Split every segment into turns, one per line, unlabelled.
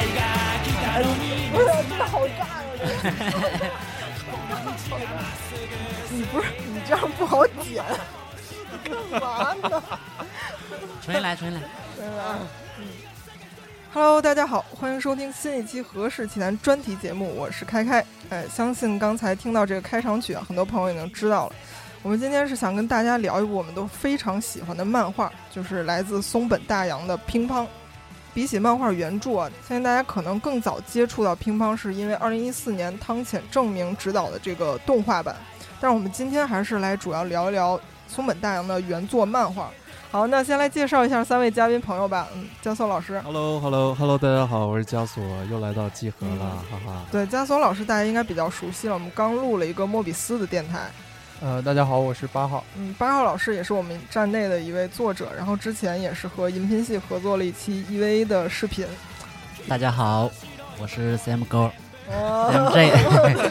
哎呦， 不是，真的好尬呀！我觉得你不是你这样不好剪， 你干嘛呢？
重 新来，重新来。
Hello，大家好，欢迎收听新一期《何氏奇谈》专题节目，我是开开。哎，相信刚才听到这个开场曲啊，很多朋友已经知道了。我们今天是想跟大家聊一部我们都非常喜欢的漫画，就是来自松本大洋的《乒乓》。比起漫画原著啊，相信大家可能更早接触到《乒乓》，是因为2014年汤浅证明执导的这个动画版。但是我们今天还是来主要聊一聊松本大洋的原作漫画。好，那先来介绍一下三位嘉宾朋友吧。嗯，教授老师。
h e l l o h e l l o h e l l o 大家好，我是加索，又来到集合了，哈哈。
对，加索老师大家应该比较熟悉了，我们刚录了一个莫比斯的电台。
呃，大家好，我是八号。
嗯，八号老师也是我们站内的一位作者，然后之前也是和荧屏系合作了一期 EVA 的视频。
大家好，我是 CM 勾
哦，
MJ，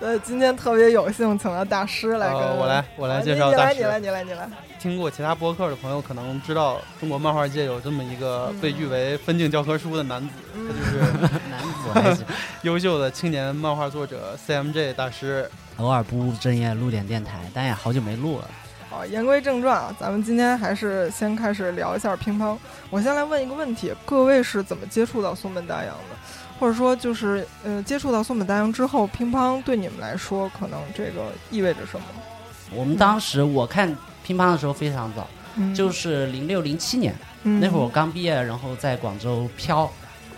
呃，今天特别有幸请到大师来跟、
呃，我来，我
啊，
来
你
介绍
你
大
来，你来，
师。
你来，你来。
听过其他播客的朋友可能知道，中国漫画界有这么一个
嗯
被誉为分镜教科书的男子，他
嗯
就，是
男子还是
优秀的青年漫画 作者 CMJ 大师。
偶尔不务正业录点电台，但也好久没录了。
好，言归正传啊，咱们今天还是先开始聊一下乒乓。我先来问一个问题：各位是怎么接触到松本大洋的？或者说，就是呃，接触到松本大洋之后，乒乓对你们来说，可能这个意味着什么？
我们当时我看乒乓的时候非常早，
嗯
就是零六零七年那会儿，我，刚毕业，然后在广州漂，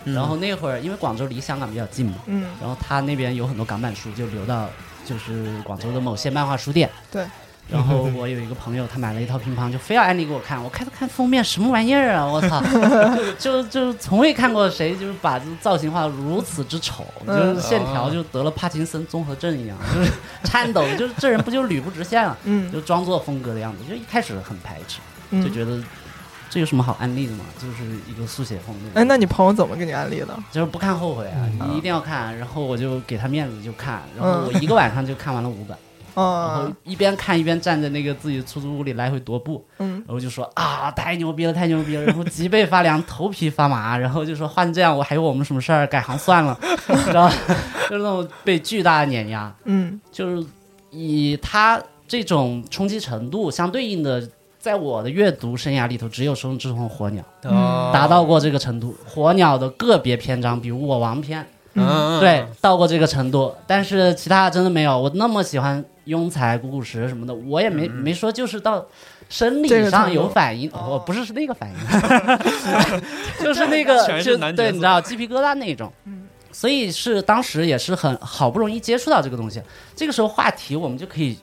然后那会儿因为广州离香港比较近嘛，
嗯
然后他那边有很多港版书，就流到就是广州的某些漫画书店。
对。
然后我有一个朋友，他买了一套乒乓，就非要安利给我看。我开始看封面，什么玩意儿啊！我 操，就就就从未看过谁就是把这造型画得如此之丑，
嗯哦
就是线条就得了帕金森综合症一样，就是颤抖，就是这人不就捋不直线了，
嗯，
就装作风格的样子。就一开始很排斥，
嗯
就觉得这有什么好安利的嘛，就是一个速写风格。
哎，那你朋友怎么给你安利的？
就是不看后悔啊，你一定要看。然后我就给他面子就看，然后我一个晚上就看完了五本，然后
啊，
一边看一边站在那个自己出租屋里来回踱步，
嗯
然后就说啊太牛逼了，太牛逼了，然后脊背发凉， 头皮发麻，然后就说换这样我还有我们什么事儿，改行算了， 然后就是那种被巨大的碾压，
嗯
就是以他这种冲击程度相对应的。在我的阅读生涯里头，只有《手冢治虫》和《火鸟
嗯
哦
达到过这个程度，《火鸟》的个别篇章，比如《我王篇》，
嗯，
对，到过这个程度，但是其他的真的没有。我那么喜欢庸才、古古石什么的，我也没、没说，就是到生
嗯这个
理
程
上
度
有反应，
哦
我不是是那个反应， 就是那个
全是
就
男角
对，
色
你知道鸡皮疙瘩那种。
嗯
所以是当时也是很好不容易接触到这个东西，这个时候话题我们就可以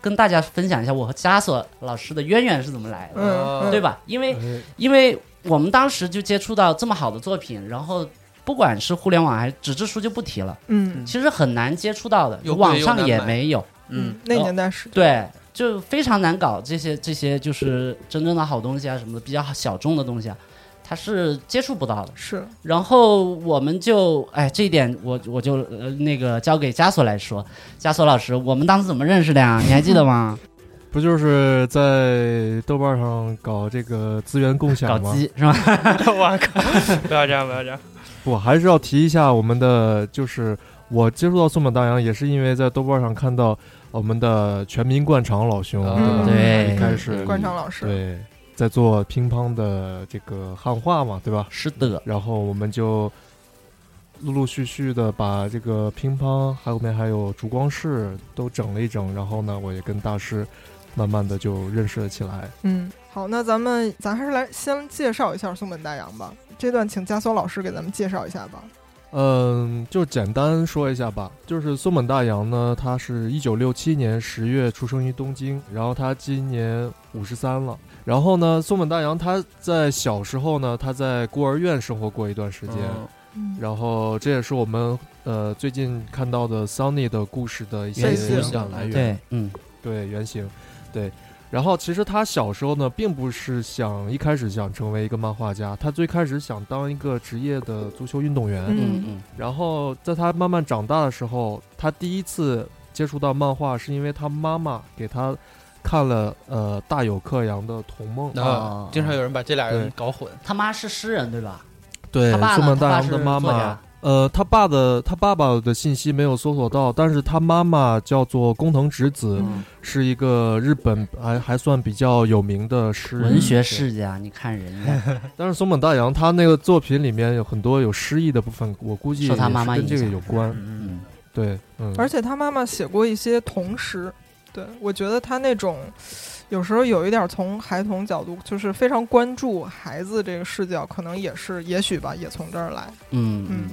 跟大家分享一下我和加索老师的渊源是怎么来的。
呃
嗯，
对
吧？
吧？因为
哎
因为我们当时就接触到这么好的作品，然后不管是互联网还是纸质书就不提了，
嗯
其实很难接触到的，
又贵
网
又
上
难
也
买
没有，
嗯，那
哦
年代是，
对，就非常难搞这些这些就是真正的好东西啊什么的，比较小众的东西啊。它是接触不到的，
啊
是，
然后我们就，哎，这一点我我就呃那个交给枷锁来说，枷锁老师，我们当时怎么认识的呀？你还记得 吗？
不就是在豆瓣上搞这个资源共
搞
享吗？
基是吧？
嗯
我靠！不要这样，不要这样。
我还是要提一下我们的，就是我接触到松本大洋也是因为在豆瓣上看到我们的全民灌肠老兄，
嗯
对吧？
对
一开始
关昌老师，
对，在做乒乓的这个汉化嘛，对吧？
是的，
然后我们就陆陆续续的把这个乒乓，还有后面还有烛光室都整了一整，然后呢，我也跟大师慢慢的就认识了起来。
嗯，好，那咱们咱还是来先介绍一下松本大洋吧。这段请加索老师给咱们介绍一下吧。
嗯，就简单说一下吧，就是松本大洋呢，他是一九六七年十月出生于东京，然后他今年五十三了。然后呢，松本大洋他在小时候呢，他在孤儿院生活过一段时间，
嗯
然后这也是我们呃最近看到的 Sunny 的故事的一些
原型
灵感来源。
对，嗯，
对原型，对。然后其实他小时候呢，并不是想一开始想成为一个漫画家，他最开始想当一个职业的足球运动员。
嗯嗯，
然后在他慢慢长大的时候，他第一次接触到漫画，是因为他妈妈给他看了呃大有克洋的《童梦》
啊，经常有人把这俩人
对
搞混。
他妈是诗人对吧？
对
他爸呢
松本
他
大
爸
洋的
是
妈
作
妈
家，
呃，他爸的他爸爸的信息没有搜索到，但是他妈妈叫做工藤直子，
嗯
是一个日本还还算比较有名的诗人
文学世家，你看人 家，
但是松本大洋他那个作品里面有很多有诗意的部分，我估计
受他妈妈
也是跟这
影
个有
响
关。
嗯，
对，嗯，
而且他妈妈写过一些童诗，对我觉得他那种有时候有一点从孩童角度，就是非常关注孩子这个视角，可能也是也许吧，也从这儿来。
嗯
嗯
嗯，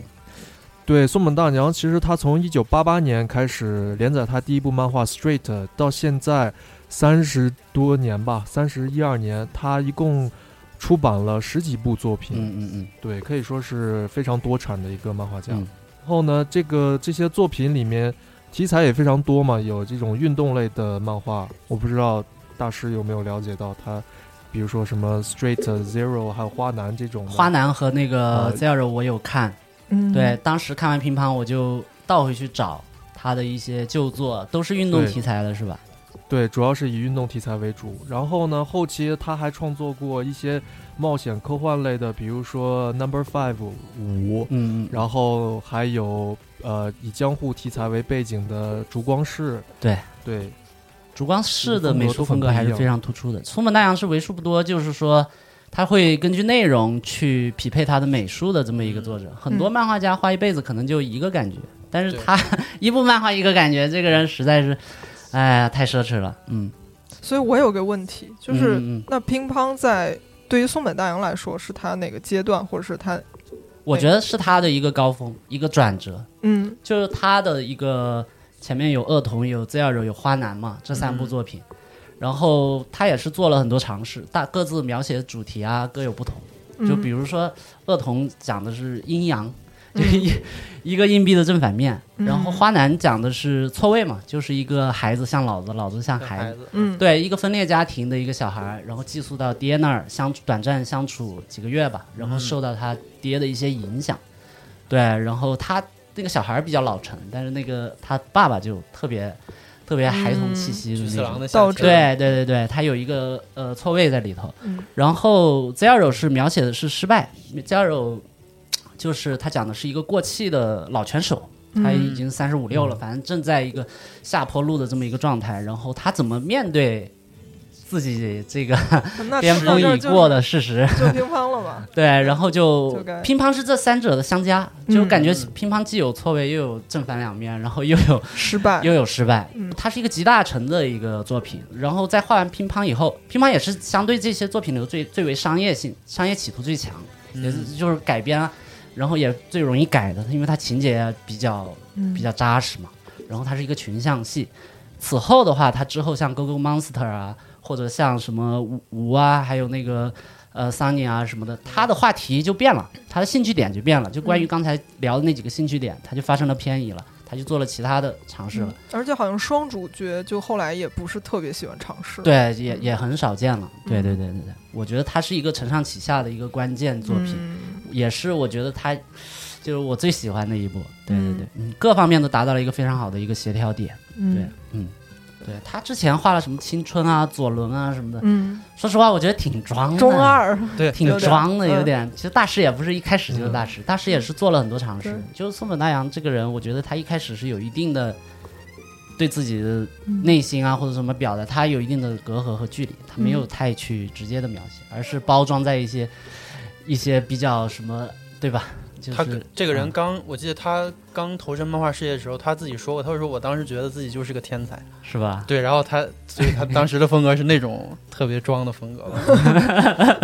对松本大洋，其实他从一九八八年开始连载他第一部漫画《Straight》，到现在三十多年吧，三十一二年，他一共出版了十几部作品。
嗯嗯嗯，
对，可以说是非常多产的一个漫画家。
嗯
然后呢，这个这些作品里面题材也非常多嘛，有这种运动类的漫画，我不知道大师有没有了解到他，比如说什么 Straight Zero，还有花男这种
嗯
的
花男和那个
呃
Zero 我有看，
嗯
对，，当时看完乒乓我就倒回去找他的一些旧作，都是运动
对
题材的是吧？
对，主要是以运动题材为主。然后呢，后期他还创作过一些冒险科幻类的，比如说 Number Five 五，
嗯嗯，
然后还有呃以江户题材为背景的《烛光室》
对。
对，
烛光室的美术风格还是非常突出的。松本大洋是为数不多，就是说他会根据内容去匹配他的美术的这么一
嗯
个作者。很多漫画家画一辈子可能就一个感觉，但是他 一部漫画一个感觉，这个人实在是，哎呀，太奢侈了。嗯，
所以我有个问题，就是、
嗯嗯嗯
那乒乓在对于松本大洋来说，是他哪个阶段，或者是他
我觉得是他的一个高峰，一个转折，
嗯
就是他的一个前面有恶童，有 Zero，有花男嘛，这三部作品。然后他也是做了很多尝试，大各自描写的主题啊各有不同。
嗯
就比如说恶童讲的是阴阳， 就一、一个硬币的正反面，然后
嗯
花男讲的是错位嘛，就是一个孩子像老子，老子像孩
孩
子。
子，
嗯
对，一个分裂家庭的一个小孩儿，然后寄宿到爹那儿相处短暂相处几个月吧，然后受到他爹的一些影响，对，然后他那个小孩儿比较老成，但是那个他爸爸就特别特别孩童气息的
菊
那
次
种，
郎的
到
夏
这
天，
对对对对，它有一个呃错位在里头。
嗯
然后 Zero 是描写的是失败，Zero 就是他讲的是一个过气的老拳手，
嗯
他已经三十五六了，反正正在一个下坡路的这么一个状态。然后他怎么面对自己这个
那
巅
吃到
峰
这儿
已
就
过
是
的事实？
就乒乓 了吧？
对，然后就
就该
乒乓是这三者的相加，就
嗯
感觉乒乓既有错位，又有正反两面，然后又有
失败，
又有失败
嗯，
它是一个集大成的一个作品。然后在画完乒乓以后，乒乓也是相对这些作品里头最最为商业性、商业企图最强，也是就是改编啊，然后也最容易改的，因为它情节比较
嗯
比较扎实嘛。然后它是一个群像戏。此后的话，它之后像《Go Go Monster》啊，或者像什么无无啊，还有那个呃 Sunny 啊什么
嗯
的，它的话题就变了，它的兴趣点就变了，就关于刚才聊的那几个兴趣点，它就发生了偏移了，它就做了其他的尝试了。
嗯而且好像双主角就后来也不是特别喜欢尝试，，
对，也也很少见了。对
嗯
对对对对，我觉得它是一个承上启下的一个关键作品，
嗯、
也是我觉得它就是我最喜欢的一部。对对对，嗯，各方面都达到了一个非常好的一个协调点。对
嗯，
嗯，对他之前画了什么青春啊、左轮啊什么的，
嗯，
说实话，我觉得挺装的，
中 二，
对
挺
有点
装的，
嗯
有点。其实大师也不是一开始就是大师，大师也是做了很多尝试
对。
就是松本大洋这个人，我觉得他一开始是有一定的对自己的
嗯
内心啊或者什么表达，他有一定的隔阂和距离，他没有
嗯
太去直接的描写，而是包装在一些一些比较什么，对吧？就
他
是
这个人
嗯
刚，我记得他刚投身漫画事业的时候，他自己说过，他说我当时觉得自己就是个天才，
是吧？
对，然后他，所以他当时的风格是那种特别装的风格吧。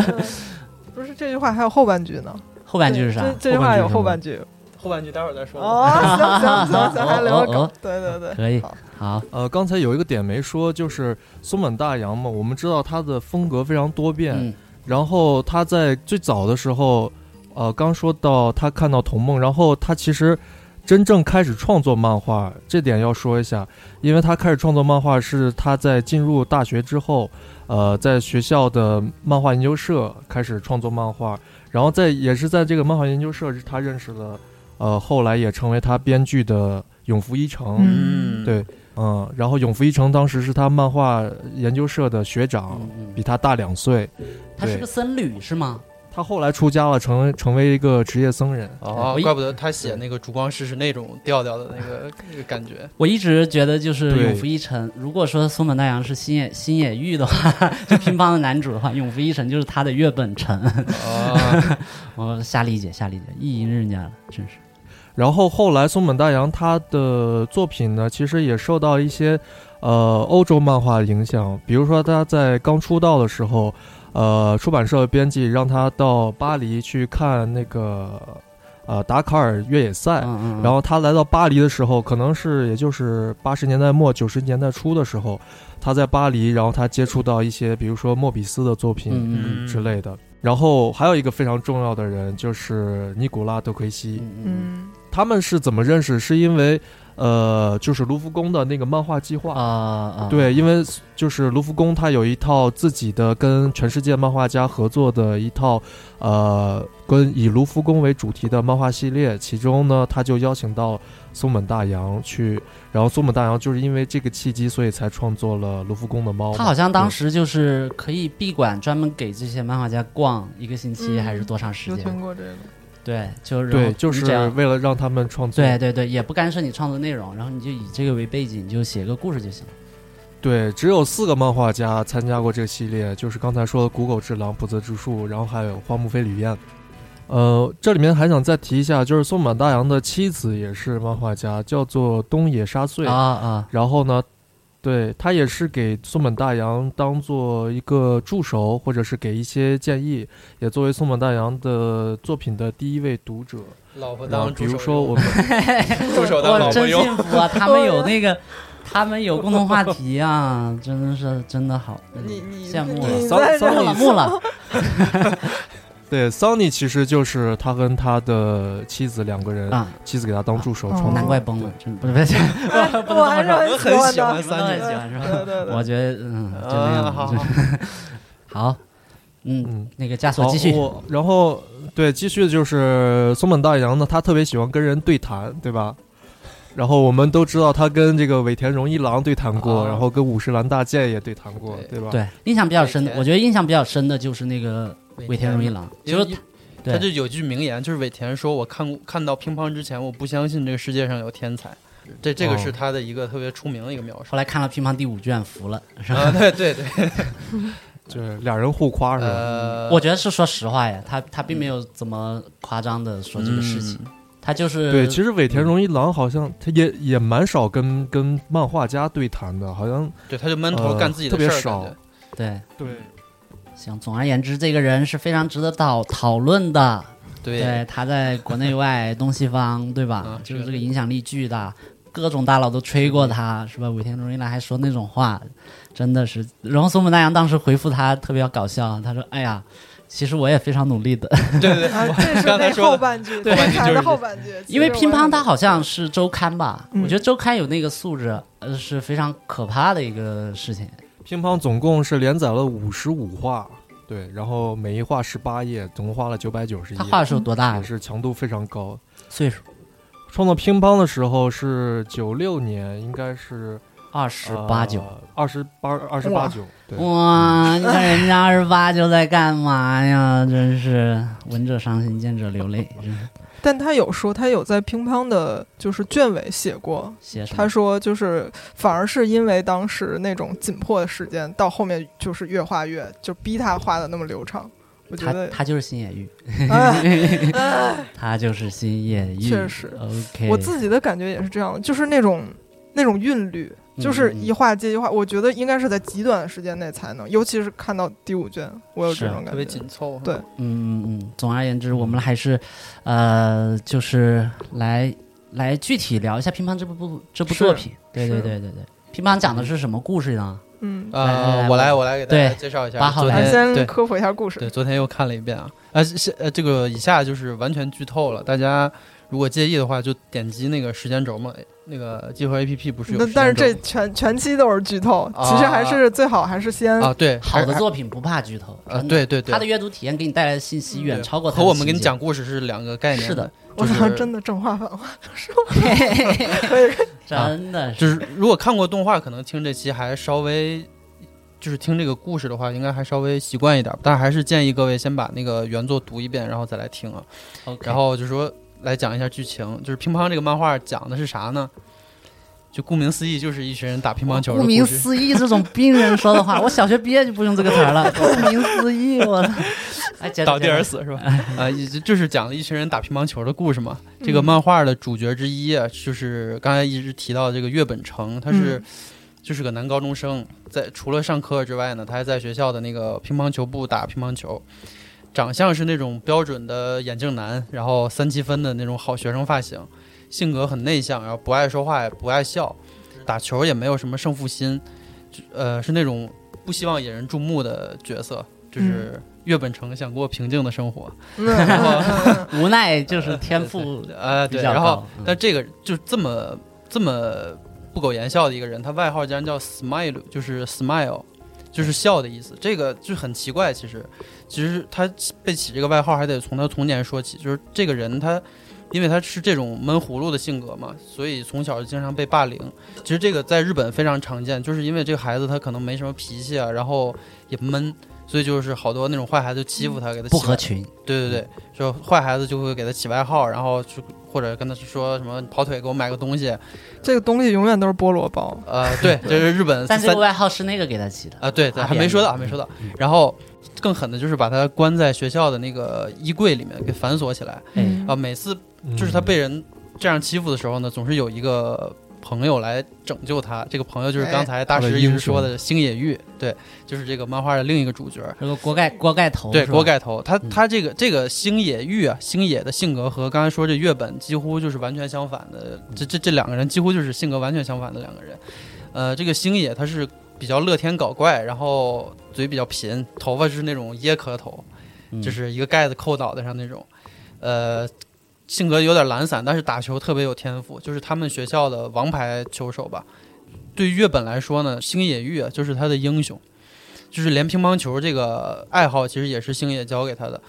不是这句话还有后半句呢？
后半句是
对
啥？
这这句话有
后
后
半
半
句
句
后半句待会儿再说吧。
哦， 行行行行，还留
哦哦
个
哦
梗，对对对，
可以
好
是什么好，
呃，刚才有一个点没说，就是松本大洋嘛，我们知道他的风格非常多变，
嗯
然后他在最早的时候，呃，刚说到他看到童梦，然后他其实真正开始创作漫画，这点要说一下，因为他开始创作漫画是他在进入大学之后，呃，在学校的漫画研究社开始创作漫画，然后在也是在这个漫画研究社，他认识了，呃，后来也成为他编剧的永福一成。
嗯，
对嗯，然后永福一成当时是他漫画研究社的学长，
嗯嗯
比他大两岁。
他是
对
个僧侣是吗？
他后来出家了，成为成为一个职业僧人。
哦
我，一
怪不得他写那个《烛光诗》是那种调调的那个那个感觉。
我一直觉得就是
对
永福一城，如果说松本大洋是星野星野玉的话， 就乒乓的男主的话，永福一城就是他的月本城。
哦，
我瞎理解，瞎理解，意淫人家了，真是。
然后后来松本大洋他的作品呢，其实也受到一些呃欧洲漫画的影响，比如说他在刚出道的时候，呃，出版社编辑让他到巴黎去看那个呃达喀尔越野赛。
嗯嗯。
哎然后他来到巴黎的时候，可能是也就是八十年代末九十年代初的时候，他在巴黎，然后他接触到一些比如说莫比斯的作品
嗯嗯
之类的。然后还有一个非常重要的人就是尼古拉德奎西，
嗯嗯
嗯，
他们是怎么认识？是因为呃，就是卢浮宫的那个漫画计
嗯
划。
啊啊。
对，因为就是卢浮宫，它有一套自己的跟全世界漫画家合作的一套，呃，跟以卢浮宫为主题的漫画系列，其中呢，他就邀请到松本大洋去，然后松本大洋就是因为这个契机，所以才创作了卢浮宫的猫嘛。
他好像当
时
时就是可以闭馆，专门给这些漫画家逛一个星期
嗯
还是多长时
有听
间？
过这个，
对，就是
对，就是
你只要
为了让他们创作，
对对对，也不干涉你创作内容，然后你就以这个为背景，就写个故事就行了。
对，只有四个漫画家参加过这个系列，就是刚才说的谷口治郎、浦泽直树，然后还有花木飞吕彦。呃，这里面还想再提一下，就是松坂大洋的妻子也是漫画家，叫做东野纱穗。
啊 啊，
然后呢，对他也是给松本大洋当做一个助手，或者是给一些建议，也作为松本大洋的作作品的第一位读者。
老婆
然后
当
比
助
如
手
说我
用，
们
助手当
哇，
老婆
真
用。
幸福啊！他们有那个，他们有共同话题啊，真的是真的好，
你你
羡慕
你
了，
桑
在这
桑
儿
尼
羡慕了。
对桑尼其实就是他跟他的妻子两个人，
啊，
妻子给他当助手
哦
创作。
难怪崩了，真不是不是，不
我还
能
是
这么
很
我
喜欢的
喜欢
说，
三
很
姐。
喜 欢是吧？
对对对，
我觉得嗯，就那
啊，
样
好
吧，
好，
就 好，嗯，
嗯，
那个枷锁
好，
继续，
我然后对，继续就是松本大洋呢，他特别喜欢跟人对谈，对吧？然后我们都知道他跟这个尾田荣一郎对谈过，
啊
然后跟五十岚大介也对谈过，对
对
吧？
对，印象比较深的
尾，田
我觉得印象比较深的就是那个尾田荣一郎，
因
就
为
是
他就
对
有句名言，就是尾田说：“我看看到乒乓之前，我不相信这个世界上有天才。”这这个是
哦
他的一个特别出名的一个描述。
后来看了乒乓第五卷服了，是吧？
啊，对 对对，
就是俩人互夸是吧？
呃，
我觉得是说实话呀，他他并没有怎么夸张的说这个事情，
嗯
他就是
对，其实尾田荣一郎好像他也也蛮少跟跟漫画家对谈的，好像
对，他就闷头
呃
干自己的
特别
事儿，
少
感觉
对
对
行，总而言之，这个人是非常值得讨讨论的。
哎
对，他在国内外东西方，对吧
啊？
就是
是
这个影响力巨大，各种大佬都吹过他，是吧？尾田荣一郎还说那种话，真的是。然后松本大洋当时回复他特别搞笑，他说：“哎呀，其实我也非常努力的，
对对对，
啊，这是
刚才
那
说的
后半句，
对
刚才
就
的
是
后半句，
因为
其实
乒
我
乓
也
它好像是周刊吧，
嗯
我觉得周刊有那个素质，呃，是非常可怕的一个事情。
乒乓总共是连载了五十五话，对，然后每一话十八页，总共花了九百九十页，
他画的时候多大啊
也？是强度非常高。
岁数
创造乒乓的时候是九六年，应该是呃
二十八九。，哦
二十八二十八九，对，
哇，你看人家二十八就在干嘛呀？真是闻者伤心，见者流泪。真是
但他有说，他有在乒乓的，就是卷尾写过，
写什么
他说就是反而是因为当时那种紧迫的时间，到后面就是越画越就逼他画的那么流畅，我觉
他
得，
他就是新野玉，
哎，
他就是新野玉。
哎
确实
，OK，
我自己的感觉也是这样的，就是那种那种韵律，就是
嗯嗯
一画接一画，我觉得应该是在极短的时间内才能，尤其是看到第五卷，我有
是
这种
特
感
别
觉
紧。凑。
对
嗯嗯嗯。总而言之，我们还是呃，就是来来具体聊一下乒乓这部部这部
是
作品。对对
是
对对对，乒乓讲的是什么故事呢？
嗯，
呃，我来我来给大家介绍一下。
八号
昨
来
来
天
先
对
科普一下故事。
对，昨天又看了一遍啊。呃，是呃，这个以下就是完全剧透了，大家如果介意的话，就点击那个时间轴嘛，那个集合 APP 不是有
那
时间轴吗？
但是这全全期都是剧透，
啊
其实还是最好还是先
啊，对，
好的
还
作品不怕剧透，
呃，
真的
对对对，
他的阅读体验给你带来的信息远
对
超过他
和
的
我们给
情
你
节
讲故事是两个概念。
是的，
我
就是
操，真的正话反 话，
真的是
就是如果看过动画，可能听这期还稍微就是听这个故事的话，应该还稍微习惯一点，但还是建议各位先把那个原作读一遍，然后再来听啊。
OK
然后就说来讲一下剧情，就是乒乓这个漫画讲的是啥呢？就顾名思义，就是一群人打乒乓球的
顾
故
名
事。
思义，这种病人说的话，我小学毕业就不用这个词儿 了。顾名思义，我的 哎，接着
倒地而
接着
死是吧？啊，也就就是讲了一群人打乒乓球的故事嘛。
嗯
这个漫画的主角之一啊，就是刚才一直提到这个岳本成，他是
嗯
就是个男高中生，在除了上课之外呢，他还在学校的那个乒乓球部打乒乓球。长相是那种标准的眼镜男，然后三七分的那种好学生发型，性格很内向，然后不爱说话，也不爱笑，打球也没有什么胜负心，就呃，是那种不希望引人注目的角色，就是
嗯
岳本成想过平静的生活，
嗯嗯嗯嗯
无奈就是天赋
呃，
比
对，
较
然后
高。嗯
但这个就这么这么不苟言笑的一个人，他外号竟然叫 Smile，就是 Smile，就是笑的意思。这个就很奇怪，其实，其实他被起这个外号还得从他童年说起，就是这个人他。因为他是这种闷葫芦的性格嘛，所以从小就经常被霸凌。其实这个在日本非常常见，就是因为这个孩子他可能没什么脾气啊，然后也闷，所以就是好多那种坏孩子就欺负他，给他
不
起
合
来
群，
对对对，就坏孩子就会给他起外号，然后就或者跟他说什么“跑腿给我买个东西
这个东西永远都是菠萝包”，。
呃，对，这是日本
但
三
这个外号是那个给他起的
啊，对，对，还没说到，还没说到。然后更狠的就是把他关在学校的那个衣柜里面给反锁起来
哎，
啊。每次
嗯
就是他被人这样欺负的时候呢，总是有一个朋友来拯救他。这个朋友就是刚才大
哎
师一直说的星野玉，对，就是这个漫画的另一个主角。
这个锅盖锅盖头，
对，
是吧
锅盖头，他
嗯
他这个这个星野玉啊，星野的性格和刚才说这月本几乎就是完全相反的，
嗯
这这这两个人几乎就是性格完全相反的两个人。呃，这个星野他是比较乐天搞怪，然后嘴比较贫，头发是那种椰壳头，
嗯
就是一个盖子扣脑袋上那种。呃，性格有点懒散，但是打球特别有天赋，就是他们学校的王牌球手吧。对于月本来说呢，星野玉啊就是他的英雄，就是连乒乓球这个爱好其实也是星野教给他的。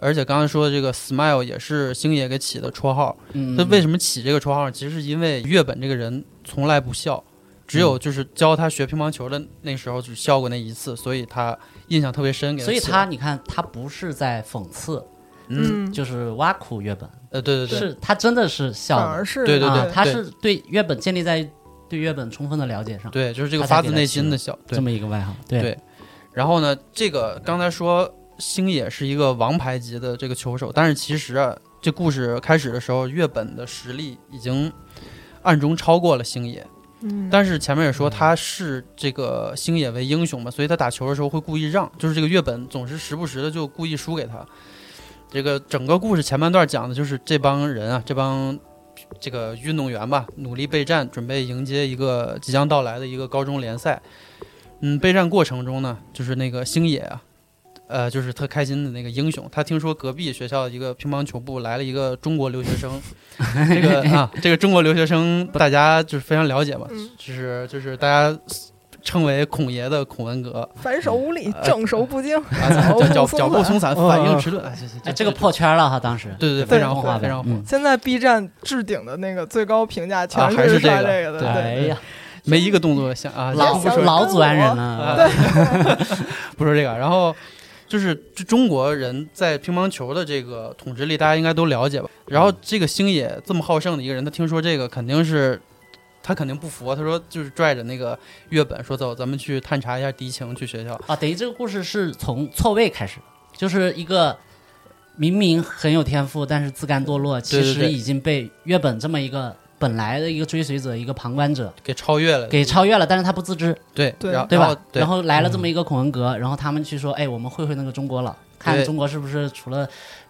而且刚才说的这个 Smile 也是星野给起的绰号。
嗯
他为什么起这个绰号？其实是因为月本这个人从来不笑，只
嗯
有就是教他学乒乓球的那时候只笑过那一次，所以他印象特别深。给
所以
起
他
的
你看他不是在讽刺，
嗯
就是挖苦月本，
呃对对对，
是他真的是笑
反
的，
而是
对对
啊
对
他是对月本建立在对月本充分的了解上，
对就是这个
啊他才
发
给
自
他
内
起
心
的
的笑。对
这，么一个外号，
对然后呢，这个刚才说星野是一个王牌级的这个球手，但是其实啊，这故事开始的时候，月本的实力已经暗中超过了星野。
嗯
但是前面也说他是这个星野为英雄嘛，所以他打球的时候会故意让，就是这个月本总是时不时的就故意输给他。这个整个故事前半段讲的就是这帮人啊，这帮这个运动员吧，努力备战，准备迎接一个即将到来的一个高中联赛。嗯，备战过程中呢，就是那个星野啊，呃，就是特开心的那个英雄，他听说隔壁学校一个乒乓球部来了一个中国留学生，这个啊，这个中国留学生大家就是非常了解嘛，
嗯
就是就是大家称为孔爷的孔文革，
反手无力，
呃
正手不经，
啊，脚脚
松
脚步
散
松散，
嗯
反应
嗯
迟钝，哎，这
哎， 这个破圈了哈，当时
对对对
这个
非常
动
火
画
非常火
版嗯
现在 B 站置顶的那个最高评价全
啊还是
这
这个
个的，
对
哎
对，
呀，
没一个动作像啊，
老
不说
老祖安人
啊
了，，
不是这个，然后就是就中国人在乒乓球的这个统治力，大家应该都了解吧？
嗯
然后这个星野这么好胜的一个人，他听说这个肯定是。他肯定不服啊，他说就是拽着那个月本说走，咱们去探查一下敌情，去学校。
啊，等于这个故事是从错位开始的，就是一个明明很有天赋，但是自甘堕落，其
对对
实
对
已经被月本这么一个本来的一个追随者、一个旁观者
给超越了，
给超越了，但是他不自知，
对
对
然后
对吧？
对嗯
然后来了这么一个孔文革，然后他们去说，哎，我们会会那个中国佬，看
对
中国是不是除了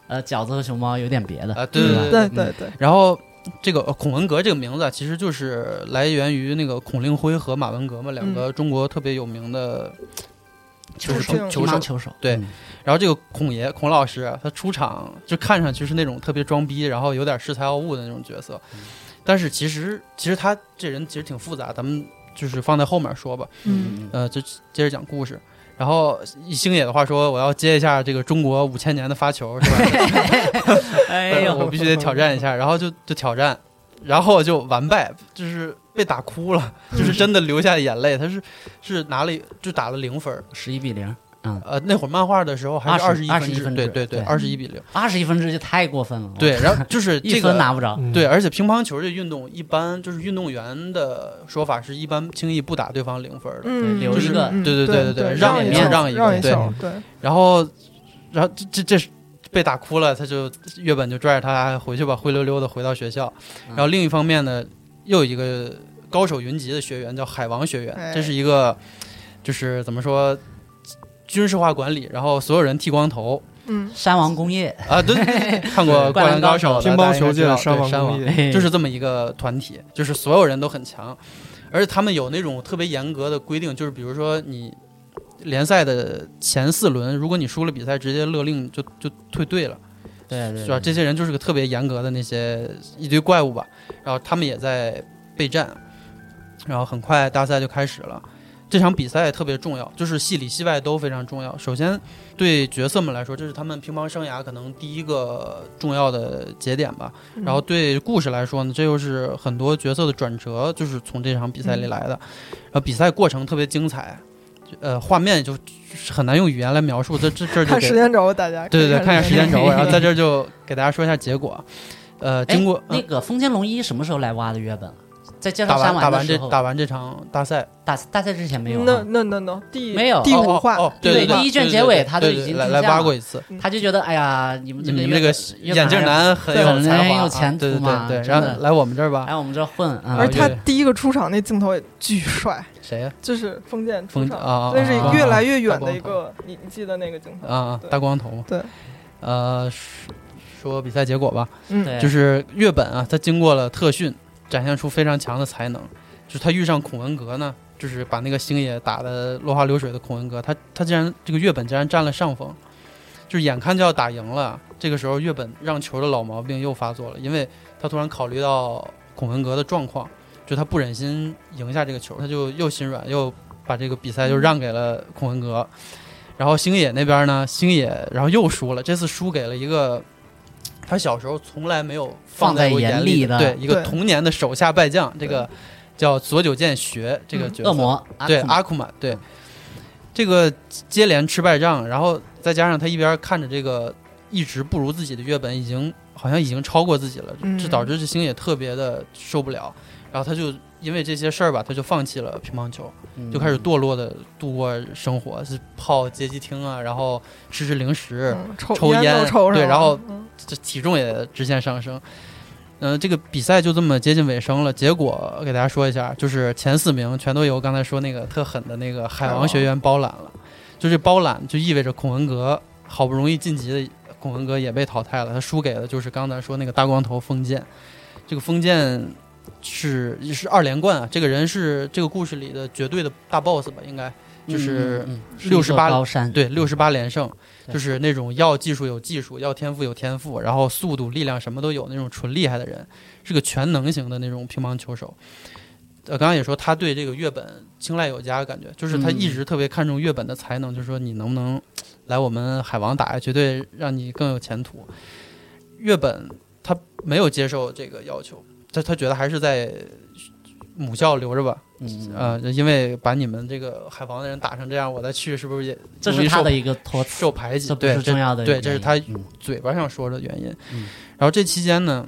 呃饺子和熊猫有点别的
啊，对对
吧
对嗯
对对
对对，
然后这个呃孔文革这个名字啊，其实就是来源于那个孔令辉和马文革嘛，两个中国特别有名的。
球
就是这
手，
种
乒乓球手，
对
嗯
然后这个孔爷孔老师啊，他出场就看上去是那种特别装逼，然后有点恃才傲物的那种角色，但是其实其实他这人其实挺复杂，咱们就是放在后面说吧。
嗯，
嗯，
呃，就接着讲故事。然后以星野的话说，我要接一下这个中国 五千年的发球，是吧？
哎呦，
呃我必须得挑战一下，然后就就挑战，然后就完败，就是被打哭 了，就是真的流下眼泪。他是是拿了一就打了零分儿，
十一比零，
呃，那会儿漫画的时候还是二十
20
一
21分制
对对对，
对
二十一比零，
二十一分制就太过分了。
对，，然后就是
哦一
这
分
个。
拿不着。
嗯
对，，而且乒乓球这运动一般就是运动员的说法是一般轻易不打对方零分儿的，
嗯，
留一个
嗯
对对
对
对对对让
一
一
球
球
让一
让
球
球，对，
然后，然后这这这是被打哭了，他就月本就拽着他回去吧，灰溜溜的回到学校。
嗯
然后另一方面呢，又有一个高手云集的学员叫海王学员
哎，
这是一个就是怎么说军事化管理，然后所有人剃光头
嗯，
山王工业，
啊，对，对对看过《
灌
灌
篮
篮
高
高
手
手》的
乒乓
大家应该
球
知
界
道
的
对
山
山
王工业，
嘿
就是这么一个团体，就是所有人都很强，而且他们有那种特别严格的规定，就是比如说你联赛的前四轮，如果你输了比赛，直接勒令就就退队了，
对对
是吧？这些人就是个特别严格的那些一堆怪物吧，然后他们也在备战，然后很快大赛就开始了。这场比赛特别重要，就是戏里戏外都非常重要。首先，对角色们来说，这是他们乒乓生涯可能第一个重要的节点吧。
嗯
然后对故事来说呢，这又是很多角色的转折，就是从这场比赛
嗯
里来的。然后比赛过程特别精彩，呃，画面就就是很难用语言来描述。这这这儿就
看
给
时间轴，大家
对对对，
可以
看一下时间轴，
轴
然后在这儿就给大家说一下结果。呃，
哎
经过、
那
嗯
个丰间龙一什么时候来挖的月本啊？在介
打
绍山
完打
王的
完
时
这
候，
打完这场大赛，
打大赛之前没有啊，
No no no no，第
没有
第
哦
五
哦
话，
哦对
对
对，
第一卷
对对
结尾
对
他就
对
已
对
经
来
停
来
下
挖
了
过一次。
他就觉得哎呀，你们
嗯
这
你
个
们这个
月
眼
本还
镜
是，
男很
对
有
很
才华
有
啊，
前途
对对
嘛
对对，
真
然
的
后来我们这儿吧，
来我们这混啊，
而
且
他第一个出场那镜头也巨帅，
谁啊呀？
就是封建出
冯
场，
啊，
那是
啊
越来越远
大
的一
光头
个，你你记得那个镜头？
啊，
对
大光头嘛。
对，
呃，说说比赛结果吧，
嗯，
对，
就是月本啊，他经过了特训，展现出非常强的才能。就是他遇上孔文革呢，就是把那个星野打得落花流水的孔文革，他他竟然这个月本竟然占了上风，就是眼看就要打赢了。这个时候，月本让球的老毛病又发作了，因为他突然考虑到孔文革的状况，就他不忍心赢下这个球，他就又心软，又把这个比赛又让给了孔文革。然后星野那边呢，星野然后又输了，这次输给了一个他小时候从来没有
放在
过
眼
眼
里
的，
的嗯
对一个
对
童年的手下败将，这个叫佐久间学这个
嗯
角色，
恶魔，
对
阿
阿库玛，对，这个接连吃败仗，然后再加上他一边看着这个一直不如自己的月本，已经好像已经超过自己了，
嗯
这导致这星野特别的受不了，然后他就因为这些事儿吧，他就放弃了乒乓球，
库
就开始堕落的度过生活，是泡街机厅啊，然后吃吃零食，
嗯抽
抽
烟都
烟
抽上
对
了
然后
嗯
这体重也直线上升。嗯、这个比赛就这么接近尾声了。结果给大家说一下，就是前四名全都由刚才说那个特狠的那个海王学员包揽了。就这包揽就意味着孔文革好不容易晋级的孔文革也被淘汰了，他输给的就是刚才说那个大光头封建。这个封建是是二连冠啊，这个人是这个故事里的绝对的大 boss 吧，应该就是
六十
68
高山，
对，六十八连胜，
对
就是那种要技术有技术，要天赋有天赋，然后速度、力量什么都有那种纯厉害的人，是个全能型的那种乒乓球手。呃，刚刚也说他对这个月本青睐有加，感觉就是他一
嗯
直特别看重月本的才能，就是说你能不能来我们海王打，绝对让你更有前途。月本他没有接受这个要求，他他觉得还是在母校留着吧，
嗯，
呃，因为把你们这个海王的人打成这样，我再去是不是也
这
容
是
易
他
受
的一个托词，
受排挤
这，不
对，
是
这
重要的
对
原
这是
因
他
嗯
嘴巴上说的原因。
嗯
然后这期间呢，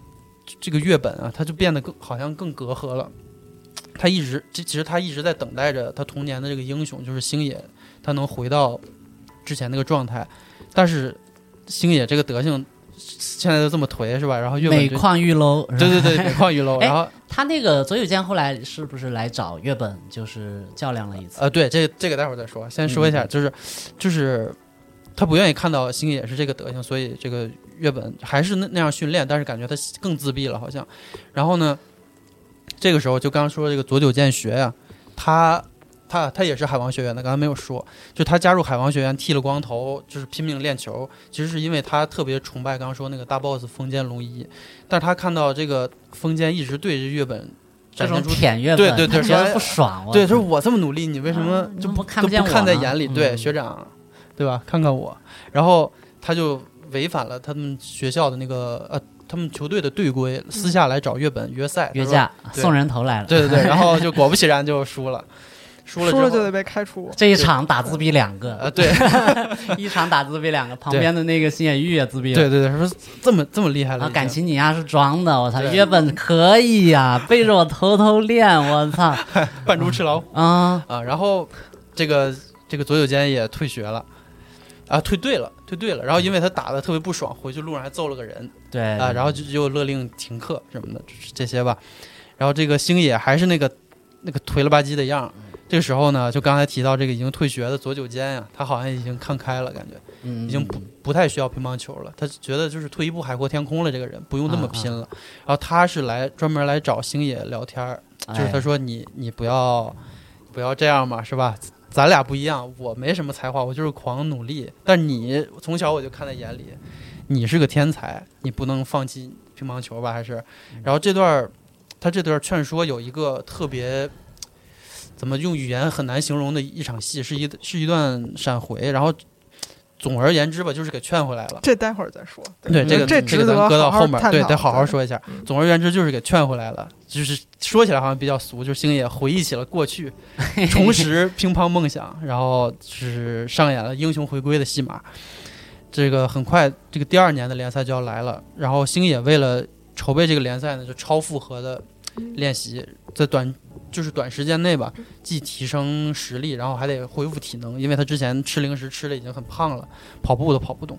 这个月本啊，他就变得更好像更隔阂了。他一直，这其实他一直在等待着他童年的这个英雄，就是星野，他能回到之前那个状态。但是星野这个德性现在就这么颓是吧？然后月
每
本就
况愈 low，是吧
对对 对每况愈 low，
哎
然后
他那个左友健后来是不是来找月本，就是较量了一次？
呃，对，这这个待会儿再说，先说一下，
嗯
就是就是他不愿意看到星野是这个德行，所以这个月本还是那那样训练，但是感觉他更自闭了，好像。然后呢，这个时候就刚刚说这个佐久间学呀、他。他他也是海王学员的，刚才没有说，就他加入海王学员剃了光头，就是拼命练球，其实是因为他特别崇拜刚刚说那个大 boss 封建龙一，但是他看到这个封建一直对着月本
这
展
种
现出
舔月本，
对对
他
对
觉
说
得不爽，我
对，他说我这么努力，你为什么
啊
就
你
不
不看不
都
见
不
我
看在
呢
眼里？对，
嗯
学长，对吧？看看我，然后他就违反了他们学校的那个呃他们球队的队规，私下来找月本约赛
嗯约。
他说
架
对
送人头来了。
对 对对，然后就果不其然就输了，输了之
输
后
了就得被开除。
这一场打自闭两
啊，
个，
对
一场打自闭两个，旁
对
边的那个星野玉也自闭了。
对对对，说这么这么厉害
然
了已
后
经，
啊感情你丫是装的，我操！
对
约本可以呀、背着我偷偷练，我操！
扮猪吃老虎。
啊，
啊，然后这个这个左九间也退学了，啊，退队了，退队了。然后因为他打的特别不爽，回去路上还揍了个人
对
啊，然后就就勒令停课什么的，就是这些吧。然后这个星野还是那个那个颓了吧唧的样儿。这个时候呢，就刚才提到这个已经退学的左九间呀，他好像已经看开了，感觉
已
已经不不太需要乒乓球了。他觉得就是退一步海阔天空了，这个人不用那么
啊啊
拼了。然后他是来专门来找星野聊天儿，
嗯
就是
哎
他说你你不要不要这样嘛，是吧？咱俩不一样，我没什么才华，我就是狂努力。但你从小我就看在眼里，你是个天才，你不能放弃乒乓球吧？还是，然后这段儿他这段劝说有一个特别。怎么用语言很难形容的一场戏，是一是一段闪回，然后总而言之吧，就是给劝回来了。
这待会儿再说。
对，
嗯
这个
这
这
值
个
得
咱搁到
好好
后面，
探
对，
讨
得好好
对
说一下
嗯。
总而言之，就是给劝回来了，就是说起来好像比较俗，就是星野回忆起了 过去，重拾乒乓梦想，然后就是上演了英雄回归的戏码。这个很快，这个第二年的联赛就要来了，然后星野为了筹备这个联赛呢，就超负荷的练习，在短就是短时间内吧，既提升实力，然后还得恢复体能，因为他之前吃零食吃的已经很胖了，跑步都跑不动。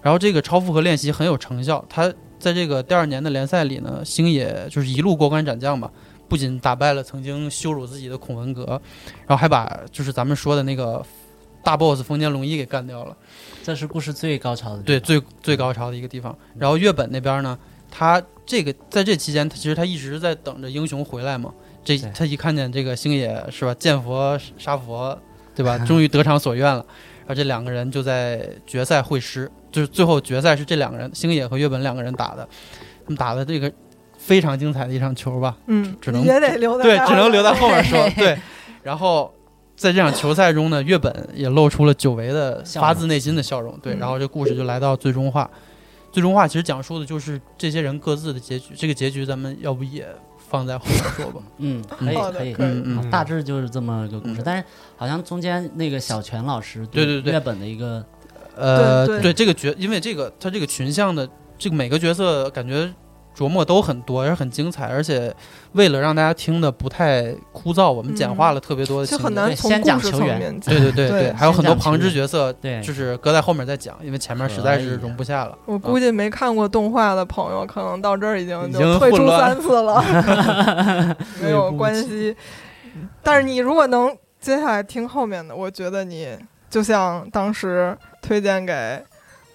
然后这个超负荷练习很有成效，他在这个第二年的联赛里呢，星野就是一路过关斩将吧，不仅打败了曾经羞辱自己的孔文革，然后还把就是咱们说的那个大 boss 丰间龙一给干掉了。
这是故事最高潮的地
对，
方，嗯
最最高潮的一个地方。然后月本那边呢，他这个在这期间，他其实他一直在等着英雄回来嘛。这
对
他一看见这个星野是吧，见佛杀佛，对吧？终于得偿所愿了。然后这两个人就在决赛会师，就是最后决赛是这两个人，星野和月本两个人打的，他们打的这个非常精彩的一场球吧。
嗯，
只能
也得留在
对
待，会
只
儿
能留在
再
后面说。对，然后在这场球赛中呢，月本也露出了久违的
笑容
发自内心的笑容。对，
嗯
然后这故事就来到最终话。最终话其实讲述的就是这些人各自的结局。这个结局咱们要不也放在后面说 吧？
嗯，可以
好的
可以，
可以
嗯嗯
嗯
大致就是这么个故事。
嗯
但是好像中间那个小泉老师
对对对
日本的一个
呃，
对对
对这个角，因为这个他这个群像的这个每个角色感觉琢磨都很多，而且很精彩，而且为了让大家听的不太枯燥，我们简化了特别多的
其
情
实嗯
节。
很难
对
从
先
故
讲
事
球
层
员
面讲。
对对对
对
对，还有很多旁支角色
对
就是搁在后面再讲，因为前面实在是容不下了。
我估计没看过动画的朋友，可能到这儿已经
已
就
经
退
混
出
乱
三次了， 没有关系。但是你如果能接下来听后面的，我觉得你就像当时推荐给，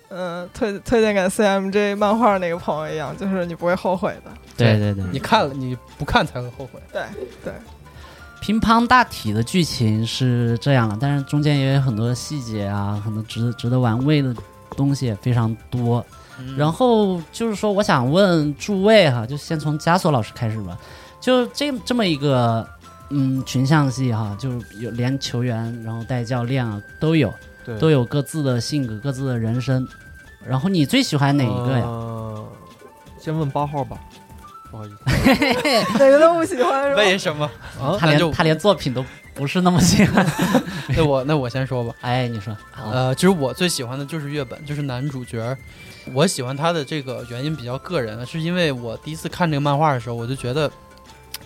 嗯、推推荐给 CMJ 漫画那个朋友一样，就是你不会后悔的。
对对对，
你看了，你不看才会后悔。
对，
乒乓大体的剧情是这样了，但是中间也有很多细节啊，很多值值得玩味的东西也非常多。
嗯
然后就是说，我想问诸位哈，就先从枷锁老师开始吧。就这这么一个嗯群像戏哈，就是有连球员，然后带教练啊都有，
对
都有各自的性格、各自的人生。然后你最喜欢哪一个呀？
呃先问八号吧，不
哦
好意思。
哪个都不喜欢是吧？
为 什么？
啊，
他
呃那就
连他连作品都不是那么喜欢。
那我那我先说吧。
哎，你说，好
呃，其实我最喜欢的就是月本，就是男主角。我喜欢他的这个原因比较个人，是因为我第一次看这个漫画的时候，我就觉得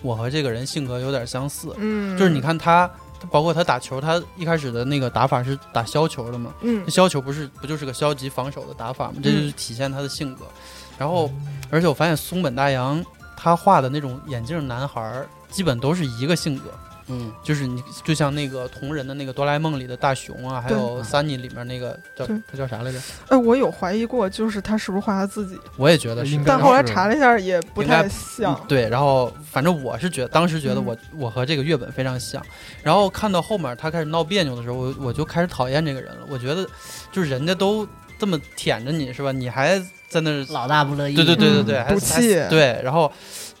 我和这个人性格有点相似。
嗯，
就是你，看他，他包括他打球，他一开始的那个打法是打削球的嘛，
嗯
那，削球不是不就是个消极防守的打法吗？这就是体现他的性格。然后，而且我发现松本大洋他画的那种眼镜男孩儿，基本都是一个性格，
嗯，
就是你就像那个同人的那个哆啦 A 梦里的大雄啊，还
对
有 Sunny 里面那个叫
对
他叫啥来着？
哎，我有怀疑过，就是他是不是画他自己，
我也觉得是
应。该
但
然
是
后
后
来查了一下也不
应
太
该不
像。嗯
嗯对，然后反正我是觉得，当时觉得我、我和这个月本非常像，然后看到后面他开始闹别扭的时候，我我就开始讨厌这个人了。我觉得就是人家都这么舔着你是吧，你还在那儿
老大不乐意。
对对对对对，
嗯
还
赌
还
气
对，然后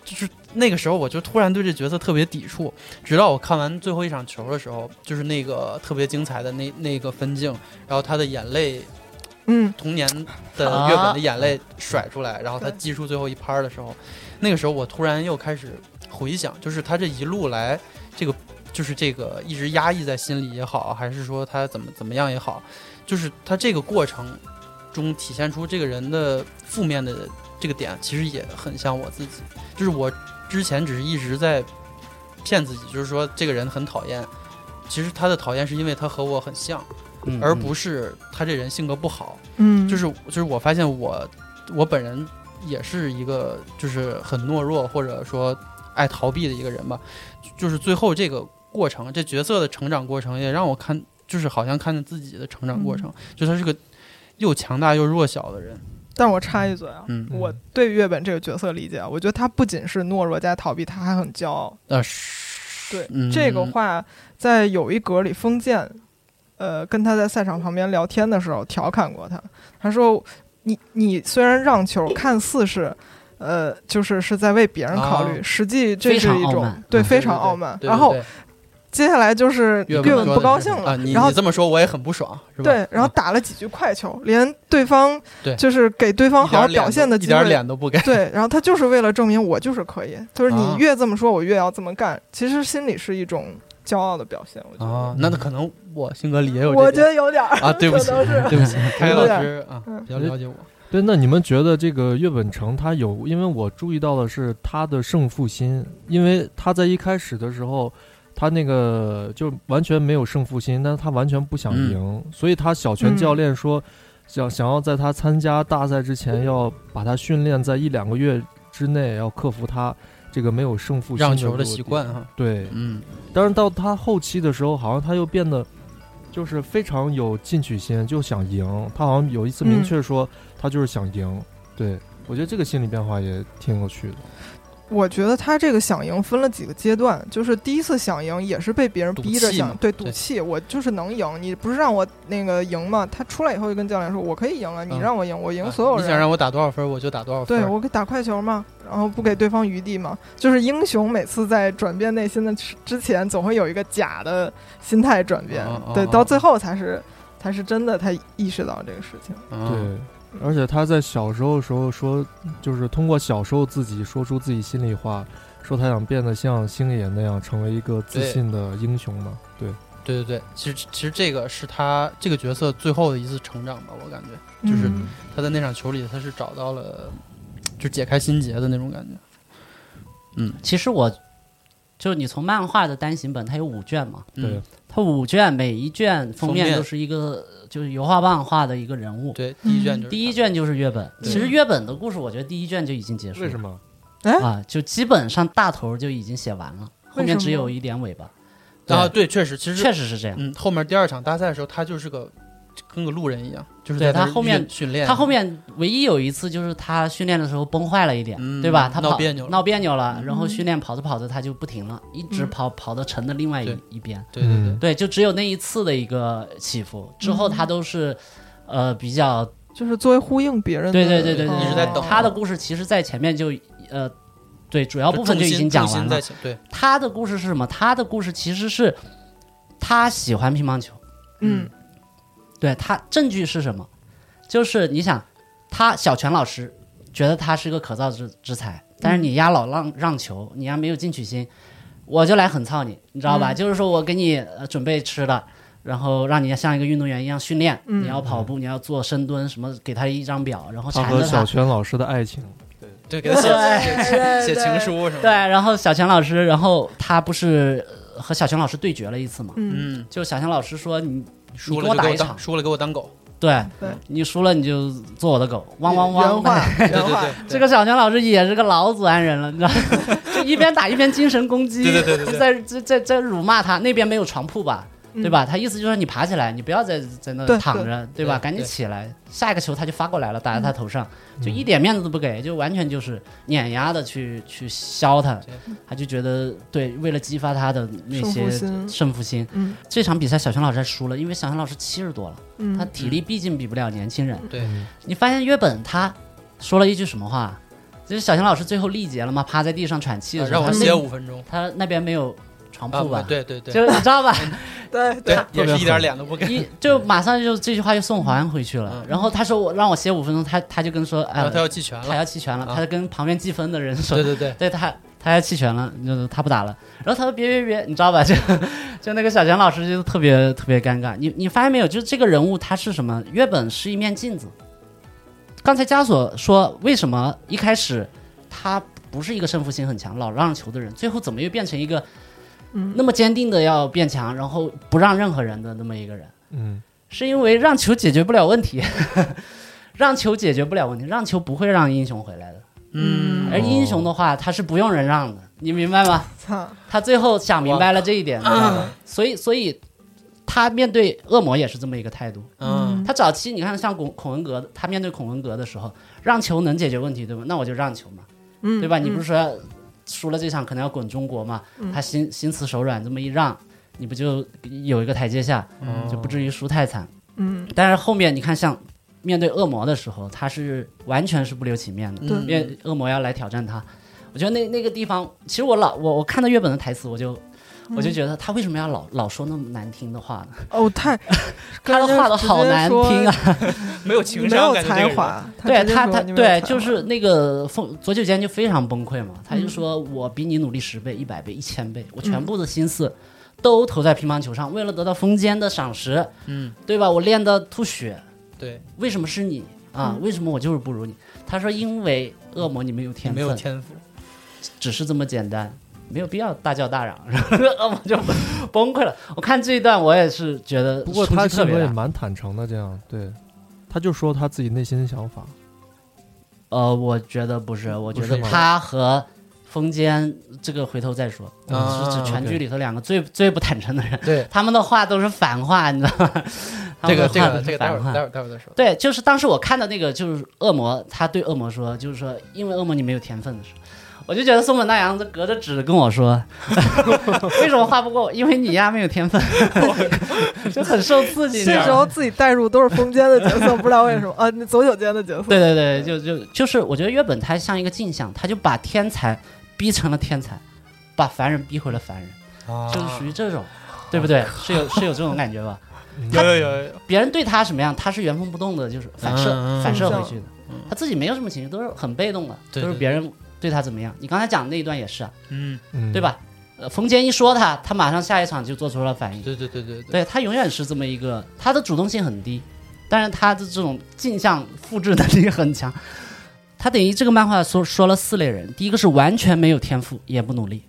就是那个时候，我就突然对这角色特别抵触，直到我看完最后一场球的时候，就是那个特别精彩的那那个分镜，然后他的眼泪
嗯，
童年的月本的眼泪甩出来，然后他击出最后一拍儿的时候，那个时候我突然又开始回想，就是他这一路来，这个就是这个一直压抑在心里也好，还是说他怎么怎么样也好，就是他这个过程中体现出这个人的负面的这个点，其实也很像我自己，就是我之前只是一直在骗自己，就是说这个人很讨厌，其实他的讨厌是因为他和我很像，
嗯
而
嗯
不是他这人性格不好。
嗯，
就是就是我发现我我本人也是一个就是很懦弱或者说爱逃避的一个人吧，就是最后这个过程，这角色的成长过程也让我看，就是好像看见自己的成长过程，
嗯
就他是个又强大又弱小的人，
但我插一嘴啊，
嗯
我对月本这个角色理解啊，我觉得他不仅是懦弱加逃避，他还很骄傲。
呃是，
对，
嗯
这个话在有一格里，封建，呃，跟他在赛场旁边聊天的时候调侃过他，他说：“你你虽然让球，看似是。”呃，就是是在为别人考虑，
啊
实际这
非
是
常
一
傲
种
慢
对
嗯
非常傲慢。然后接下来就是
月
本不高兴
啊，
了，
你
然后
你这么说我也很不爽，是吧？啊嗯
对，然后打了几局快球，连对方
对
就是给对方
一
好好
点
表
脸
现
都
的
一
机
点
会
脸都不给，
对，然后他就是为了证明我就是可以，就是你
啊
越这么说，我越要这么干。其实心里是一种骄傲的表现，我觉得。
啊，那可能我性格里也有
哦嗯我觉
这点
得有点儿
啊，对不起，
可能是
对 不起，开老
有点儿
师啊，比较了解我。
对，那你们觉得这个岳本成他有？因为我注意到的是他的胜负心，因为他在一开始的时候，他那个就完全没有胜负心，但是他完全不想
嗯
赢，所以他小泉
嗯
教练说，想想要在他参加大赛之前，要把他训练在一两个月之内，要克服他这个没有胜负心
让球
弱
的习
点
惯。哈，
对，
嗯，
但是到他后期的时候，好像他又变得就是非常有进取心，就想赢。他好像有一次明确说，他就是想赢。对我觉得这个心理变化也挺有趣的。
我觉得他这个想赢分了几个阶段，就是第一次想赢也是被别人
赌
逼着
气
想
嘛，
对，赌
对
气，我就是能赢，你不是让我那个赢吗？他出来以后就跟教练说，我可以赢啊，你
嗯
让我赢，我赢
啊
所有
你想
人。
让我打多少分，我就打多少分。
对，我给打快球嘛，然后不给对方余地嘛，就是英雄每次在转变内心的之之前，总会有一个假的心态转变，
哦哦
对，
哦
到最后才是才是真的，他意识到这个事情。
嗯，
对，而且他在小时候的时候说，就是通过小时候自己说出自己心里话，说他想变得像星野那样，成为一个自
对
信的英雄嘛。对，
对对对，其实其实这个是他这个角色最后的一次成长吧，我感觉就是
嗯
他在那场球里，他是找到了就解开心结的那种感觉。
其实我就你从漫画的单行本，它有五卷嘛，
嗯
对
它五卷每一卷封
封
面
面
都是一个就是油画棒画的一个人物。
对，第一卷就是
嗯第一卷就是月本，
对
其实月本的故事我觉得第一卷就已经结束了。
为什么？
啊？就基本上大头就已经写完了，后面只有一点尾巴。
他，啊，对，确实，其实
确实是这样。
嗯，后面第二场大赛的时候，他就是个跟个路人一样，就是
对
在那
他
儿
后面
训训练，
他后面唯一有一次就是他训练的时候崩坏了一点，
嗯
对吧？他
闹
跑
别扭了嗯
闹别扭了，然后训练跑着跑着他就不停了，一直跑、跑到城的另外一
对
一边。
对对对
嗯，
对，就只有那一次的一个起伏，之后他都是，呃，比较
就是作为呼应别人的，
对对对对对，
哦
一直在等
他的故事其实，在前面就呃，对主要部分
重
就已
心
经讲
重
完
心在
了。
前对，
他的故事是什么？他的故事其实是他喜欢乒乓球，
嗯
对他证据是什么？就是你想，他小泉老师觉得他是个可造之之才，但
嗯
是你丫老让让球，你丫没有进取心，我就来狠操你，你知道吧？
嗯
就是说我给你、呃准备吃的，然后让你像一个运动员一样训练，
嗯
你要跑步，你要做深蹲，什么给他一张表，然后
他
缠
和
着
小
他。
泉老师的爱情，
对，给他写写写情书什么的，
对，，然后小泉老师，然后他不是呃和小泉老师对决了一次嘛？
嗯，
嗯，
就小泉老师说你你
输
给
了就
我
给
打
我
一场
当，输了给我当狗，
对
对
你输了你就做我的狗，汪汪汪。
原话
对
原
对
话
对，对
这个小强老师也是个老祖安人了，你知道， 吗？就一边打一边精神攻击，
对对对对对
在在在在辱骂他。那边没有床铺吧，
嗯
对吧？他意思就是你爬起来，你不要再在那
对
躺着，对吧？
对
赶紧
对
起来。下一个球他就发过来了，打在他头上，
嗯
就一点面子都不给，就完全就是碾压的去去削他
对。
他就觉得对，为了激发他的那
胜
些
负心
胜负心，
嗯
这场比赛小强老师还输了，因为小强老师七十多了，
嗯，
他体力毕竟比不了年轻人。
对
你发现约本他说了一句什么话？就是小强老师最后力竭了嘛，趴在地上喘气的
啊
时候，
让我
他那
歇五分钟
他那边没有床
啊
铺吧？，
对对对，
就你知道吧？
对
对
对，，
也
特别
是一点
狠
脸都不给。
一就马上就这句话就送还回去了
嗯。
然后他说我让我写五分钟，他他就跟说哎
然后他要弃权
他
了，
要弃权了，
啊
他就跟旁边计分的人说
对对对，
对他，他要弃权了，就是他不打了。然后他说别别别，你知道吧？就 就那个小强老师就特别特别尴尬。你你发现没有？就是这个人物他是什么？月本是一面镜子。刚才枷锁说为什么一开始他不是一个胜负心很强、老让球的人，最后怎么又变成一个
嗯
那么坚定的要变强，然后不让任何人的那么一个人？
嗯
是因为让球解决不了问题， 让球解决不了问题，让球不会让英雄回来的。
嗯
而英雄的话，他是不用人让的，你明白吗？
操，
他最后想明白了这一点，你知道吗所以所以他面对恶魔也是这么一个态度。
嗯，
他早期你看像孔孔文革，他面对孔文革的时候，让球能解决问题，对吧？那我就让球嘛，
嗯，
对吧？你不
是
是说输了这场可能要滚中国嘛？
嗯
他心心慈手软，这么一让，你不就有一个台阶下，
嗯
就不至于输太惨。
嗯
但是后面你看像。面对恶魔的时候，他是完全是不留情面的，
对
嗯
因为恶魔要来挑战他。我觉得那那个地方，其实我老我我看到月本的台词，我就
嗯
我就觉得他为什么要老老说那么难听的话呢？
哦，太
他的话都好难听啊！！
没有
跟人
情
家直接说你没
商，
有
感觉这
才
个人。
华，
对
直接
他
说
他
你没有
对
才
就
华
是那个凤左九间就非常崩溃嘛，
嗯
他就说我比你努力十倍、一百倍、一千倍，我全部的心思都投在乒乓球上，为了得到风间的赏识，
嗯，
对吧？我练的吐血，
对，
为什么是你啊？
嗯
为什么我就是不如你？他说因为恶魔你没有天
没
分
有，天赋，
只是这么简单，没有必要大叫大嚷， 然后恶魔就崩溃了。我看这一段，我也是觉得，
不过他
特
性
别
格也
大。
蛮坦诚的，这样对，他就说他自己内心的想法。
呃，我觉得不是，我觉
不
得
是吗
他和风间这个回头再说，嗯
啊
是指全
OK
剧里头两个最最不坦诚的人，
对，
他们的话都是反话，你知道吗？他
这
们
个
的话都
这个这
是
个待会
反
儿
话
待。会儿待会儿再说。
对，就是当时我看的那个，就是恶魔，他对恶魔说，就是说，因为恶魔你没有天分的时候，我就觉得松本大洋这隔着纸跟我说， 为什么画不过我？因为你呀没有天 分，就很受刺激。你知
这
道
时
吗
候自己带入都是风间的角 色，不知道为什么啊，那左九间的角色，
对对对，就就就是，我觉得月本他像一个镜像，他就把天才逼成了天才，把凡人逼回了凡人，
啊
就是属于这种，对不
啊
对？是有是有这种感觉吧？
嗯
有有有有，
别人对他什么样，他是原封不动的，就是反射、
嗯嗯嗯
反射回去的，他自己没有什么情绪，都是很被动的，
对
都是
对
别人对他怎么样。你刚才讲的那一段也是啊，
嗯，
嗯，
对？吧？呃，冯坚一说他，他马上下一场就做出了反应。
对对对对对，
对他永远是这么一个，他的主动性很低，但是他的这种镜像复制能力很强。他等于这个漫画说说了四类人，第一个是完全没有天赋也不努力，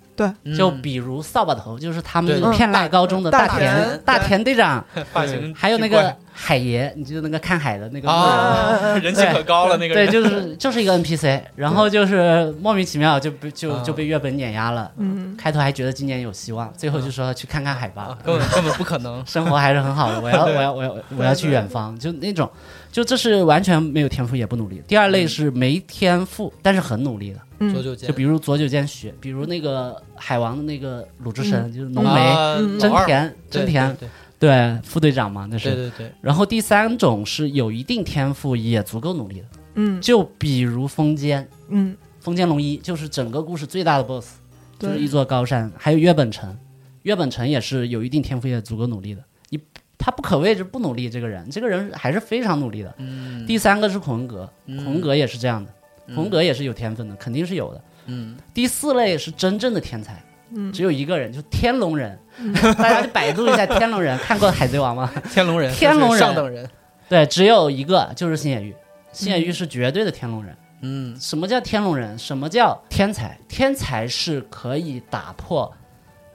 嗯
就比如扫把头，就是他们
对嗯
那个片濑高中的
大
大田
田
大田队长，
发型
还有那
奇怪
个海爷，你记得那个看海的那个
啊
啊
人气可高了那个
对，
人，
就是就是一个 NPC，然后就是莫名其妙就被就
啊
就被月本碾压了，
嗯，
开头还觉得今年有希望，最后就说去看看海吧。
啊，，根本根本不可 能
生活还是很好的。我要，我要，我要，我要去远方，就那种，就这是完全没有天赋也不努力。第二
嗯
类是没天赋但是很努力的，
嗯
左九间
就比如左九间学，比如那个海王的那个鲁智深，就是浓眉、
啊
嗯
真
老二
田、
对
真田，
对
对，副队长嘛，那
对
是。
对对，
然后第三种是有一定天赋也足够努力的，
嗯
就比如风间，
嗯，
风间龙一就是整个故事最大的 BOSS，就是一
对，
座高山，还有月本城，月本城也是有一定天赋也足够努力的。你他不可谓是不努力，这个人，这个人还是非常努力的。
嗯，
第三个是孔文革，孔文革也是这样的，
嗯
孔文革也是有天分的，肯定是有的。
嗯，
第四类是真正的天才，
嗯
只有一个人，就是天龙人。 大家去百度一下天龙人，看过《海贼王》吗？
天龙人，
天龙
这是
人
上等人，
对，只有一个，就是新野玉。新野玉是绝对的天龙人。
嗯
什么叫天龙人？什么叫天才？天才是可以打破，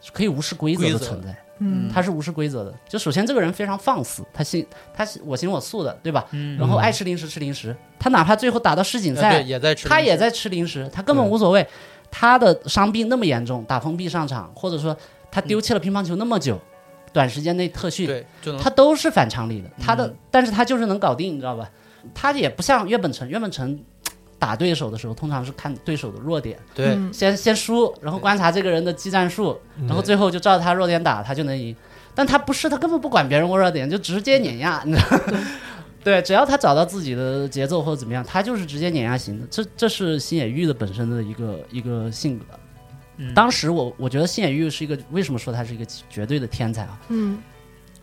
是可以无视规则
规
的
则
存在。
嗯
他是无视规则的。就首先这个人非常放肆，他行他行我行我素的，对吧？
嗯
然后爱吃零食吃零食，他哪怕最后打到世锦
啊对
赛，
也在吃，
他也在吃零食，他根本无所谓。他的伤病那么严重，打封闭上场，或者说他丢弃了乒乓球那么久，短时间内特训，
对，就能
他都是反常理的。他的，但是他就是能搞定，你知道吧？他也不像岳本成，岳本成。打对手的时候，通常是看对手的弱点，
对，
嗯
先先输，然后观察这个人的技战术，
嗯
然后最后就照着他弱点打，他就能赢。但他不是，他根本不管别人弱点，就直接碾压，你知道吗？ 对，只要他找到自己的节奏或者怎么样，他就是直接碾压型的。这这是新野玉的本身的一个一个性格。
嗯
当时我我觉得新野玉是一个为什么说他是一个绝对的天才啊？
嗯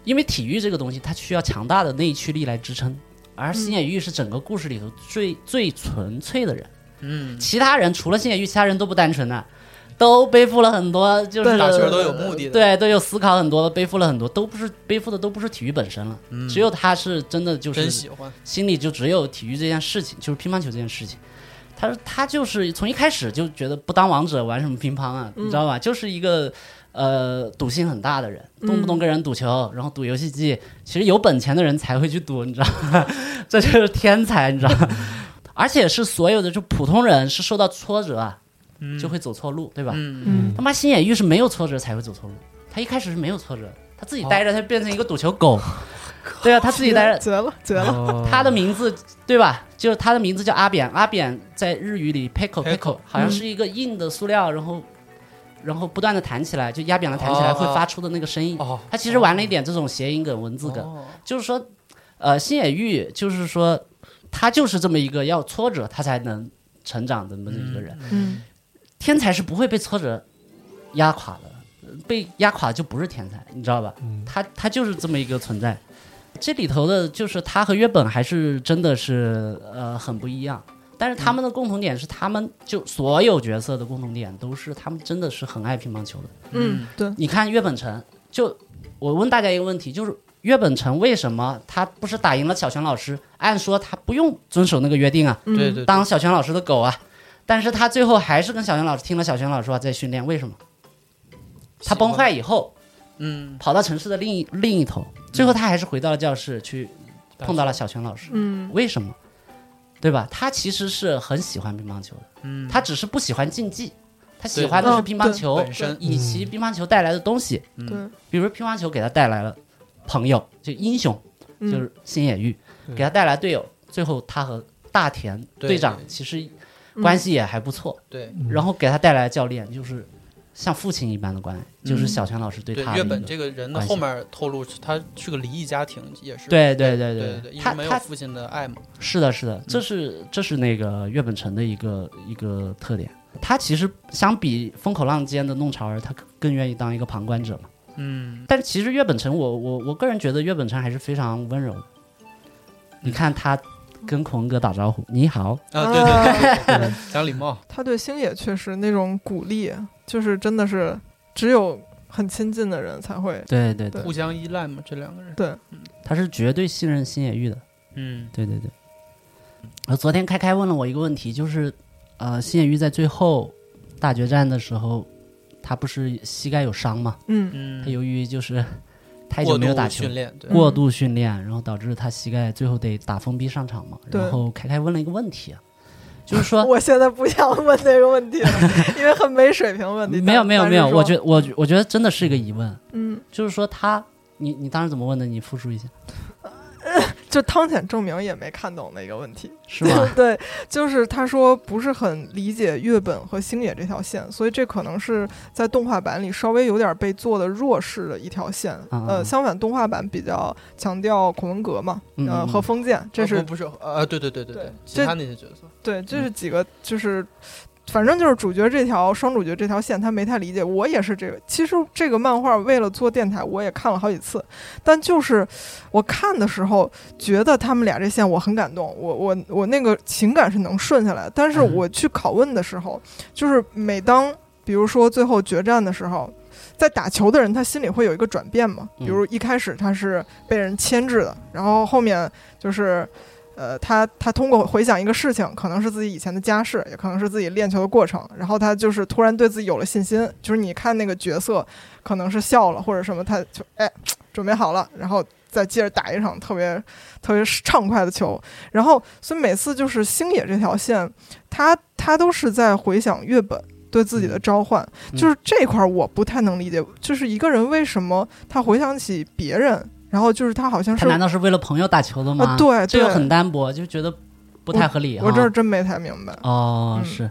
因为体育这个东西，它需要强大的内驱力来支撑，而新野玉是整个故事里头最最纯粹的人，
嗯，
其他人除了新野玉，其他人都不单纯的，都背负了很多，就是
打球都有目的的，
呃对，都有思考很多，背负了很多，都不是背负的都不是体育本身了，
嗯，
只有他是真的就是
真喜欢，
心里就只有体育这件事情，就是乒乓球这件事情。他说他就是从一开始就觉得不当王者玩什么乒乓啊，
嗯
你知道吧？就是一个呃赌性很大的人，动不动跟人赌球，然后赌游戏机。其实有本钱的人才会去赌，你知道吗？ 这就是天才，你知道吗？而且是所有的就普通人是受到挫折啊，
嗯
就会走错路，对吧？
嗯，
嗯
他妈新野玉是没有挫折才会走错路，他一开始是没有挫折的，他自己待着，他变成一个赌球狗。对啊，他自己待着，
绝了绝了，
哦
他的名字对吧？就是他的名字叫阿扁，阿扁在日语里 pickle
pickle
pickle 好像是一个硬的塑料，然后然后不断的弹起来，就压扁了弹起来
哦
会发出的那个声音。
哦，
嗯他其实玩了一点这种谐音梗、文字梗，
哦，
就是说，呃，新野玉就是说他就是这么一个要挫折他才能成长的这么一个人。
嗯
天才是不会被挫折压垮的，呃被压垮就不是天才，你知道吧？
嗯
他他就是这么一个存在。这里头的就是他和约本还是真的是呃很不一样，但是他们的共同点是，他们就所有角色的共同点都是他们真的是很爱乒乓球的。
嗯，对，
你看约本成，就我问大家一个问题，就是约本成为什么他不是打赢了小泉老师？按说他不用遵守那个约定啊，
嗯
对对，对
当小泉老师的狗啊，但是他最后还是跟小泉老师听了小泉老师话在训练，为什么？他崩坏，以后，
嗯，
跑到城市的另一另一头，最后他还是回到了教室去碰到了小泉老师。
嗯
为什么？对吧？他其实是很喜欢乒乓球的，
嗯，
他只是不喜欢竞技，他喜
对
欢的
嗯
是乒乓
对
球
本身
以及乒乓球带来的东西，
嗯
对，
比如乒乓球给他带来了朋友，就英雄，
嗯
就是新野玉，
对
给他带来队友，最后他和大田
对
队长
对
其实
嗯
关系也还不错，
对
嗯
然后给他带来的教练就是像父亲一般的关爱，就是
嗯
小泉老师对
对
他，的
月
一
本
个
这个人的
关系
后面透露，他是个离异家庭，也是，
对对对
对对，一
他
直没有
他
父亲的爱嘛，
是的，是的，这是这是那个岳本成的一个一个特点。他其实相比风口浪尖的弄潮儿，他更更愿意当一个旁观者嘛。
嗯，
但其实岳本成，我我我个人觉得岳本成还是非常温柔的。你看他跟孔哥打招呼，你好，
啊，对对对对对，讲礼貌，
他对星野确实那种鼓励，就是真的是只有很亲近的人才会，
对对对，
互相依赖嘛，这两个人，
他是绝对信任新野玉的。
嗯
对对对。呃，昨天开开问了我一个问题，就是，呃，新野玉在最后大决战的时候，他不是膝盖有伤吗？
嗯
嗯
他，由于 就是太久
过
没有
度
打球，嗯
训练，对，
过
嗯
度训练，然后导致他膝盖最后得打封闭上场嘛。
对
然后凯凯问了一个问题啊，就是 说
我现在不想问这个问题 了，因为很没水平问题。
没有没有没有，我觉
得
我觉我觉得真的是一个疑问，
嗯，
就是说他你你当时怎么问的？你复述一下，
就汤浅证明也没看懂那个问题。？
是吗
对，就是他说不是很理解月本和星野这条线，所以这可能是在动画版里稍微有点被做的弱势的一条线。
嗯
呃，
嗯
相反，动画版比较强调孔文革嘛，
嗯
呃
嗯
和封建，这
啊
是
不不是呃，对对对对
对
其
这
他那些角色，
对，这是几个就是。反正就是主角这条双主角这条线，他没太理解。我也是这个。其实这个漫画为了做电台，我也看了好几次，但就是我看的时候觉得他们俩这线我很感动，我我我那个情感是能顺下来的。但是
嗯
我去拷问的时候，就是每当比如说最后决战的时候，在打球的人他心里会有一个转变嘛。比如一开始他是被人牵制的，然后后面就是呃，他他通过回想一个事情，可能是自己以前的家世，也可能是自己练球的过程，然后他就是突然对自己有了信心。就是你看那个角色，可能是笑了或者什么，他就哎准备好了，然后再接着打一场特别特别畅快的球。然后，所以每次就是星野这条线，他他都是在回想月本。对自己的召唤，
嗯
就是这块儿我不太能理解，就是一个人为什么他回想起别人，然后就是他好像
他
是
难道是为了朋友打球的吗？
啊对
这个
对
很单薄，就觉得不太合理哈。
我这儿真没太明白。
哦，
嗯
是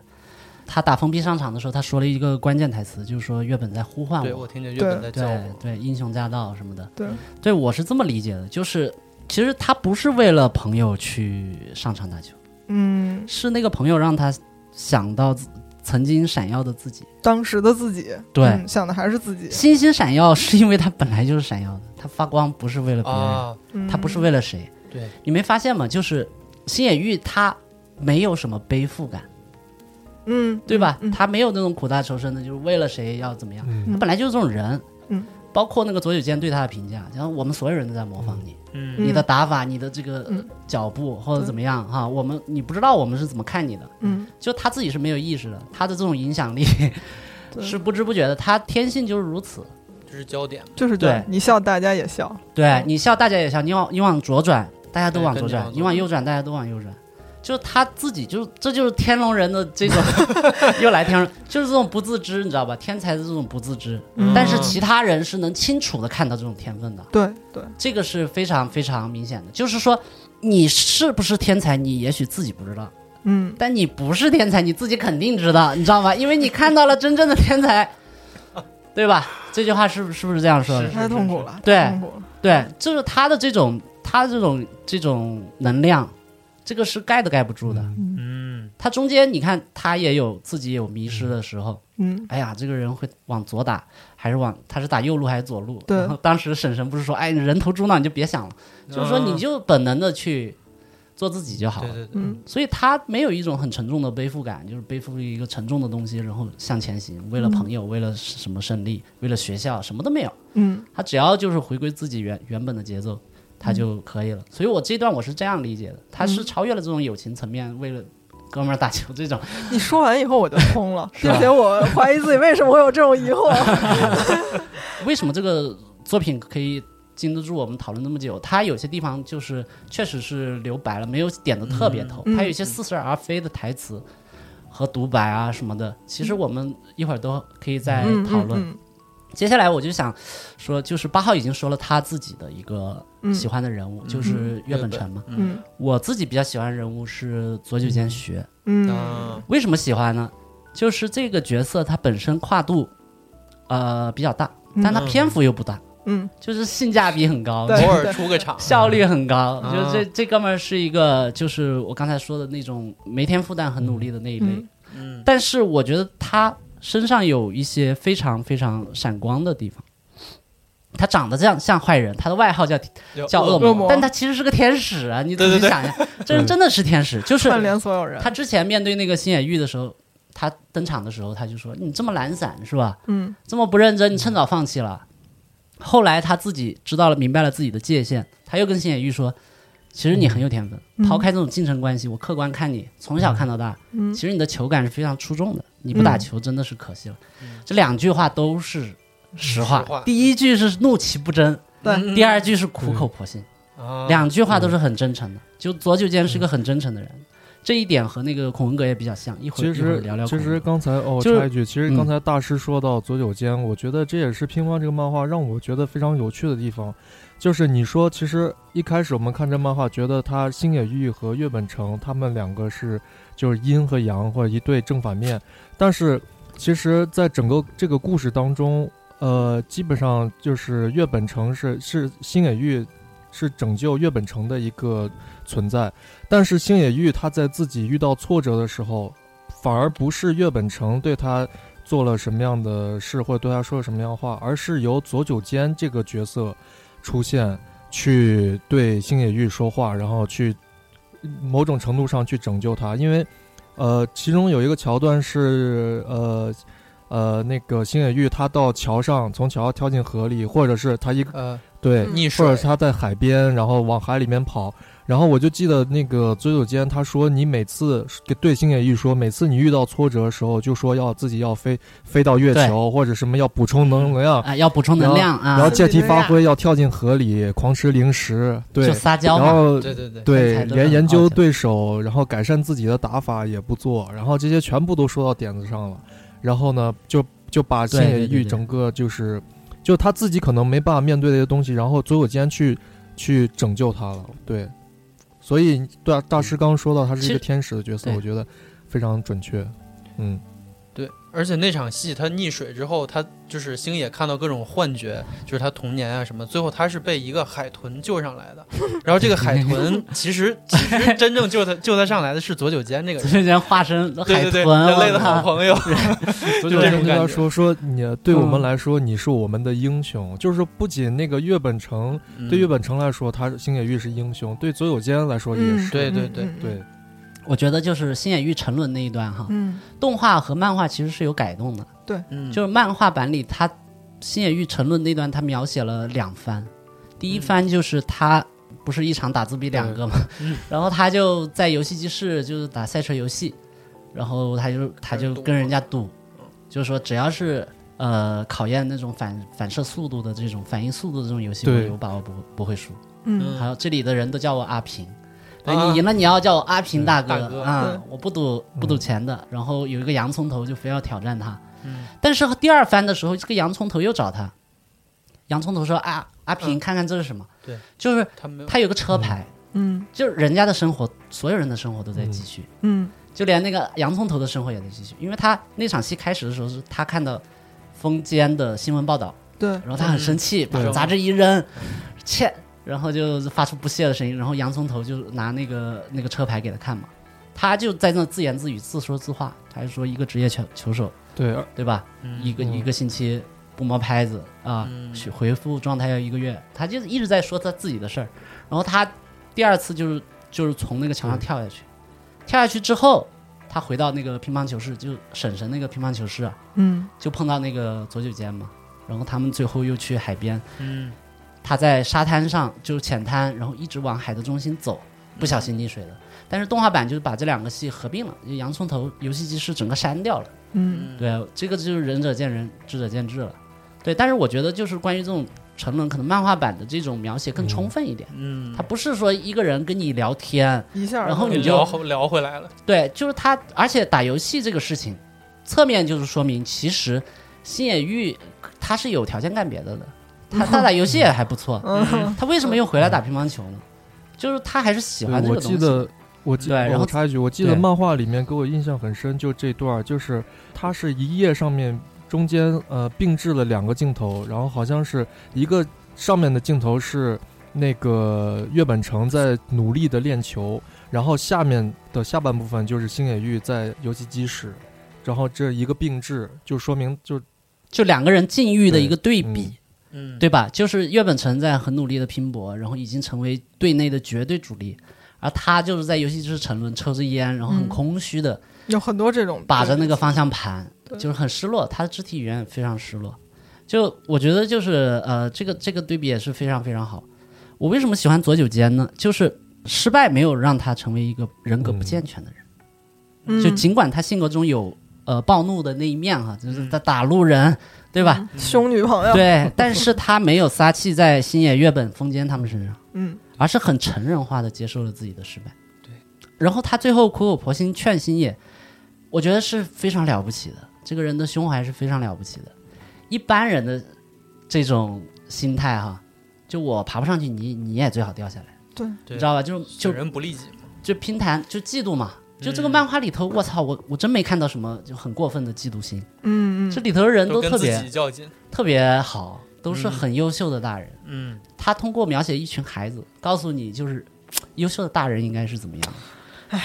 他打封闭上场的时候，他说了一个关键台词，就是说月本在呼唤
对我听见月本在叫
对
我，
对，英雄驾到什么的。
对，
对我是这么理解的，就是其实他不是为了朋友去上场打球，
嗯
是那个朋友让他想到自曾经闪耀的自己。
当时的自己，
对
嗯想的还是自己，
星星闪耀是因为它本来就是闪耀的，它发光不是为了别人，
啊，
嗯
它不是为了谁。
对，
你没发现吗？就是星野玉他没有什么背负感，
嗯，
对吧？
嗯
他没有那种苦大仇深的，就是为了谁要怎么样，
嗯
他本来就是这种人。
嗯，
包括那个左九间对他的评价，然后我们所有人都在模仿你，
嗯
你的打法、你的这个、
嗯
脚步或者
对
怎么样哈、我们你不知道我们是怎么看你的，
嗯，
就他自己是没有意识的，他的这种影响力
对
是不知不觉的，他天性就是如此。
这是焦点。
就是这
对
样，你笑大家也笑，
对你笑，大家也笑；你往你往左转，大家都往左
对
转
跟；
哎
着
你往右转，大家都往右转。就是他自己，就是这就是天龙人的 这种，又来天龙，就是这种不自知，你知道吧？天才的这种不自知，
嗯
但是其他人是能清楚的看到这种天分的，
对对，
这个是非常非常明显的。就是说，你是不是天才，你也许自己不知道，
嗯，
但你不是天才，你自己肯定知道，你知道吗？因为你看到了真正的天才，对吧？ 这句话是不是不是这样说的？
太痛苦了，
对
太痛苦了，
对，就是他的这种，他这种这种能量，这个是盖都盖不住的。
嗯
他中间你看，他也有自己也有迷失的时候。
嗯，
哎呀，这个人会往左打还是往？他是打右路还是左路？
对
然后当时婶婶不是说，哎，你人头猪脑你就别想了，就是说你就本能的去做自己就好了。
嗯对对对，
嗯
所以他没有一种很沉重的背负感，就是背负一个沉重的东西，然后向前行，为了朋友，为了什么胜利，为了学校，什么都没有。
嗯
他只要就是回归自己原原本的节奏，他就可以了。所以我这段我是这样理解的，他是超越了这种友情层面，为了哥们儿打球这种，
你说完以后我就通了，
是
并
吧
且我怀疑自己为什么会有这种疑惑。
为什么这个作品可以？经得住我们讨论那么久，他有些地方就是确实是留白了，没有点的特别透。
嗯
他有一些似是而非的台词和独白啊什么的，其实我们一会儿都可以再
嗯
哎讨论。
嗯
接下来我就想说，就是八号已经说了他自己的一个
嗯
喜欢的人物，就是月本城嘛。
嗯
嗯
我自己比较喜欢的人物是左九间学，
嗯嗯
啊，
为什么喜欢呢？就是这个角色他本身跨度，呃比较大，
嗯
但他篇幅又不大，
嗯
就是性价比很高，
对
偶尔出个场，
效率很高。
嗯
就是这这哥们儿是一个，就是我刚才说的那种没天赋但很努力的那一类。
嗯
嗯，
但是我觉得他身上有一些非常非常闪光的地方。他长得这样像坏人，他的外号叫叫恶魔，
恶魔
但他其实是个天使啊！你仔
对
细
对对
想一下，这人真的是天使，就是
串联所有人
他，之前面对那个新野玉的时候，他登场的时候他就说：“你这么懒散是吧？
嗯
这么不认真，你趁早放弃了。”后来他自己知道了，明白了自己的界限，他又跟新野玉说：“其实你很有天分，
嗯
抛开这种竞争关系，我客观看你，从小看到大，
嗯
其实你的球感是非常出众的，你不打球真的是可惜了。这两句话都是实话。
实话
第一句是怒其不争，
对
嗯
第二句是苦口婆心。
嗯
啊
两句话都是很真诚的，就左九间是个很真诚的人，这一点和那个孔文革也比较像。一会儿
其
一会儿
实
聊聊孔
其
文革。
实刚才哦，
就是
插一句，其实
嗯
刚才大师说到左九间，我觉得这也是《乒乓》这个漫画让我觉得非常有趣的地方，就是你说，其实一开始我们看这漫画，觉得他星野玉和月本城他们两个是就是阴和阳或者一对正反面，但是其实，在整个这个故事当中，呃，基本上就是月本城是是星野玉是拯救月本城的一个存在，但是星野玉他在自己遇到挫折的时候，反而不是月本城对他做了什么样的事或者对他说了什么样的话，而是由左九间这个角色出现去对星野玉说话，然后去某种程度上去拯救他，因为呃，其中有一个桥段是呃。呃，那个星野玉他到桥上，从桥跳进河里，或者是他一个
啊
呃
对
溺
或
水
者，是他在海边，然后往海里面跑。然后我就记得那个左九间，他说你每次给对星野玉说，每次你遇到挫折的时候，就说要自己要飞飞到月
对
球或者什么要补充能量，
啊，要补充能量
然后
啊，
借题发挥，要跳进河里，狂吃零食，对
就，撒娇
然
嘛。
后
对对对，
天
对
才都
连
很
研
傲
究
娇
对手，然后改善自己的打法也不做，然后这些全部都说到点子上了，然后呢就就把星
对
野
对对
玉
对
整个就是就他自己可能没办法面对这些东西，然后左手间去去拯救他了，对，所以对啊，大师刚刚说到他是
嗯
一
其
个
实
天使的角色，
对
我觉得非常准确，嗯，
而且那场戏他溺水之后，他就是星野看到各种幻觉，就是他童年啊什么。最后他是被一个海豚救上 来的，然后这个海豚其实其实真正救他救他上来的是佐久间那个
昨
人，
天间化身海
对对对，
豚，
人类
我
的
靠
好朋 友。
所以
就
我就
这种
跟
感
他
觉
说说你对我
嗯
们来说你是我们的英雄，就是说不仅那个月本城
嗯
对
日
月本城来说，他星野玉是英雄，对佐久间来说也
嗯，
是，
对对
嗯
对
嗯
对，
我觉得就是星野玉沉沦那一段哈，
嗯，
动画和漫画其实是有改动的，
嗯，
就是漫画版里他星野玉沉沦那段，他描写了两番，第一番就是他。不是一场打字比两个嘛，
嗯
然后他就在游戏机室就是打赛车游戏，然后他就他就跟人家赌，
嗯
就是说只要是呃考验那种反反射速度的这种反应速度的这种游戏，我
对
有把握不不会输。
嗯
还有这里的人都叫我阿平，
啊
你赢了你要叫我阿平大
大哥
哥啊
对！
我不赌不赌钱的。然后有一个洋葱头就非要挑战他，
嗯
但是第二番的时候，这个洋葱头又找他，洋葱头说啊，阿平，看看这是什么？
嗯对，
就是
他没有
他有个车牌，
嗯
就是人家的生活，所有人的生活都在继续，
嗯
就连那个洋葱头的生活也在继续，因为他那场戏开始的时候是他看到风间的新闻报道。
对，
然后他很生气，把
嗯对
杂志一扔，切，然后就发出不屑的声音，然后洋葱头就拿那个那个车牌给他看嘛，他就在那自言自语、自说自话，他就说一个职业球球手，
对，而
对吧？
嗯
一个
嗯
一个星期不摸拍子啊，
嗯
去回复状态要一个月，他就一直在说他自己的事儿，然后他第二次就是就是从那个墙上跳下去，跳下去之后，他回到那个乒乓球室，就婶婶那个乒乓球室啊，
嗯
就碰到那个左九间嘛，然后他们最后又去海边。
嗯
他在沙滩上就是浅滩，然后一直往海的中心走，不小心溺水了。但是动画版就是把这两个戏合并了，就洋葱头游戏机是整个删掉了。
嗯
嗯，
对，这个就是仁者见仁，智者见智了。对，但是我觉得就是关于这种沉沦，可能漫画版的这种描写更充分一点。
嗯，
他不是说一个人跟你聊天，
一下儿，
然后
给
你就
聊回聊回来了，
对，就是他，而且打游戏这个事情，侧面就是说明其实星野玉他是有条件干别的的，他他打游戏也还不错，
嗯
嗯
他为什么又回来打乒乓球呢？就是他还是喜欢这
对哎我
个东西。
记得。我记
对
得，
然后
我插一句，我记得
对
漫画里面给我印象很深，就这段儿，就是它是一页上面中间呃并置了两个镜头，然后好像是一个上面的镜头是那个月本城在努力的练球，然后下面的下半部分就是星野玉在游戏机室，然后这一个并置就说明就
就两个人境遇的一个对比，
对嗯
嗯，
对吧？就是岳本成在很努力的拼搏，然后已经成为队内的绝对主力，而他就是在游戏室沉沦，抽着烟，然后很
嗯
空虚的
有很多这种
把着那
对
个方向盘，
对
就是很失落，他的肢体语言非常失落。就我觉得就是呃，这个这个对比也是非常非常好。我为什么喜欢左九间呢？就是失败没有让他成为一个人格不健全的人。就
嗯
尽管他性格中有呃暴怒的那一面哈，就是他打路人，对吧？
凶嗯女朋 友，
对，但是他没有撒气在星野、月本、风间他们身上，
嗯
而是很成人化的接受了自己的失败。对，然后他最后苦口婆心劝星野，我觉得是非常了不起的，这个人的胸怀是非常了不起的。一般人的这种心态哈，就我爬不上去，你你也最好掉下来，
对，
对
你知道吧？就就
损人不利己嘛，
就拼谈就嫉妒嘛。就这个
嗯
漫画里头，我操，我我真没看到什么就很过分的嫉妒心。
嗯
这
嗯，
里头的人
都
都
跟
特
自
别
己较劲，
特别好，都是很优秀的大人。
嗯，
他通过描写一群孩子，告诉你就是嘖优秀的大人应该是怎么样的，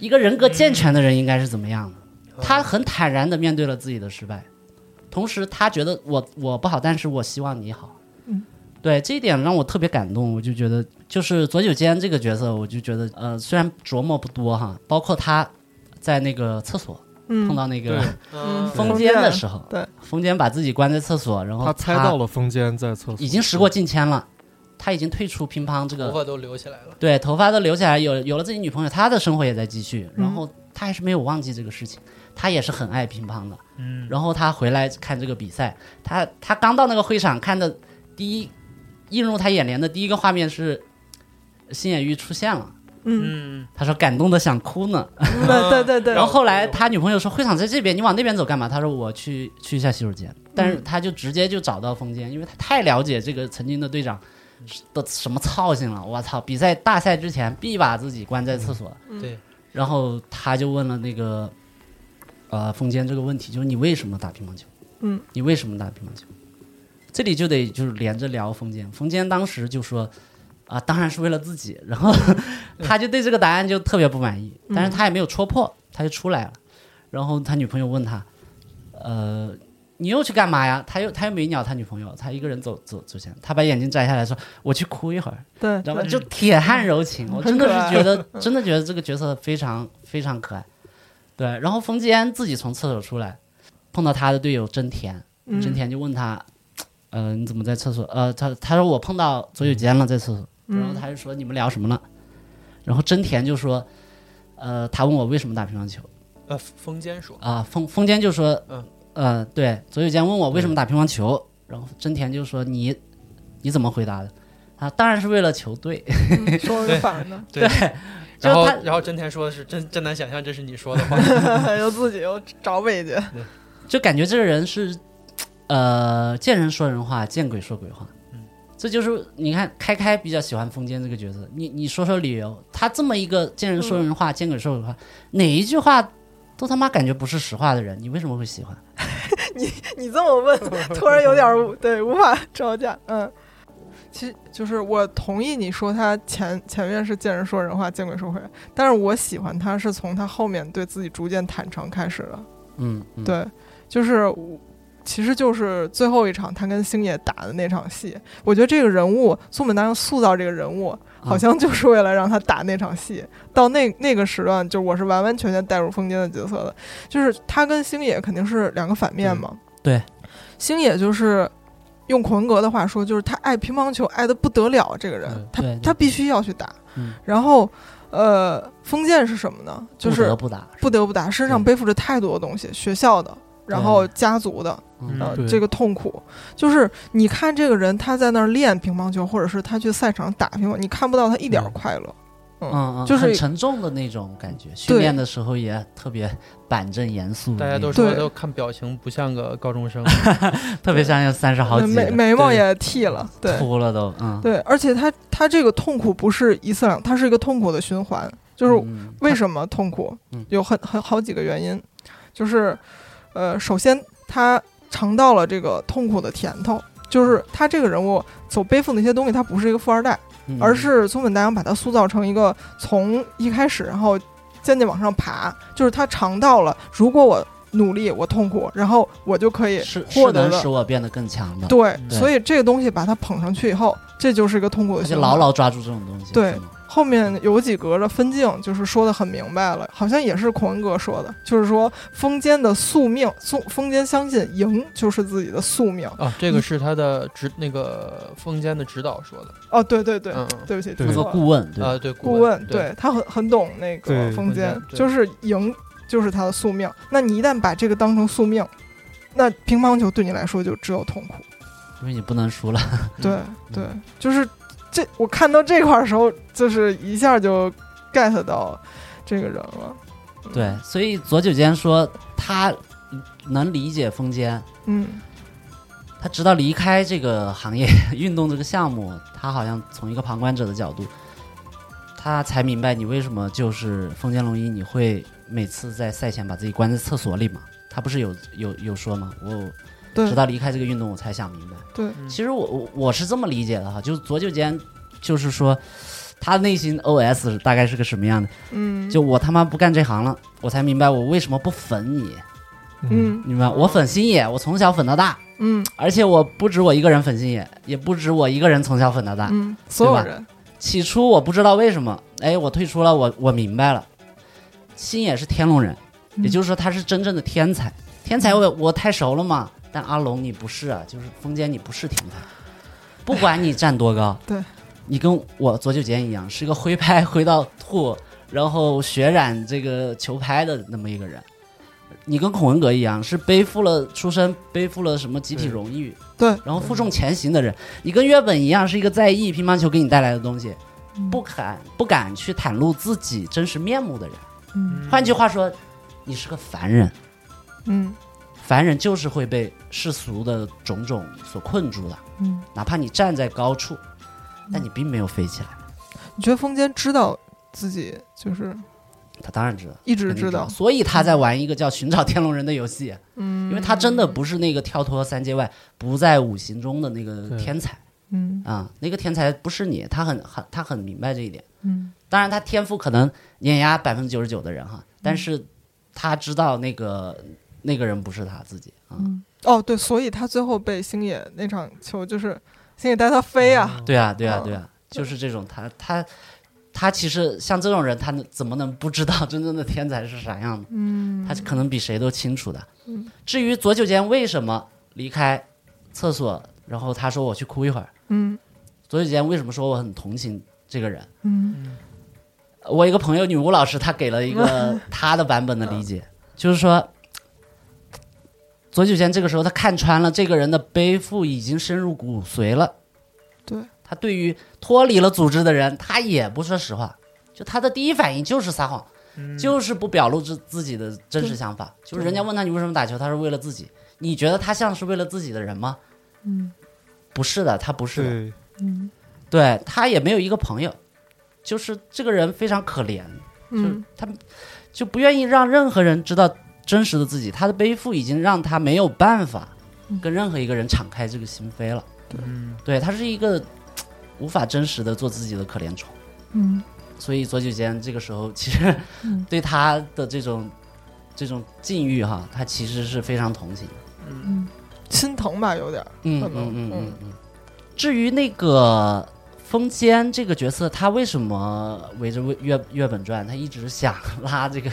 一个人格健全的人应该是怎么样的。他很坦然的面对了自己的失败，同时他觉得我我不好，但是我希望你好。
嗯，
对这一点让我特别感动，我就觉得就是左九间这个角色，我就觉得呃虽然琢磨不多哈，包括他在那个厕所
嗯
碰到那个
对
嗯
嗯
风间的时候，
对，
风间把自己关在厕所，然后
他猜到了风间在厕所，
哦已经时过境迁了，他已经退出乒乓这
头
个，
发都留起来了，
对，头发都留下来，有有了自己女朋友，他的生活也在继续，然后他还是没有忘记这个事情，他也是很爱乒乓的，
嗯，
然后他回来看这个比赛，他他刚到那个会场看的第一映入他眼帘的第一个画面是新野玉出现了，
嗯，
嗯，
他说感动的想哭呢，
哎
对对对对，
嗯然后后来他女朋友说会场在这边，你往那边走干嘛？他说我去去一下洗手间，但
嗯
是他就直接就找到风间，因为他太了解这个曾经的队长的什么操性了。我操，比赛大赛之前必把自己关在厕所。
嗯
对，
然后他就问了那个呃封建这个问题，就是你为什么打乒乓球？
嗯，
你为什么打乒乓球？这里就得就是连着聊封建，封建当时就说啊、当然是为了自己， 然后他就对这个答案就特别不满意，但
嗯
是他也没有戳破，他就出来了。然后他女朋友问他，呃，你又去干嘛呀？他又他又没鸟他女朋友，他一个人走走走前，他把眼镜摘下来说：“我去哭一会 儿。”
对，
知道吧？
对
就铁汉柔情，我真的
很可爱
是觉得，真的觉得这个角色非常非常可爱。对，然后冯继安自己从厕所出来，碰到他的队友真田，
嗯
真田就问他，呃，你怎么在厕所？呃，他他说我碰到左九间了，在厕所。然后
嗯
他就说你们聊什么了？然后真田就说，呃，他问我为什么打乒乓球
呃，风间说，
啊，风风间就说，
嗯
呃，对，左九间问我为什么打乒乓球，然后真田就说你你怎么回答的？啊，当然是为了球队。
嗯说的 反的，
对，
就
然后
他
然后真田说的是真真难想象这是你说的话，
又自己又找北去，
就感觉这个人是，呃，见人说人话，见鬼说鬼话。
嗯
这就是你看，开开比较喜欢风间这个角色。你你说说理由，他这么一个见人说人
嗯
话，见鬼说鬼话，哪一句话都他妈感觉不是实话的人，你为什么会喜欢？
你这么问，突然有点儿无对无法招架。嗯，其实就是我同意你说他前前面是见人说人话，见鬼说鬼话，但是我喜欢他是从他后面对自己逐渐坦诚开始的。
嗯，嗯，
对，就是我其实就是最后一场他跟星野打的那场戏，我觉得这个人物松本大洋塑造这个人物。好
嗯
像就是为了让他打那场戏，到那那个时段，就我是完完全全带入风间的角色的，就是他跟星野肯定是两个反面嘛，
对，
星野就是用孔文革的话说，就是他爱乒乓球爱的不得了，这个人、
嗯
他
对对
他必须要去打。
嗯
然后，呃，封建是什么呢？就
不
是
得不打，
不得不打，身上
对
背负着太多的东西，学校的，然后家族的，
嗯
呃
对，
这个痛苦，就是你看这个人他在那儿练乒乓球，或者是他去赛场打乒乓，你看不到他一点儿
嗯
快乐。
嗯嗯，
就是
很沉重的那种感觉。训练的时候也特别板正严肃的
大
那
家
种，
都说
对
都看表情不像个高中生，
特别像三十好
呃
几
眉
的，
眉毛
对
也剃了，对
秃了都，嗯，
对，而且他他这个痛苦不是一次两，他是一个痛苦的循环，就是
嗯
为什么痛苦？
嗯
有很很好几个原因，就是，呃，首先他尝到了这个痛苦的甜头，就是他这个人物所背负的一些东西，他不是一个富二代，
嗯
而是松本大洋把他塑造成一个从一开始，然后渐渐往上爬，就是他尝到了，如果我努力，我痛苦，然后我就可以
是是
获得
能使
了。
我变得更强的。
对，
嗯
所以这个东西把他捧上去以后，这就是一个痛苦的
他
循
就
环。
牢牢抓住这种东西。
对
是吗，
后面有几格的分镜，就是说的很明白了，好像也是孔文哥说的，就是说封间的宿命，宿封间相信赢就是自己的宿命。
啊，这个是他的指那个风间的指导说的，
哦，对对对，
嗯嗯
对不起，
对
记
做
错了
顾问，对吧
啊，对，
顾
问
问，，他很很懂那个
对
封间
封间，对
就是赢就是他的宿命。那你一旦把这个当成宿命，那乒乓球对你来说就只有痛苦。
因为你不能输了。
对对，就是这，我看到这块儿的时候，就是一下就 get 到这个人了。嗯
对，，所以左九间说他能理解风间，
嗯
他直到离开这个行业 运动这个项目，他好像从一个旁观者的角度，他才明白你为什么就是风间龙一，你会每次在赛前把自己关在厕所里嘛？他不是有有有说吗？我
对
直到离开这个运动，我才想明白。
对。
嗯
其实我我我是这么理解的哈，就是左九间，就是说他内心 OS 大概是个什么样的？
嗯，
就我他妈不干这行了，我才明白我为什么不粉你，
嗯
明白？我粉星野，我从小粉到大，
嗯
而且我不止我一个人粉星野，也不止我一个人从小粉到大。
嗯，所有人，
起初我不知道为什么，哎，我退出了，我我明白了，星野是天龙人，
嗯
也就是说他是真正的天才。天才我我太熟了嘛，但阿龙你不是啊，就是风间你不是天才，不管你站多高
，对，
你跟我左九间一样，是个挥拍挥到吐，然后血染这个球拍的那么一个人。你跟孔文革一样，是背负了出身，背负了什么集体
对
荣誉，
对
然后负重前行的人。你跟月本一样，是一个在意乒乓球给你带来的东西，不敢不敢去袒露自己真实面目的人。
嗯
换句话说，你是个凡人，
嗯
凡人就是会被世俗的种种所困住的，
嗯，
哪怕你站在高处，但你并没有飞起来。
你觉得风间知道自己就是
他当然知道，
一直
肯定
知道，
所以他在玩一个叫《寻找天龙人》的游戏，
嗯，
因为他真的，不是那个跳脱三界外、不在五行中的那个
对
天才
嗯
啊、那个天才不是你，他很很他很明白这一点。
嗯
当然，他天赋可能碾压百分之九十九的人哈，但是他知道那个那个人不是他自己啊。
嗯，哦对，所以他最后被星野那场球就是星野带他飞啊，
哦
对啊，对啊，对啊，就是这种他他他其实像这种人，他能怎么能不知道真正的天才是啥样的？
嗯，
他可能比谁都清楚的
嗯。
至于左九间为什么离开厕所，然后他说我去哭一会儿，
嗯
左九间为什么说我很同情这个人？
嗯
我一个朋友女巫老师，她给了一个她的版本的理解，就是说，左九间这个时候他看穿了这个人的背负已经深入骨髓了。
对，
他对于脱离了组织的人，他也不说实话，就他的第一反应就是撒谎，就是不表露自自己的真实想法。就是人家问他你为什么打球，他是为了自己。你觉得他像是为了自己的人吗？
嗯
不是的，他不是的。
对，
嗯
对他也没有一个朋友，就是这个人非常可怜，就是
嗯
他就不愿意让任何人知道真实的自己，他的背负已经让他没有办法
嗯
跟任何一个人敞开这个心扉了。
嗯，
对他是一个嘖无法真实的做自己的可怜虫，
嗯
所以左九间这个时候其实
嗯
对他的这种这种境遇哈，他其实是非常同情的。
嗯，心疼吧，有点儿，
嗯
可
嗯
能
嗯嗯
嗯
嗯。至于那个风间这个角色，他为什么围着月月本转？他一直想拉这个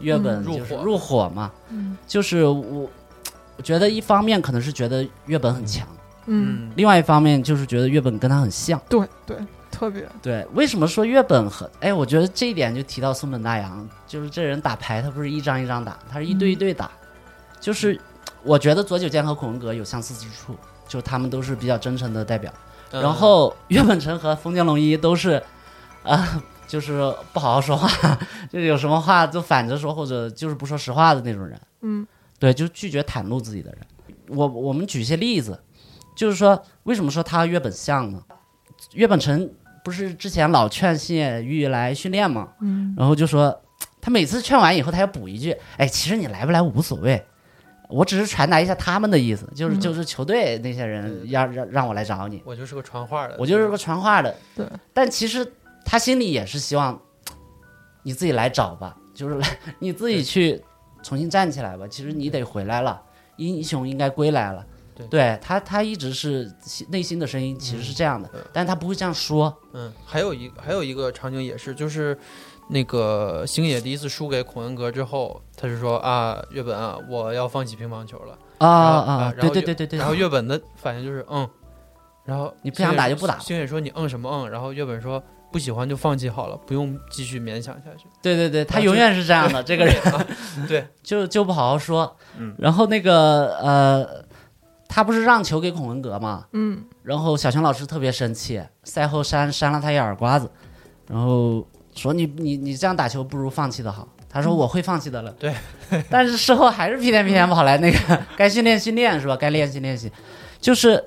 月本
嗯
就是
入伙
入伙嘛。
嗯
就是我，我觉得一方面可能是觉得月本很强，
嗯，
嗯，
另外一方面就是觉得月本跟他很像。
对对，特别，
对，为什么说月本很？哎，我觉得这一点就提到松本大洋，就是这人打牌他不是一张一张打，他是一对一对打，就是我觉得佐久间和孔文革有相似之处，就是他们都是比较真诚的代表。
嗯
然后岳本成和封建龙一都是，啊、就是不好好说话， 就是有什么话就反着说，或者就是不说实话的那种人。
嗯
对，就拒绝袒露自己的人。我我们举一些例子，就是说为什么说他和岳本像呢？岳本成不是之前老劝信野玉来训练吗？
嗯
然后就说他每次劝完以后，他要补一句：“哎，其实你来不来无所谓，我只是传达一下他们的意思，就是
嗯
就是球队那些人要让让我来找你。”
嗯我就是个传话的，
我就是个传话的。
对，
但其实他心里也是希望你自己来找吧，就是来你自己去重新站起来吧。其实你得回来了，英雄应该归来了。
对
他，他一直是心内心的声音其实是这样的，
嗯
但他不会这样说。
嗯，还有一还有一个场景也是，就是那个星野第一次输给孔文阁之后，他就说啊，月本啊，我要放弃乒乓球了。
啊
然后
啊
啊！
对
然后
对对对对。
然后月本的反应就是嗯，然后
你不想打就不打
星野说你嗯什么嗯，然后月本说不喜欢就放弃好了，不用继续勉强下去。
对对对，他
啊
永
就
远是这样的，这个人
对，啊
就就不好好说。然后那个呃，他不是让球给孔文革吗？
嗯
然后小熊老师特别生气，赛后扇扇了他一耳刮子，然后说你你你这样打球不如放弃的好。他
嗯
说我会放弃的了，
对，
但是事后还是屁颠屁颠跑来那个该训练训练是吧？该练习练习，就是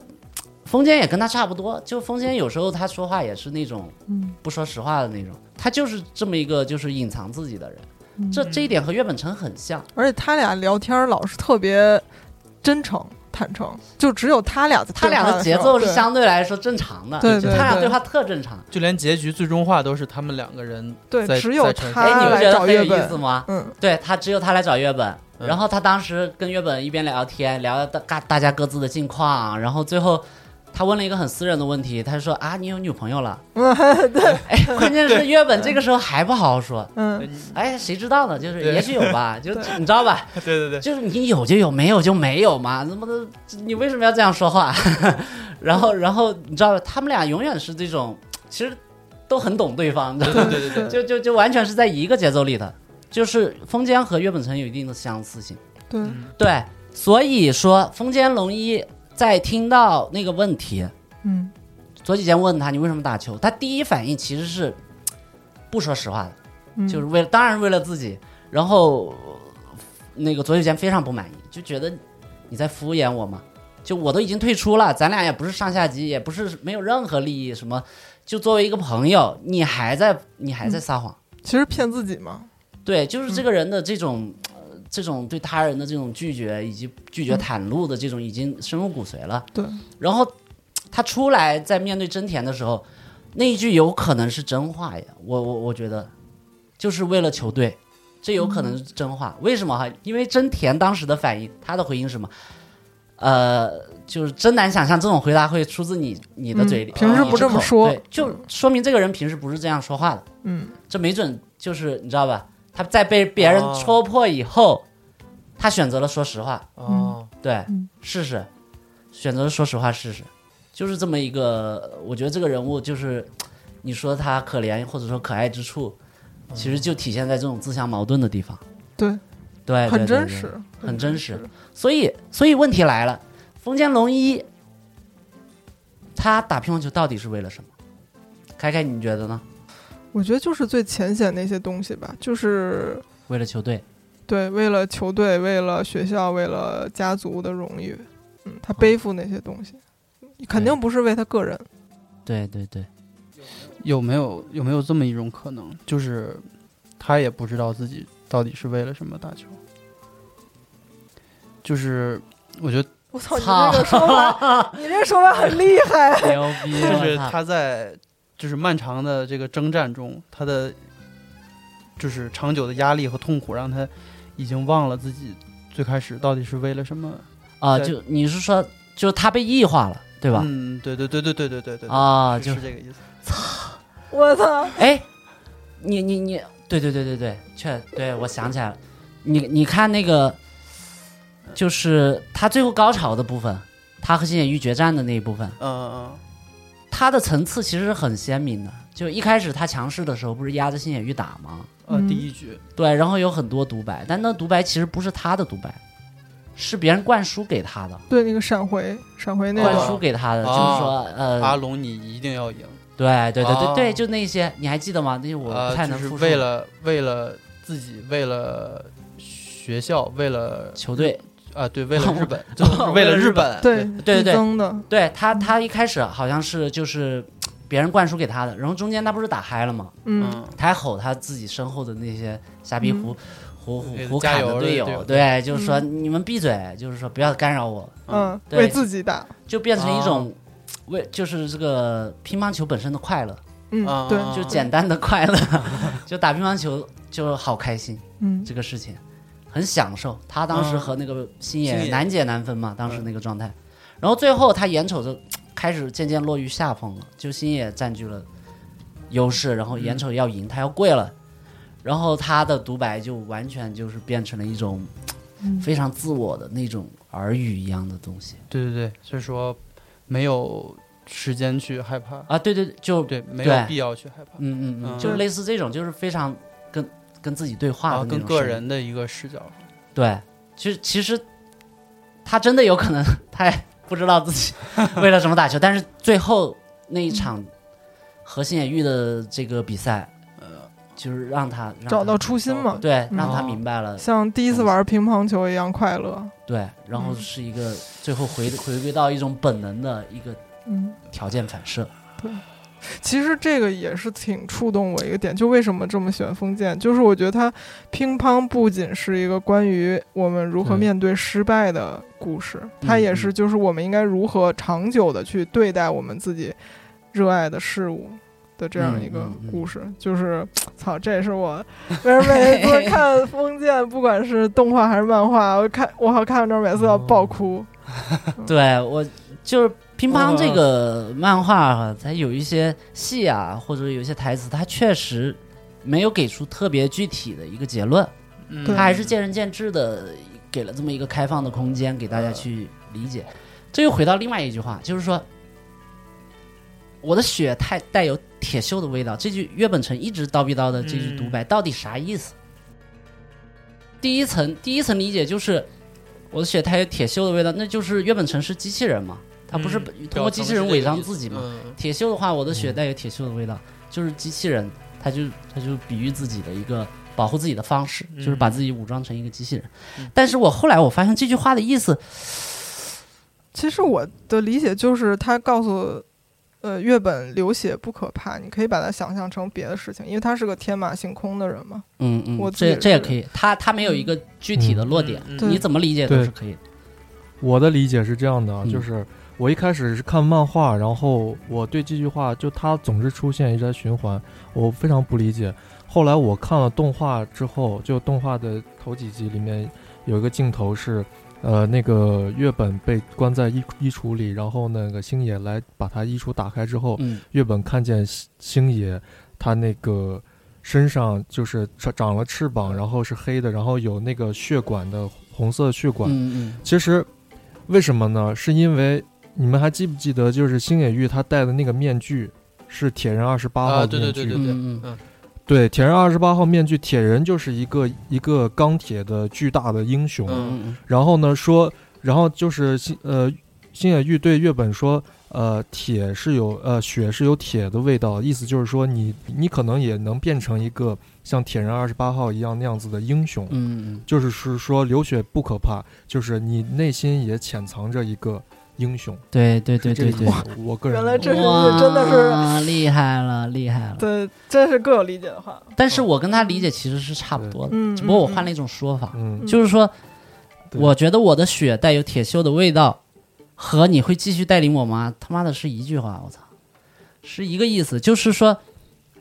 风间也跟他差不多，就风间有时候他说话也是那种
嗯，
不说实话的那种，他就是这么一个就是隐藏自己的人，
嗯
这这一点和岳本成很像。
而且他俩聊天儿老是特别真诚坦诚，就只有他俩在
他
对
俩
话
的
的
节
时候
奏是
对
相对来说正常的，
对
就
对
他俩
对
对话特正常。
就连结局最终话都是他们两个人在
对，只有
在城市
他
哎，你不
来
觉得
找
很有
月
意思
本，
吗？
嗯
对他只有他来找月本，
嗯
然后他当时跟月本一边聊天，聊大大大家各自的近况，然后最后他问了一个很私人的问题，他就说啊，你有女朋友了？
嗯
哎，关键是月本这个时候还不好好说，
嗯
对你
哎，谁知道呢？就是
对
也许有吧，就你知道吧，
对对对，
就是你有就有，没有就没有嘛，怎么的？你为什么要这样说话？ 然后，然后你知道吧，他们俩永远是这种，其实都很懂对方，你知道吗
对对对对对，
就就就完全是在一个节奏里的，就是风间和岳本成有一定的相似性。
对，
对，所以说风间龙一在听到那个问题，
嗯
左几间问他你为什么打球，他第一反应其实是嘖不说实话的，
嗯，
就是为了当然是为了自己。然后呃那个左几间非常不满意，就觉得你在敷衍我嘛，就我都已经退出了，咱俩也不是上下级，也不是没有任何利益什么，就作为一个朋友，你还在你还在撒谎。
其实骗自己嘛，
对，就是
嗯
这个人的这种、呃这种对他人的这种拒绝以及拒绝袒露的这种已经深入骨髓了。
嗯对，
然后他出来在面对真田的时候，那一句有可能是真话呀，我我我觉得就是为了球队，这有可能
嗯
是真话。为什么哈？因为真田当时的反应，他的回应是什么？呃，就是真难想象这种回答会出自你你的嘴里，哦
嗯平
时
你
不
之
这么
口
说
对，就说明这个人平时不是这样说话的。
嗯，
这没准就是你知道吧？他在被别人戳破以后，他选择了说实话，
哦，
对，
嗯
试试，选择了说实话试试，就是这么一个。我觉得这个人物就是，你说他可怜或者说可爱之处，其实就体现在这种自相矛盾的地方。
对，
对，哎对
很真。
对对
实，
很真实。所以，所以问题来了，封建龙一，他打乒乓球到底是为了什么？凯凯，你觉得呢？
我觉得就是最浅显的一些东西吧，就是
为了球队，
对，为了球队，为了学校，为了家族的荣誉，嗯，他背负那些东西，肯定不是为他个人。
对对对。
有没有有没有这么一种可能，就是他也不知道自己到底是为了什么打球？就是我觉得
我操，
你操这个
说 法，你这说法很厉害。
牛逼！
就是
我操
他在就是漫长的这个征战中，他的就是长久的压力和痛苦，让他已经忘了自己最开始到底是为了什么。
啊，
在
就你是说，就是他被异化了，对吧？
嗯，对对对对对对嗯对对。
啊，
是
就是
这个意思。
我操，
哎，你你你，对对对对对，确对我想起来了，你你看那个，就是他最后高潮的部分，他和新野玉决战的那一部分，
嗯嗯
他的层次其实是很鲜明的。就一开始他强势的时候，不是压着新野玉打吗？
嗯，呃，
嗯
第一局，
对，然后有很多独白，但那独白其实不是他的独白，是别人灌输给他的，
对那个闪回，闪回那
灌
个啊
输给他的，就是说，呃，
阿龙，你一定要赢。
对对对对对，
哦
就那些，你还记得吗？那些我不太
呃，就
能复
是
述。
为了为了自己，为了学校，为了
球队，
啊、对，为了日 本，就是为了日本，
对
对对
递增的，
对他，
嗯
他一开始好像是就是别人灌输给他的，然后中间他不是打嗨了吗？
嗯，
嗯，
他还吼他自己身后的那些瞎逼胡、胡胡
对
胡
加
侃
油
的
的
队
队友
对，就是说、你们闭嘴，就是说不要干扰我，
嗯，
对
为自己打，
就变成一
哦
种。为就是这个乒乓球本身的快乐，
嗯，
啊
对，
就简单的快乐， 就打乒乓球就好开心。
嗯，
这个事情，很享受。他当时
嗯
和那个星
星嗯
野
野
难解难分嘛，当时那个状态。然后最后他眼瞅着开始渐渐落于下风了，就星野占据了优势，然后眼瞅要赢，他要跪
嗯
了。然后他的独白就完全就是变成了一种
嗯
非常自我的那种耳语一样的东西
对对对，所以说没有时间去害怕，
啊！对对，对就
对，没
对
有必要去害怕，
嗯嗯嗯，
嗯
就是类似这种，就是非常跟跟自己对话
然
的、
后哦跟个人的一个视角，
对，其实其实他真的有可能他也不知道自己为了什么打球，但是最后那一场和信野玉的这个比赛，呃，就是让他让他
找到初心嘛，
对，
嗯
让他明白了、
像第一
嗯
次玩乒乓球一样快乐，
对，然后是一个最后回回归到一种本能的一个
嗯。
条件反射。
其实这个也是挺触动我一个点，就为什么这么喜欢封建，就是我觉得它乒乓不仅是一个关于我们如何
对
面对失败的故事，它
嗯
也是就是我们应该如何长久的去对待我们自己热爱的事物。的这样一个
嗯嗯嗯
故事，就是操，这也是我 为什么每次看封建，不管是动画还是漫画，我看我好看到这儿每
哦
次要爆哭。嗯
对我就是乒乓这个漫画哈、它有一些戏啊，或者有一些台词，它确实没有给出特别具体的一个结论。
嗯，
对
他还是见仁见智的，给了这么一个开放的空间给大家去理解。这又回到另外一句话，就是说，我的血太带有铁锈的味道。这句岳本成一直叨逼叨的这句
嗯
独白到底啥意思？第一层，第一层理解就是我的血太有铁锈的味道，那就是岳本成是机器人嘛，他不是
嗯
通过机
啊
器人伪装自己嘛？
嗯
铁锈的话，我的血带有铁锈的味道，就是机器人，他就他就比喻自己的一个保护自己的方式，
嗯
就是把自己武装成一个机器人。
嗯
但是我后来我发现这句话的意思，
其实我的理解就是，他告诉呃，月本流血不可怕，你可以把它想象成别的事情，因为他是个天马行空的人嘛。
嗯
我
嗯，
自己
这
是
这也可以，他他没有一个具体的落点，
对
你怎么理解都是可以的。
我的理解是这样的啊，
嗯
就是我一开始是看漫画，然后我对这句话就它总是出现一直在循环，我非常不理解。后来我看了动画之后，就动画的头几集里面有一个镜头是，呃，那个月本被关在衣衣橱里，然后那个星野来把他衣橱打开之后，
嗯
月本看见星星野，他那个身上就是长长了翅膀，然后是黑的，然后有那个血管的红色血管，
嗯嗯
其实为什么呢？是因为你们还记不记得，就是星野玉他戴的那个面具是铁人二十八号
啊
面具？
对对对
嗯嗯嗯，
对铁人二十八号面具，铁人就是一个一个钢铁的巨大的英雄。
嗯
嗯嗯
然后呢，说，然后就是星呃星野玉对月本说。呃，铁是有呃血是有铁的味道，意思就是说你你可能也能变成一个像铁人二十八号一样那样子的英雄。
嗯
就是是说流血不可怕，就是你内心也潜藏着一个英雄。
对对对对
是这
对
个，我我个人
原来这是
哇
真的是
厉害了厉害了。
对，真是各有理解的话。
但是我跟他理解其实是差不多的，
嗯，
只不过我
嗯
换了一种说法，
嗯
就是说，
对
我觉得我的血带有铁锈的味道，和你会继续带领我吗？他妈的是一句话，我操，是一个意思，就是说，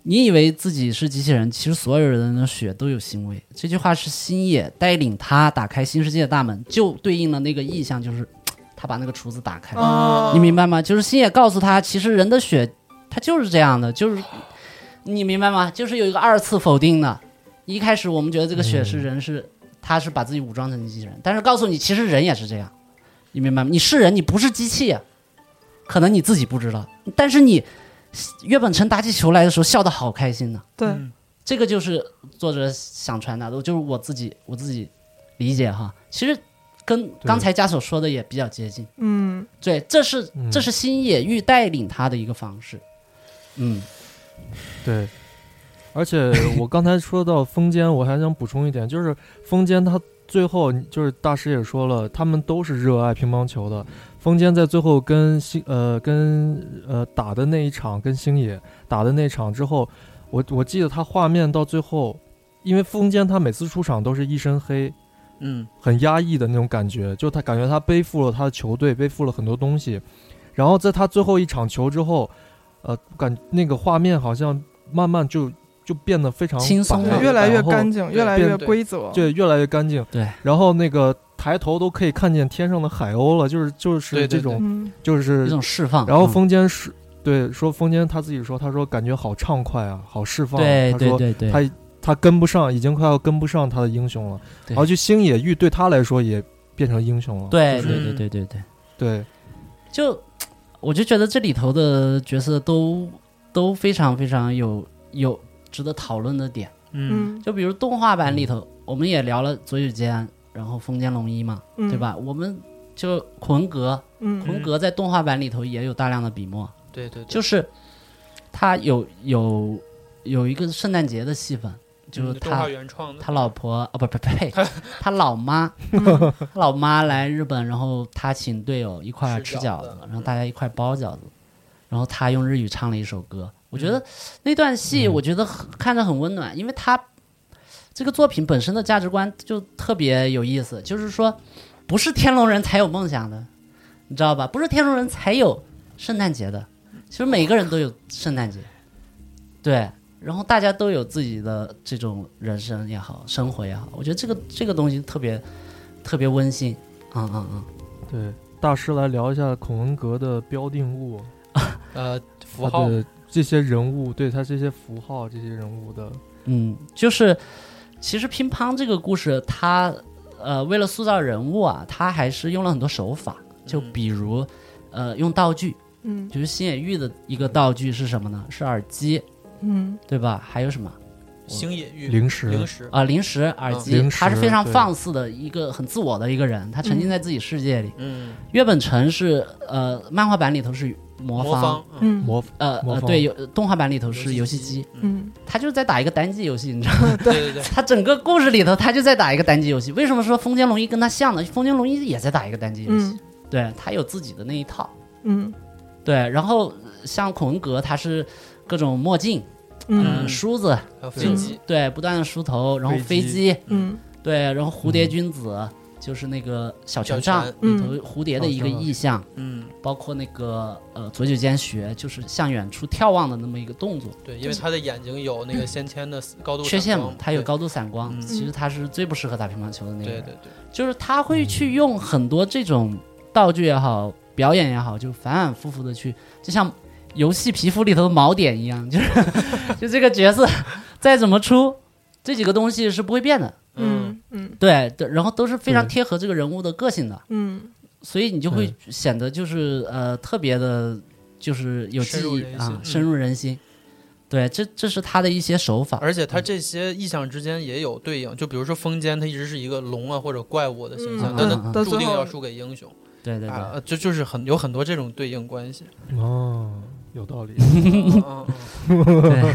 你以为自己是机器人，其实所有人的血都有腥味。这句话是星野带领他打开新世界的大门，就对应了那个意象，就是他把那个厨子打开，
哦
啊你明白吗？就是星野告诉他，其实人的血它就是这样的，就是你明白吗？就是有一个二次否定的。一开始我们觉得这个血是人是，他是把自己武装成机器人，但是告诉你，其实人也是这样，你明白吗？你是人，你不是机器，啊可能你自己不知道，但是你岳本成打起球来的时候笑得好开心呢、
对，
嗯
这个就是作者想传达的，就是我自己我自己理解哈，其实跟刚才家所说的也比较接近。
嗯，
对，这是
嗯
这是星野玉带领他的一个方式。嗯
对。而且我刚才说到风间，我还想补充一点，就是风间他最后就是大师也说了，他们都是热爱乒乓球的。风间在最后跟星呃跟呃打的那一场跟星野打的那场之后，我我记得他画面到最后，因为风间他每次出场都是一身黑，
嗯
很压抑的那种感觉，就他感觉他背负了他的球队，背负了很多东西。然后在他最后一场球之后，呃，感那个画面好像慢慢就就变得非常
轻松
白
了
对
嗯
越来越
然后
干净，越来
变
越
对
规则。
对，越来越干净。
对，
然后那个抬头都可以看见天上的海鸥了，就是就是
对
这
对
种
嗯，
就是
一种释放。
然后
嗯
风间是、对说风间他自己说，他说感觉好畅快啊，好释放啊、
对
他
对
说
对对，
他他跟不上，已经快要跟不上他的英雄了。
对
然后就星野玉对他来说也变成英雄了。
对
就是
对对对对对，
对，
就我就觉得这里头的角色都都非常非常有有值得讨论的点。
嗯
嗯，
就比如动画版里头，
嗯
我们也聊了佐久间，然后风间龙一嘛，
嗯
对？吧？我们就魂格，
嗯
魂格在动画版里头也有大量的笔墨，
对对对，
就是他有有有一个圣诞节的戏份，就是
嗯动
他
画原创的，
他老婆啊，不不呸，他老妈，
嗯
他老妈来日本，然后他请队友一块儿吃
吃
饺
饺
子嗯
子，
然后大家一块儿包饺子，然后他用日语唱了一首歌。我觉得那段戏，我觉得很看着很温暖，因为他这个作品本身的价值观就特别有意思，就是说，不是天龙人才有梦想的，你知道吧？不是天龙人才有圣诞节的，其实每个人都有圣诞节，对。然后大家都有自己的这种人生也好，生活也好，我觉得这个这个东西特别特别温馨，嗯嗯嗯，
对，大师来聊一下孔文革的标定物，
呃符
他
号
的这些人物，对他这些符号、这些人物的，
嗯，就是其实乒乓这个故事，它呃为了塑造人物啊，它还是用了很多手法，就比如、呃用道具，
嗯
就是星野玉的一个道具是什么呢？是耳机，
嗯
对吧？还有什么？
星野玉
零食
零食
啊、零食耳机，
零食
他是非常
对
放肆的一个很自我的一个人，他沉浸在自己世界里。
嗯
月本城是呃漫画版里头是魔
魔方嗯
嗯
魔
呃
魔
呃
方
对，有动画版里头是游
游
戏
戏
机，
嗯
嗯
他就是在打一个单机游戏，你知道吗。
对对对
他整个故事里头，他就在打一个单机游戏。为什么说风间龙一嗯跟他像呢？风间龙一也在打一个单机游戏，
嗯
对他有自己的那一套。
嗯
对，然后像孔文革他是各种墨镜、呃
嗯
嗯
梳子，
还有飞机，
对，不断的梳头，然后
飞
飞
机
机，
嗯
对，然后蝴蝶君子、就是那个小
小
权杖
权
里
嗯
头蝴蝶的一个
好像
意象，
嗯，
包括那个呃左九间学，就是向远处眺望的那么一个动作。
对，因为他的眼睛有那个先天的高度
缺陷
闪
嘛
光，
他有
对
高度散光，
嗯
其实他是最不适合打乒乓球的那个
对
人。
对对，
就是他会去用很多这种道具也好，表演也好，就反反复复的去，就像游戏皮肤里头的锚点一样， 就是就这个角色再怎么出，这几个东西是不会变的。
嗯嗯
对，对然后都是非常
对
贴合这个人物的个性的，
嗯
所以你就会显得就是呃特别的，就是有记
深入
忆
人心
啊
嗯，
深入人心。对，这这是他的一些手法。
而且他这些意象之间也有对应，就比如说风间，他一直是一个龙啊或者怪物的形象，
嗯，
嗯
但他
到
嗯
到
注
最
定
后
要输给英雄
对对对，
啊，就就是很有很多这种对应 关系。
哦，有道 理。
嗯嗯嗯
对，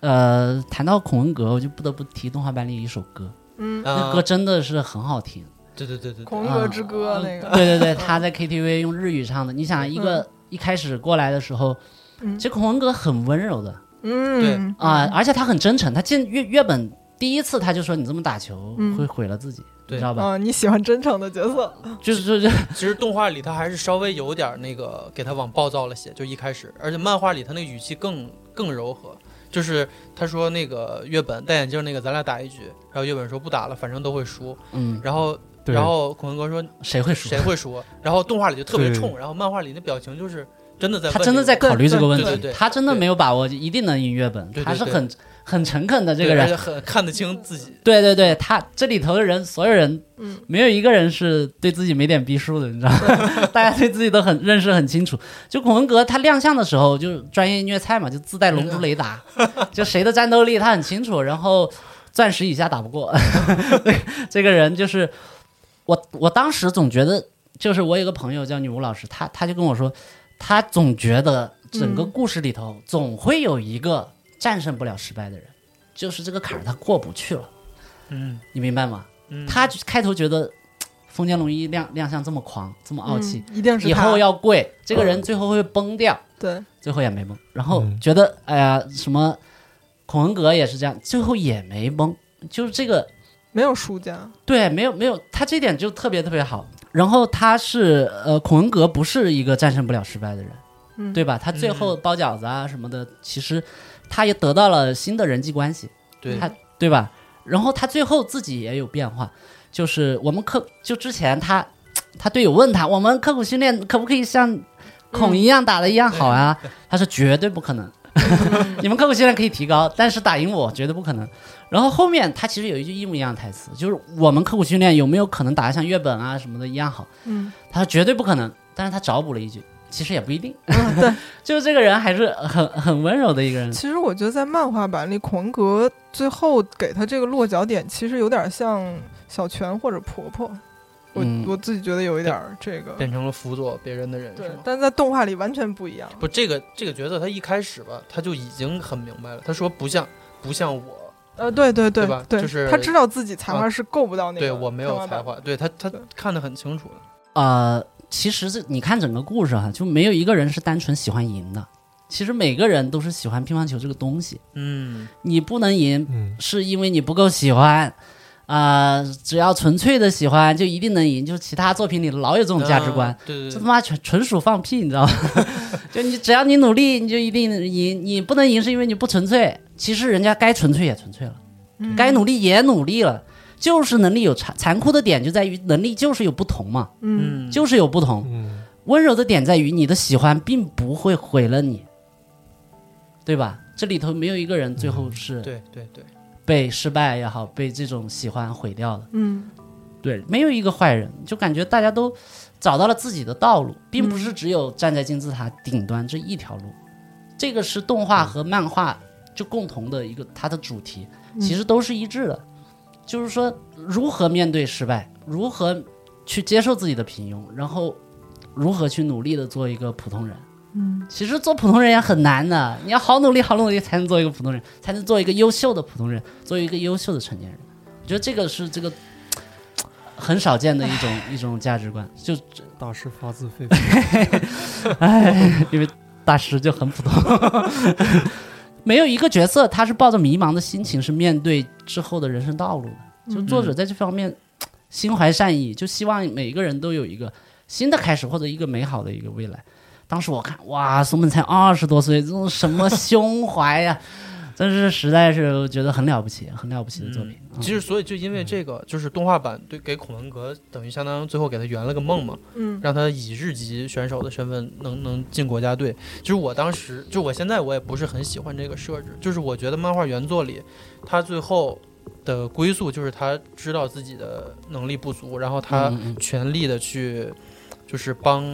呃，谈到孔文革，我就不得不提动画版里一首歌，
嗯，
啊
那歌真的是很好听。
对对对对，对
孔雀之歌
啊
那个，
对对 对，他在 KTV 用日语唱的。你想，一个一开始过来的时候，
嗯
其实孔文革很温柔的
嗯
啊、而且他很真诚。他进月月本第一次他就说你这么打球
嗯
会毁了自己，你
对
知道吧？
啊，你喜欢真诚的角色，
就是就是
其实动画里他还是稍微有点那个给他往暴躁了写，就一开始，而且漫画里他那个语气更更柔和。就是他说那个月本戴眼镜那个，咱俩打一局。然后月本说不打了，反正都会输。
嗯，
然后
对
然后孔文哥说
谁会输
谁？会输？然后动画里就特别
对
冲，然后漫画里那表情就是真的在
他
问
真的
这个
在考虑这个问
对对
题
对，
他真的
对
没有把握一定能赢月本，
对对
他是
对
很很诚恳的这个
对
人
而且。很看得清自己。
对对对，他这里头的人，所有人
嗯
没有一个人是对自己没点逼数的，你知道吗？大家对自己都很认识很清楚。就孔文革他亮相的时候，就是专业虐菜嘛，就自带龙珠雷达，就谁的战斗力他很清楚，然后钻石以下打不过。 这个人就是我，我当时总觉得，就是我有个朋友叫女巫老师，她她就跟我说，她总觉得整个
嗯
故事里头总会有一个战胜不了失败的人，就是这个坎儿他过不去了，
嗯，
你明白吗？
嗯
他就开头觉得嘖封建龙一亮亮相这么狂，这么傲气，，
一定是
以后要跪，这个人最后会崩掉，
对，
最后也没崩。然后
嗯
觉得哎呀、什么孔文革也是这样，最后也没崩，就是这个
没有输家，
对，没有没有，他这点就特别特别好。然后他是呃，孔文革不是一个战胜不了失败的人，
嗯
对吧？他最后
嗯
包饺子啊什么的，其实他也得到了新的人际关系，
对
他对吧？然后他最后自己也有变化，就是我们刻就之前他他队友问他，我们刻苦训练可不可以像孔一样打的一样好啊？他说绝对不可能， 你们刻苦训练可以提高，但是打赢我绝对不可能。然后后面他其实有一句一模一样的台词，就是我们刻苦训练有没有可能打得像月本啊什么的一样好？
嗯，
他说绝对不可能，但是他找补了一句，其实也不一定。
嗯对。
就是这个人还是很很温柔的一个人，
其实我觉得在漫画版里，孔文革最后给他这个落脚点，其实有点像小泉或者婆婆，我、
嗯
我自己觉得有一点儿这个，
变成了辅佐别人的人是
对
吗，？
但在动画里完全不一样。
不，这个这个角色他一开始吧，他就已经很明白了。他说不像不像我，
呃，对对对
对吧就是
他知道自己才华
啊
是够不到那个、
对我没有才。华，对他他
对
看得很清楚的。
呃，其实这你看整个故事哈、就没有一个人是单纯喜欢赢的。其实每个人都是喜欢乒乓球这个东西，
嗯，
你不能赢，
嗯，
是因为你不够喜欢。啊、只要纯粹的喜欢，就一定能赢。就其他作品里老有这
这
种价值观，，这
对对
他
对，
妈纯纯属放屁，你知道吗？ 就你只要你努力，你就一定能赢。你不能赢是因为你不纯粹。其实人家该纯粹也纯粹了，
嗯
该努力也努力了，就是能力有残残酷的点就在于能力就是有不同嘛，
嗯
嗯，
就是有不同。
嗯，
温柔的点在于你的喜欢并不会毁了你，对吧？这里头没有一个人最后是
对对对，
被失败也好，被这种喜欢毁掉的。
嗯
对，没有一个坏人，就感觉大家都找到了自己的道路，并不是只有站在金字塔顶端这一条路。这个是动画和漫画就共同的一个它的主题，其实都是一致的，就是说如何面对失败，如何去接受自己的平庸，然后如何去努力的做一个普通人。
嗯
其实做普通人也很难的，你要好努力、好努力才能做一个普通人，才能做一个优秀的普通人，做一个优秀的成年人。我觉得这个是这个呃很少见的一种一种价值观，就
大师发自肺 腑。
哎，因为大师就很普通， 没有一个角色他是抱着迷茫的心情是面对之后的人生道路的。就作者在这方面、心怀善意，就希望每个人都有一个新的开始或者一个美好的一个未来。当时我看，哇，松本才二十多岁，这种什么 胸怀呀、真是实在是我觉得很了不起，很了不起的作品。啊
其实，所以就因为这个，就是动画版对给孔文革等于相当于最后给他圆了个梦嘛，
嗯
让他以日籍选手的身份能能进国家队。就是我当时，就我现在我也不是很喜欢这个设置，就是我觉得漫画原作里，他最后的归宿就是他知道自己的能力不足，然后他
嗯嗯嗯
全力的去，就是帮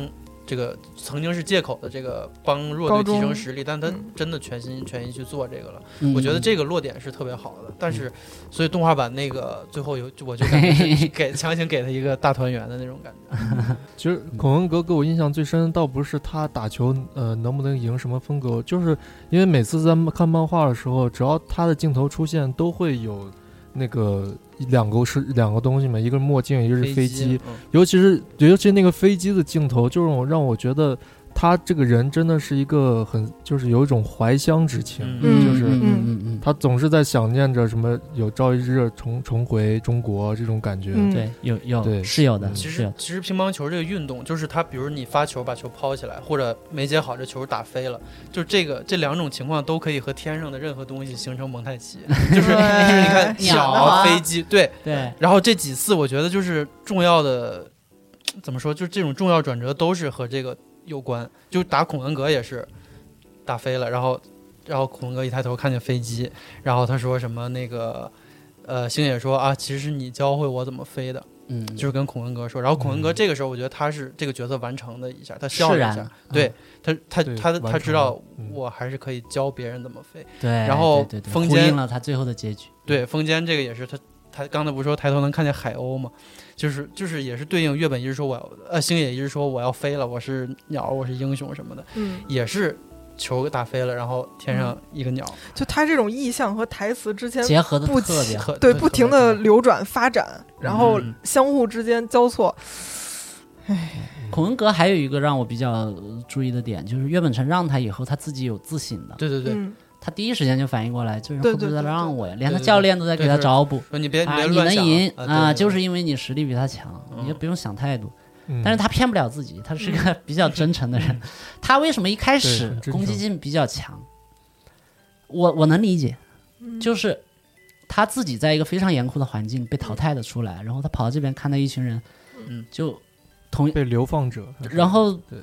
这个曾经是借口的这个帮弱
高
队
中
提升实力，但他
嗯
真的全心全意去做这个了。
嗯
我觉得这个落点是特别好的，但是所以动画版那个最后有，我就感觉是给强行给他一个大团圆的那种感觉。
其实孔文革给我印象最深，倒不是他打球呃能不能赢什么风格，就是因为每次在看漫画的时候，只要他的镜头出现，都会有那个两个是两个东西嘛，一个是墨镜，一个是飞机。
嗯
尤其是尤其那个飞机的镜头，就让我让我觉得他这个人真的是一个很就是有一种怀乡之情，
嗯
就是
嗯嗯嗯
他总是在想念着什么有朝一日重重回中国这种感觉。
嗯
嗯，对，有有
对
是有的，
其
是啊有
实
的，
其实乒乓球这个运动，就是它，比如你发球把球抛起来，或者没接好这球打飞了，就这个这两种情况都可以和天上的任何东西形成蒙 太奇，就是就是你看
鸟
鸟
啊
飞机，对，
对。
然后这几次我觉得就是重要的，怎么说，就是这种重要转折都是和这个有关，就打孔文革也是打飞了，然后然后孔文革一抬头看见飞机，然后他说什么那个。呃，星野说啊，其实是你教会我怎么飞的，
嗯，
就是跟孔文革说，然后
嗯
孔文革这个时候，我觉得他是这个角色完成的一下，他笑了一
释然
下
了，
对他，他
对
他
完
他
成
知道
了嗯
我还是可以教别人怎么飞。
对，
然后
对对对
风
呼
间
应了他最后的结局。
对，风间这个也是他，他刚才不是说抬头能看见海鸥吗？就是就是也是对应月本一直说我要呃星野一直说我要飞了，我是鸟，我是英雄什么的，
嗯，
也是球打飞了，然后天上
嗯
一个鸟，
就他这种意象和台词之间
结合的
不
特
起
别好，
可
对
特
不停
特
的
别
流转发展，然后
嗯
相互之间交错，
孔文革还有一个让我比较呃注意的点，就是岳本成让他以后他自己有自省的，
对对对，
嗯，
他第一时间就反应过来，这人
对
会不会
对
在
对
让
对
我呀？连
对
他
对
教练都在
对
给他
对
找补
说你别你
啊，
别
你
乱
能
想
赢
啊，对对对
就是因为你实力比他强，
嗯
你就不用想太多。
嗯
但是他骗不了自己，他是个比较真诚的人。 他为什么一开
对
始
很真诚
攻击性比较强？我我能理解，就是他自己在一个非常严酷的环境被淘汰的出来，然后他跑到这边看到一群人，
嗯，
就同
被流放者，还是
然后
对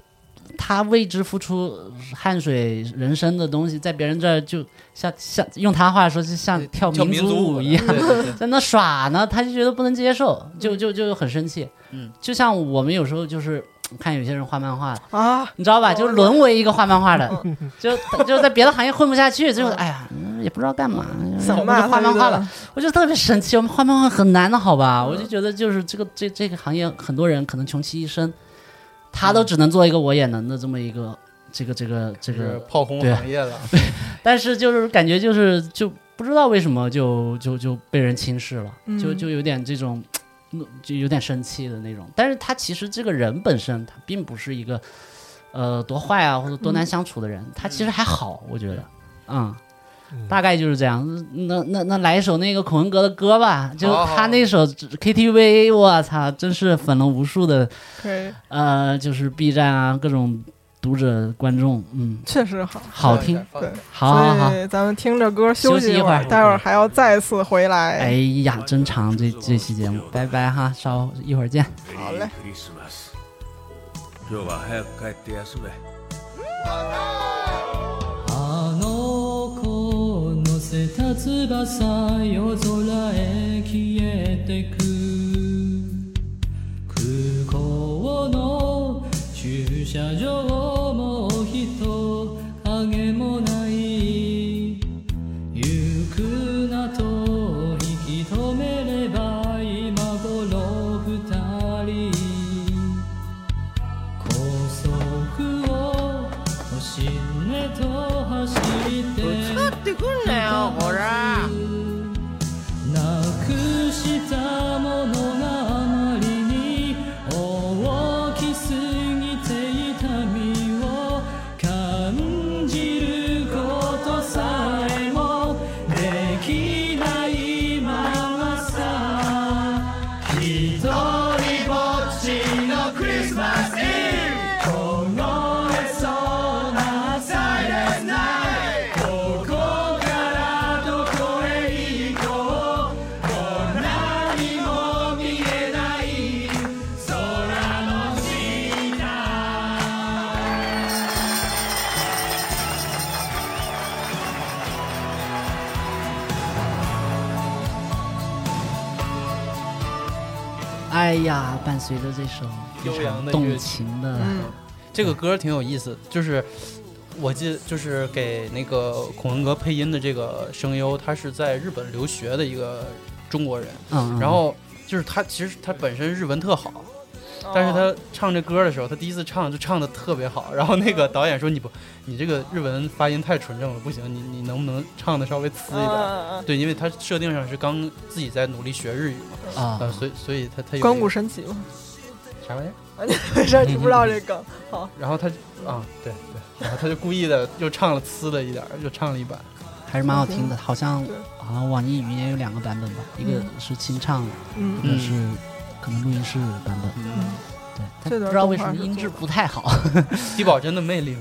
他为之付出汗水、人生的东西，在别人这儿就像像用他话说，就像
对
跳
跳
民
族
舞
的
一样，
对 对对
在那耍呢，他就觉得不能接受，就就就很生气。
嗯，
就像我们有时候就是看有些人画漫画，
啊，
你知道吧，就沦为一个画漫画的，
嗯
就就在别的行业混不下去，最后
嗯
哎呀，嗯也不知道干嘛，
想
我们
骂
就画
他
漫
一
画
顿
了。我就特别生气，我们画漫画很难的好吧？我就觉得就是这个这这个行业，很多人可能穷其一生，他都只能做一个我也能的这么一个这个这个这
就是
个，
炮轰
对
行业了，
但是就是感觉就是就不知道为什么就就就被人轻视了，
嗯
就就有点这种。嗯就有点生气的那种，但是他其实这个人本身他并不是一个，呃，多坏啊或者多难相处的人，
嗯
他其实还好，我觉得，嗯，
嗯
大概就是这样。那那那来一首那个孔文革的歌吧，就
好好
他那首 KTV，我操，真是粉了无数的
可以，
呃，就是 B 站啊各种读者观众，嗯，
确实好。
好听，
放一下，
好好好
所，以咱们听着歌休
休息一
一
会儿
待会儿还要再次回来。
哎呀，真长这这期节目，拜拜哈，稍一会儿见。
好嘞
クリスマス今日は早く帰って休め
あの子のせた翼夜空へ消えてく空港の駐車場も人影もない行くなと引き止めれば今頃二人高速を都心へと走ってぶつってくんなよほらなくしたものがあまり
哎呀，伴随着这首非
悠扬
常
的
动
乐
情的，
嗯
这个歌挺有意思，就是我记就是给那个孔文革配音的这个声优，他是在日本留学的一个中国人，
嗯，嗯
然后就是他其实他本身日文特好，但是
哦
他唱这歌的时候，他第一次唱就唱的特别好，然后那个导演说你不你这个日文发音太纯正了，不行，你你能不能唱的稍微呲一点？
嗯嗯嗯
对，因为他设定上是刚自己在努力学日语嘛，
啊
呃，，所以所以他他有
关
一
谷
个
神奇嘛，
啥玩意儿？
没事，你不知道这梗。好，
然后他啊，对对，然后他就故意的又唱了呲了一点儿，又唱了一版。
还是蛮好听的，好像
对
好像网易云也有两个版本吧，一个
嗯
是清唱，
嗯
一个是可能录音室版本，
嗯，
对，但
这段
不知道为什
动
么
画是
音质
做的
不太好。
低保真的魅力，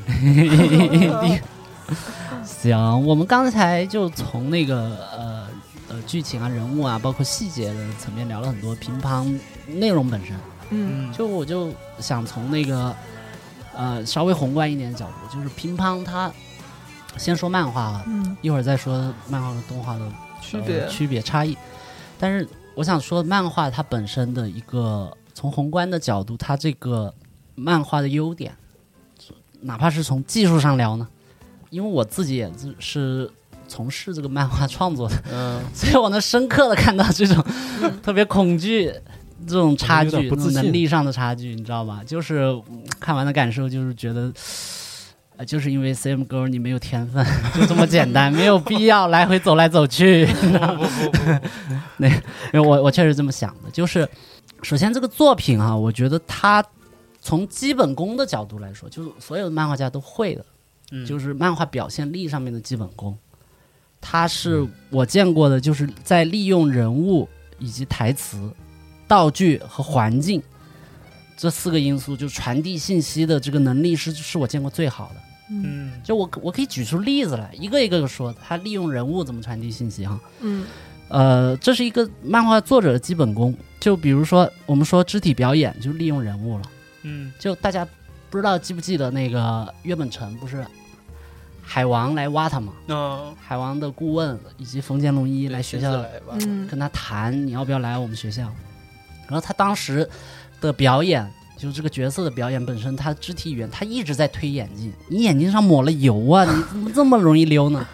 行，我们刚才就从那个呃呃剧情啊、人物啊，包括细节的层面聊了很多乒乓内容本身。
嗯
嗯，
就我就想从那个呃稍微宏观一点的角度，就是乒乓它先说漫画吧，
嗯，
一会儿再说漫画和动画的
区
呃
别，
区别差异。但是我想说，漫画它本身的一个从宏观的角度，它这个漫画的优点，哪怕是从技术上聊呢，因为我自己也是是从事这个漫画创作的，
嗯，
所以我能深刻的看到这种特别恐惧。这种差距，
可能有点
这
不自
种
信
能力上的差距，你知道吧？就是嗯看完的感受，就是觉得，呃，就是因为 CM 哥你没有天分，就这么简单，没有必要来回走来走去。
不不不，
因为我我确实这么想的，就是首先这个作品哈、我觉得它从基本功的角度来说，就是所有的漫画家都会的，
嗯，
就是是漫画表现力上面的基本功，它是我见过的，就是在利用人物以及台词、道具和环境这四个因素，就传递信息的这个能力是是我见过最好的。
嗯
就我可我可以举出例子来，一个一个地说，他利用人物怎么传递信息哈、
嗯
呃，这是一个漫画作者的基本功。就比如说，我们说肢体表演，就利用人物了。
嗯
就大家不知道记不记得那个岳本成不是海王来挖他吗？
那
海王的顾问以及冯建龙一来学校
来吧，
嗯
跟他谈，你要不要来我们学校？然后他当时的表演，就是这个角色的表演本身，他肢体语言，他一直在推眼镜，你眼睛上抹了油啊，你怎么这么容易溜呢？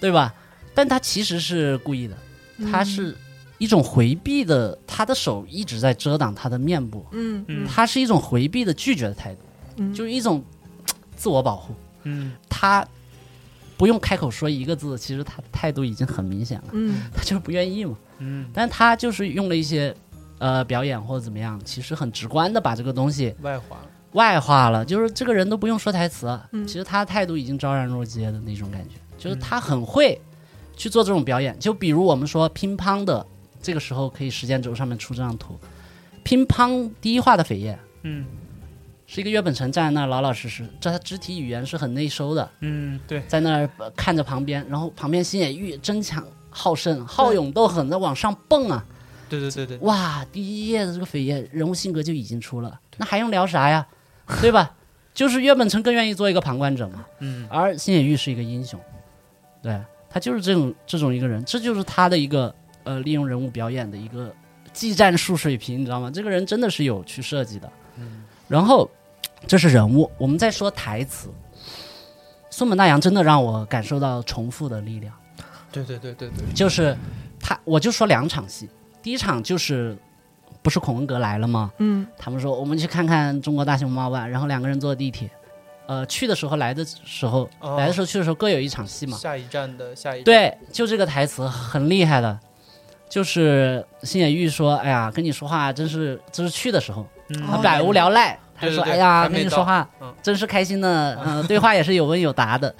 对吧？但他其实是故意的。
嗯
他是一种回避的，他的手一直在遮挡他的面部，
嗯嗯
他是一种回避的拒绝的态度，
嗯，
就是一种嘖自我保护。
嗯
他不用开口说一个字，其实他态度已经很明显了，
嗯
他就是不愿意嘛。
嗯，
但他就是用了一些呃表演或者怎么样，其实很直观的把这个东西
外滑，
外化了，就是这个人都不用说台词啊，
嗯
其实他态度已经昭然若揭的那种感觉，就是他很会去做这种表演。就比如我们说乒乓的，这个时候可以时间轴上面出这张图，乒乓第一画的扉页
嗯
是一个岳本成站在那儿老老实实，这他肢体语言是很内收的，
嗯，对，
在那儿呃看着旁边，然后旁边星野玉争强好胜、好勇斗狠的往上蹦啊，
对对对对，
哇，第一页的这个扉页人物性格就已经出了，那还用聊啥呀？对吧？就是岳本成更愿意做一个旁观者嘛，
嗯
而星野玉是一个英雄，对他就是这种这种一个人，这就是他的一个呃利用人物表演的一个技战术水平，你知道吗？这个人真的是有去设计的。然后这是人物，我们再说台词。松本大洋真的让我感受到重复的力量。
对对对对对，
就是他，我就说两场戏，第一场就是不是孔文革来了吗？
嗯
他们说我们去看看中国大熊猫吧，然后两个人坐地铁，呃，去的时候来的时候，
哦
来的时候去的时候各有一场戏嘛。
下一站的下一站，
对，就这个台词很厉害的，就是新野玉说：“哎呀，跟你说话真是，这是去的时候，
嗯，
他百无聊赖，他
对对
说：“
对
哎呀，
还
跟
没
你说话
到嗯
真是开心呢，嗯、对话也是有问有答的，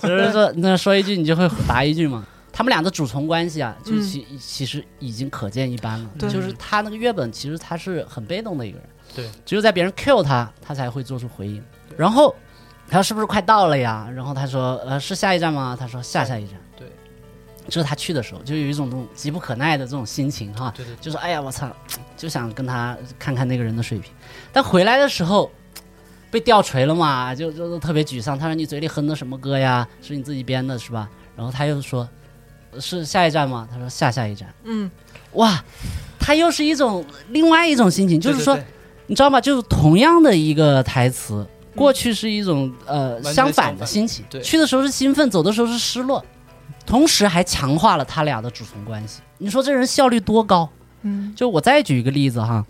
就是 说那说一句你就会答一句嘛。他们俩的主从关系啊，就
嗯
其、其实已经可见一斑了。
对
就是他那个月本，其实他是很被动的一个人，
对，
只有在别人 cue 他，他才会做出回应。然后他说是不是快到了呀？然后他说呃是下一站吗？他说下下一站。
对，
这是他去的时候，就有一种这种急不可耐的这种心情哈。
对对对，
就是哎呀，我操，就想跟他看看那个人的水平。但回来的时候被吊锤了嘛，就就就特别沮丧。他说你嘴里哼的什么歌呀？是你自己编的是吧？然后他又说是下一站吗？他说下下一站。
嗯，
哇，它又是一种另外一种心情，就是说
对，对
你知道吗？就是同样的一个台词，过去是一种呃
嗯全
相反
相
的
反
心情，
对
去的时候是兴奋，走的时候是失落，同时还强化了他俩的主从关系。你说这人效率多高？
嗯
就我再举一个例子哈，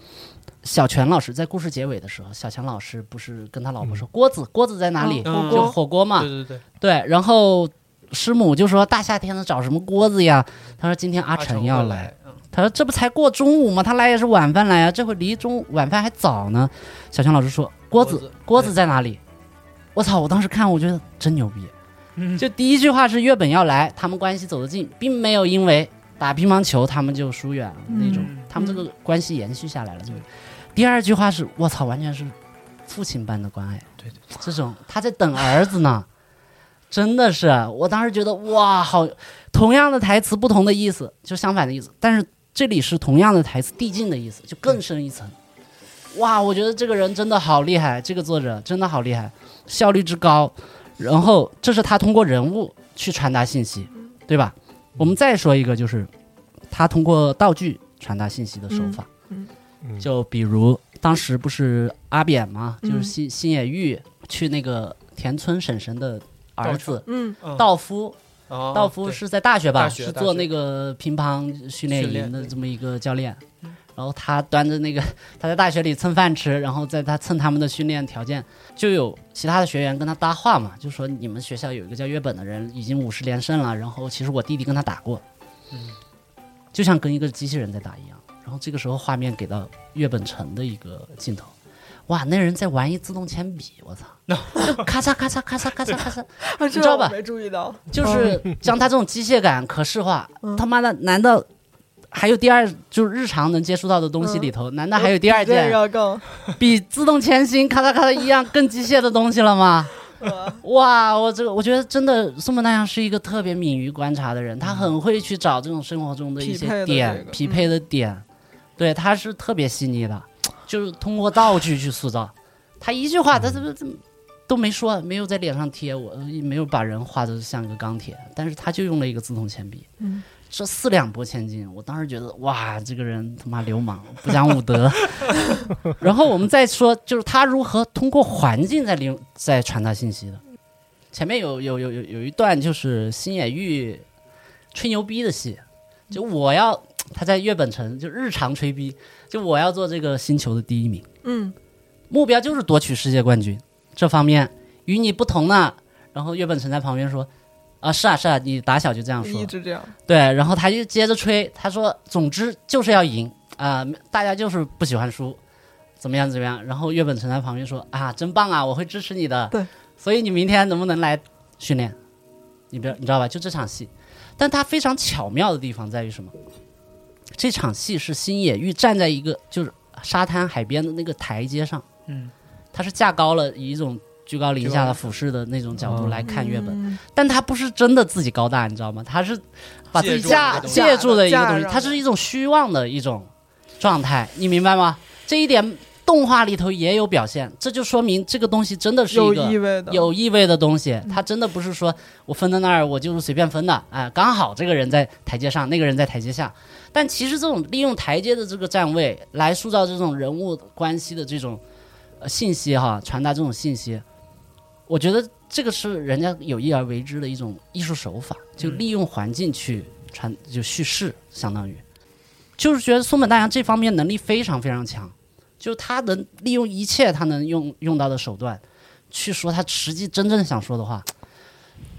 小泉老师在故事结尾的时候，小泉老师不是跟他老婆说、锅子锅子在哪里？
嗯
火
就
锅
火哦锅嘛，
对对对，
对，然后师母就说大夏天的找什么锅子呀？他说今天阿晨要
会
来。
来，嗯
他说这不才过中午吗？他来也是晚饭来啊，这会离中午晚饭还早呢。小强老师说锅子
锅子
锅子在哪里？我操！我当时看我觉得真牛逼。
嗯
就第一句话是月本要来，他们关系走得近，并没有因为打乒乓球他们就疏远了那种，
嗯
他们这个关系延续下来了。就第二句话是我操，完全是父亲般的关爱。
对对，
这种他在等儿子呢，真的是，我当时觉得哇，好，同样的台词，不同的意思，就相反的意思，但是这里是同样的台词，递进的意思，就更深一层。哇，我觉得这个人真的好厉害，这个作者真的好厉害，效率之高。然后这是他通过人物去传达信息，对吧？我们再说一个，就是他通过道具传达信息的手法。
嗯
就比如当时不是阿扁嘛，
嗯
就是新新野玉去那个田村婶婶的儿子
嗯
嗯
道夫，
哦
道夫
对
是在大学吧，
大学
是
大
做
学
那个乒乓训练
训练
营的
对
这么一个教练。然后他端着那个，他在大学里蹭饭吃，然后在他蹭他们的训练条件，就有其他的学员跟他搭话嘛，就说你们学校有一个叫月本的人已经五十连胜了，然后其实我弟弟跟他打过，
嗯
就像跟一个机器人在打一样。然后这个时候画面给到月本城的一个镜头，哇，那人在玩一自动铅笔，我操，就咔嚓咔嚓咔嚓咔嚓咔嚓，
啊，
知
这
道
我
吧
没注意到，
就是将他这种机械感可视化。他妈的，难道还有第二？就是日常能接触到的东西里头，难道还有第二
这
件
个更
比自动铅芯咔嚓咔嚓一样更机械的东西了 吗？哇，我这个我觉得真的松本大洋是一个特别敏于观察的人，他很会去找这种生活中的一
嗯匹配
些
的
点
这个嗯
匹配的点，对，他是特别细腻的，就是通过道具去塑造。他一句话，他这这都没说，没有在脸上贴我，呃也没有把人画的像个钢铁，但是他就用了一个自动铅笔，
嗯
这四两拨千斤，我当时觉得哇，这个人他妈流氓，不讲武德。然后我们再说，就是他如何通过环境在领在传达信息的。前面有有有有有一段就是新野玉吹牛逼的戏，就我要他在月本城就日常吹逼，就我要做这个星球的第一名。
嗯
目标就是夺取世界冠军，这方面与你不同呢。然后岳本成在旁边说：“啊，是啊，是啊，你打小就这样说
一。直这样，”
对，然后他就接着吹，他说：“总之就是要赢啊、大家就是不喜欢输，怎么样怎么样。”然后岳本成在旁边说：“啊，真棒啊，我会支持你的。”
对，
所以你明天能不能来训练？你不要，你知道吧？就这场戏，但他非常巧妙的地方在于什么？这场戏是星野玉站在一个就是沙滩海边的那个台阶上。
嗯，
它是架高了，以一种居高临下的俯视的那种角度来看月本，
嗯
但它不是真的自己高大，你知道吗？它是把自己架
借助
了
借助的一
一个东西
个
架
东
着
西，
的
它是一种虚妄的一种状态，你明白吗？这一点动画里头也有表现，这就说明这个东西真的是一
有
个
意味的，
有意味的东西，它真的不是说我分到那儿我就是随便分的，哎，刚好这个人在台阶上，那个人在台阶下。但其实这种利用台阶的这个站位来塑造这种人物关系的这种呃信息哈，传达这种信息，我觉得这个是人家有意而为之的一种艺术手法，就利用环境去传就叙事，相当于就是觉得松本大洋这方面能力非常非常强。就是他能利用一切他能用用到的手段，去说他实际真正想说的话。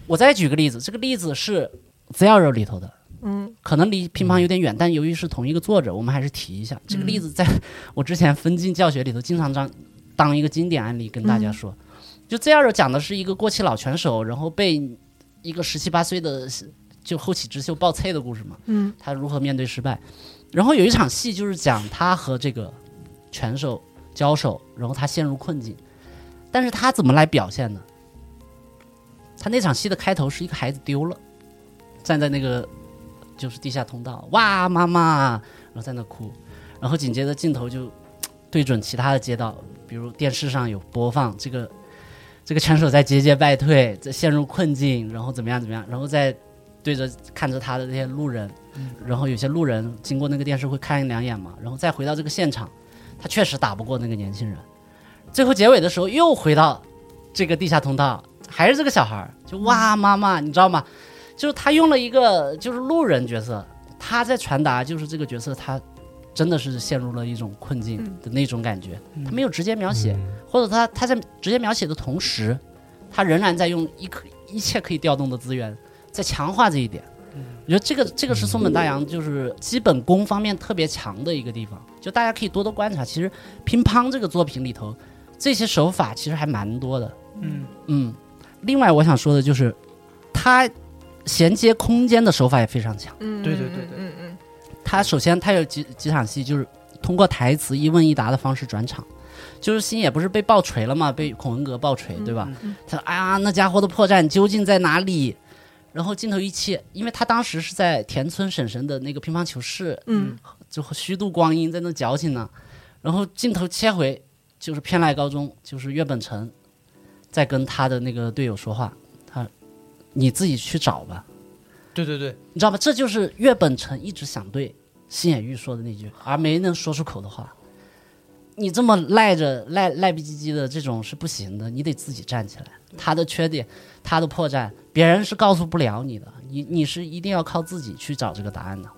我再举个例子，这个例子是《Zero》里头的，
嗯，
可能离乒乓有点远，但由于是同一个作者，我们还是提一下。这个例子在 我之前分镜教学里头经常当当一个经典案例跟大家说。就《Zero》讲的是一个过气老拳手，然后被一个十七八岁的就后起之秀爆菜的故事嘛。
嗯，
他如何面对失败？然后有一场戏就是讲他和这个拳手交手，然后他陷入困境，但是他怎么来表现呢？他那场戏的开头是一个孩子丢了，站在那个就是地下通道，哇妈妈，然后在那哭，然后紧接着镜头就对准其他的街道，比如电视上有播放这个这个拳手在节节败退，在陷入困境，然后怎么样怎么样，然后在对着看着他的这些路人
嗯，
然后有些路人经过那个电视会看一两眼嘛，然后再回到这个现场，他确实打不过那个年轻人。最后结尾的时候又回到这个地下通道，还是这个小孩儿，就哇妈妈，你知道吗？就是他用了一个就是路人角色，他在传达就是这个角色他真的是陷入了一种困境
嗯
的那种感觉，
嗯
他没有直接描写，
嗯
或者他他在直接描写的同时，他仍然在用一可一切可以调动的资源，在强化这一点。我觉得这个这个是松本大洋就是基本功方面特别强的一个地方，就大家可以多多观察。其实乒乓这个作品里头，这些手法其实还蛮多的。
嗯
嗯，另外我想说的就是，他衔接空间的手法也非常强。
嗯，
对对对对
嗯嗯
他首先他有几几场戏就是通过台词一问一答的方式转场，就是星野不是被爆锤了嘛，被孔文革爆锤，对吧？他说：“哎呀，那家伙的破绽究竟在哪里？”然后镜头一切，因为他当时是在田村婶婶的那个乒乓球室，
嗯
就虚度光阴在那矫情呢。然后镜头切回，就是偏濑高中，就是岳本成在跟他的那个队友说话，他你自己去找吧。
对对对，
你知道吗？这就是岳本成一直想对新野玉说的那句而没能说出口的话。你这么赖着赖赖逼唧唧的这种是不行的，你得自己站起来。他的缺点，他的破绽，别人是告诉不了你的，你你是一定要靠自己去找这个答案的。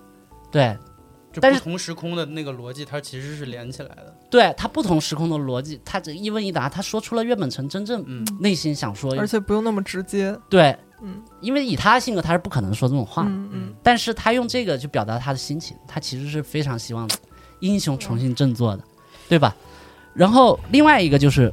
对，
就
但
不
是
同时空的那个逻辑，它其实是连起来的。
对他不同时空的逻辑，他这一问一答，他说出了岳本成真正
嗯
内心想说
嗯，而且不用那么直接，
对，
嗯
因为以他的性格，他是不可能说这种话的。
嗯嗯，
但是他用这个去表达他的心情，他其实是非常希望英雄重新振作的，对吧？然后另外一个就是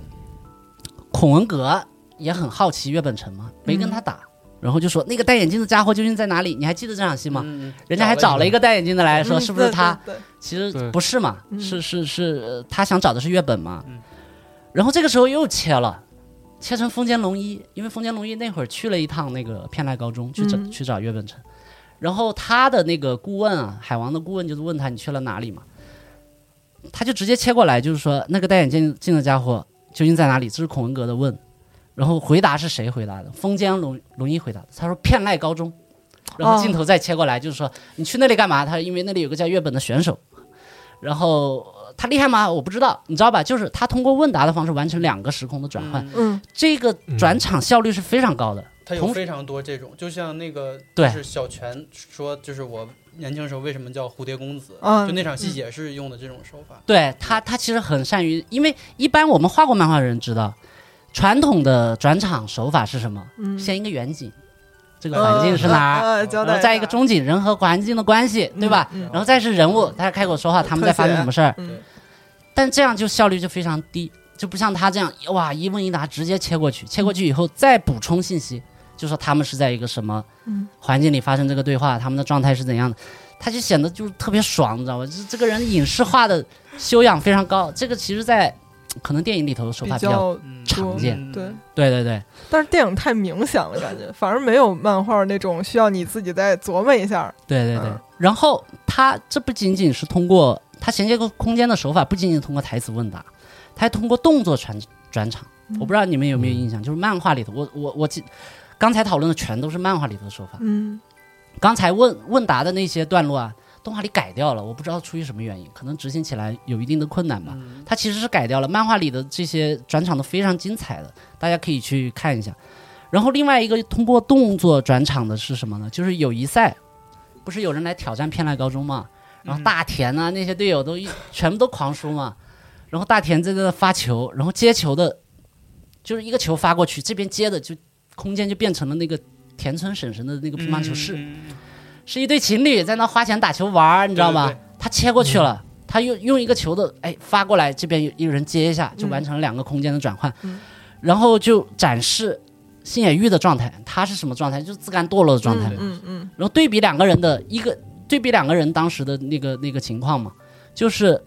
孔文革也很好奇岳本成嘛，没跟他打，然后就说那个戴眼镜的家伙究竟在哪里？你还记得这场戏吗？
嗯，嗯
人家还找了一个戴眼镜的来说，
嗯
是不是他？？
对对对
其实
对
不是嘛，
嗯
是是是、呃他想找的是月本嘛。
嗯
然后这个时候又切了，切成丰间龙一，因为丰间龙一那会儿去了一趟那个片濑高中去找、
嗯
去找月本城，然后他的那个顾问啊，海王的顾问就是问他你去了哪里嘛，他就直接切过来，就是说那个戴眼镜镜的家伙究竟在哪里？这是孔文革的问，然后回答是谁回答的？丰间龙龙一回答的，他说片濑高中。然
哦
后镜头再切过来，就是说你去那里干嘛？他说因为那里有个叫月本的选手，然后呃他厉害吗？我不知道，你知道吧？就是他通过问答的方式完成两个时空的转换，，
嗯
嗯
这个转场效率是非常高的。
它有
同
非常多这种，就像那个
对
就是小泉说，就是我年轻时候为什么叫蝴蝶公子，
嗯
就那场戏也是用的这种手法。
对他，他其实很善于，因为一般我们画过漫画的人知道，传统的转场手法是什么？
嗯，
先一个远景，这个环境是哪儿？
嗯？嗯交代
然后再一个中景，人和环境的关系，对吧？
嗯嗯
然后再是人物，他开口说话，他们在发生什么事儿？
嗯
但这样就效率就非常低，就不像他这样哇一问一答直接切过去，切过去以后再补充信息，就说他们是在一个什么
嗯
环境里发生这个对话，他们的状态是怎样的，他就显得就是特别爽，你知道吧？就是这个人影视化的修养非常高，这个其实在可能电影里头手法
比
比较。
较
嗯
常见
嗯
对，
对对对
但是电影太明显了，感觉反而没有漫画那种需要你自己再琢磨一下。
对对对
嗯。
然后他这不仅仅是通过他衔接空间的手法，不仅仅通过台词问答，他还通过动作转转场。我不知道你们有没有印象，就是漫画里头，我我我记，刚才讨论的全都是漫画里头的手法。
嗯
刚才问问答的那些段落啊，动画里改掉了，我不知道出于什么原因，可能执行起来有一定的困难吧。
嗯
它其实是改掉了，漫画里的这些转场都非常精彩的，大家可以去看一下。然后另外一个通过动作转场的是什么呢？就是友谊赛，不是有人来挑战片濑高中嘛？然后大田啊那些队友都一全部都狂输嘛，然后大田在这发球，然后接球的，就是一个球发过去，这边接的就空间就变成了那个田村婶婶的那个乒乓球室，
嗯
是一对情侣在那花钱打球玩儿，你知道吗？
对对
他切过去了，他用用一个球的哎发过来，这边有一个人接一下，就完成了两个空间的转换，
嗯
然后就展示新野玉的状态，他是什么状态？就是自甘堕落的状态。
嗯嗯
然后对比两个人的一个对比两个人当时的那个那个情况嘛，就是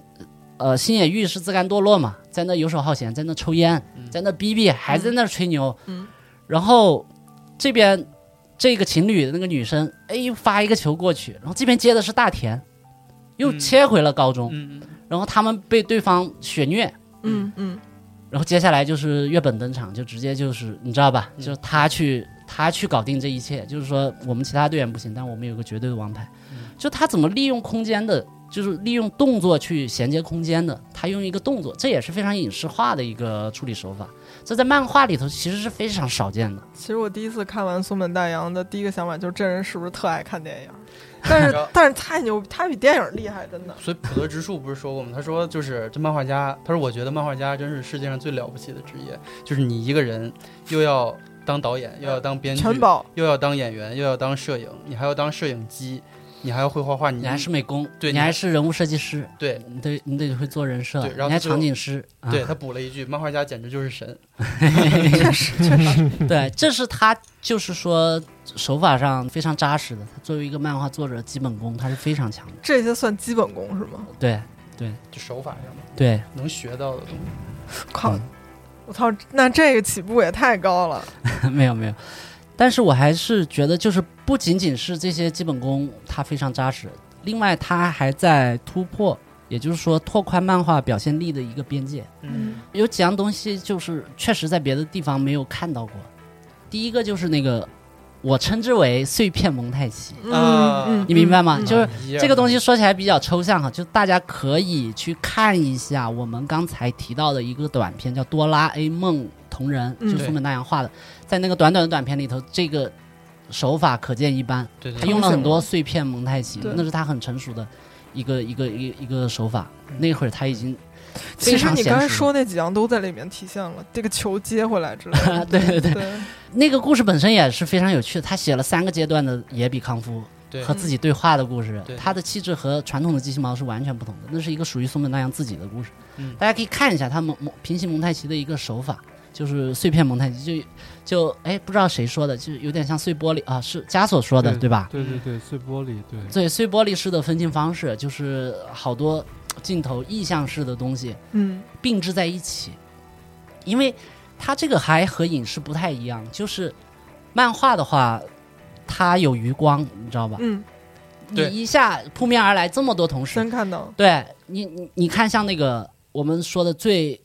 呃新野玉是自甘堕落嘛，在那游手好闲，在那抽烟，
嗯
在那逼逼，还在那吹牛。
嗯
然后这边这个情侣的那个女生，哎，又发一个球过去，然后这边接的是大田，又
嗯
切回了高中，
嗯，
然后他们被对方血虐。
嗯嗯
嗯
然后接下来就是月本登场，就直接就是你知道吧，就是他去他去搞定这一切。就是说，我们其他队员不行，但我们有个绝对的王牌。
嗯
就他怎么利用空间的，就是利用动作去衔接空间的。他用一个动作，这也是非常影视化的一个处理手法。这在漫画里头其实是非常少见
嗯
的。
其实我第一次看完松本大洋的第一个想法就是，这人是不是特爱看 电影？但是但是太牛，他比电影厉害，真的。
所以普德直树不是说过吗？他说就是这漫画家，他说我觉得漫画家真是世界上最了不起的职业，就是你一个人又要当导演，又要当编剧，
全 保，
又要当演员，又要当摄影，你还要当摄影机，你还要会画画，你
你还是美工，
对
你
你还
还是人物设计师，
对
你得你得会做人设，
对然后
你还
他最后
场景师，啊
对。他补了一句，漫画家简直就是神。
确实确实。
对，这是他就是说手法上非常扎实的。他作为一个漫画作者，基本功他是非常强的。
这些算基本功是吗？
对
就手法上面
对，
能学到的东西。
靠
嗯，
我操，那这个起步也太高了。
没有没有。但是我还是觉得，就是不仅仅是这些基本功他非常扎实，另外他还在突破，也就是说拓宽漫画表现力的一个边界。
嗯，
有几样东西就是确实在别的地方没有看到过。第一个就是那个，我称之为碎片蒙太奇。
啊
嗯，嗯
你明白吗
嗯
就是
一样
这个东西说起来比较抽象哈，就大家可以去看一下我们刚才提到的一个短片，叫《哆啦 A 梦同人》，
嗯
就松本大洋画的，在那个短短的短片里头，这个手法可见一斑。
对对
他
对
用了很多碎片蒙太奇
对，
那是他很成熟的一个一个一个一个手法。
嗯
那会儿他已经非
其实
常
你
娴
刚才
熟
说那几样都在里面体现了，这个球接回来之类 的。
对对对，
对，
那个故事本身也是非常有趣的。他写了三个阶段的野比康夫，
对
和自己对话的故事
对，
它的气质和传统的机器猫是完全不同的，那是一个属于松本大洋自己的故事。
嗯
大家可以看一下他蒙蒙平行蒙太奇的一个手法，就是碎片蒙太奇，就就哎不知道谁说的，就是有点像碎玻璃啊，是枷锁说的对吧？
对对对，碎玻璃，对，
对，碎玻璃式的分镜方式，就是好多镜头意象式的东西，
嗯，
并置在一起，因为它这个还和影视不太一样，就是漫画的话，它有余光，你知道吧？
嗯，
你
对
一下扑面而来这么多同事，
真看到，
对你你你看像那个我们说的最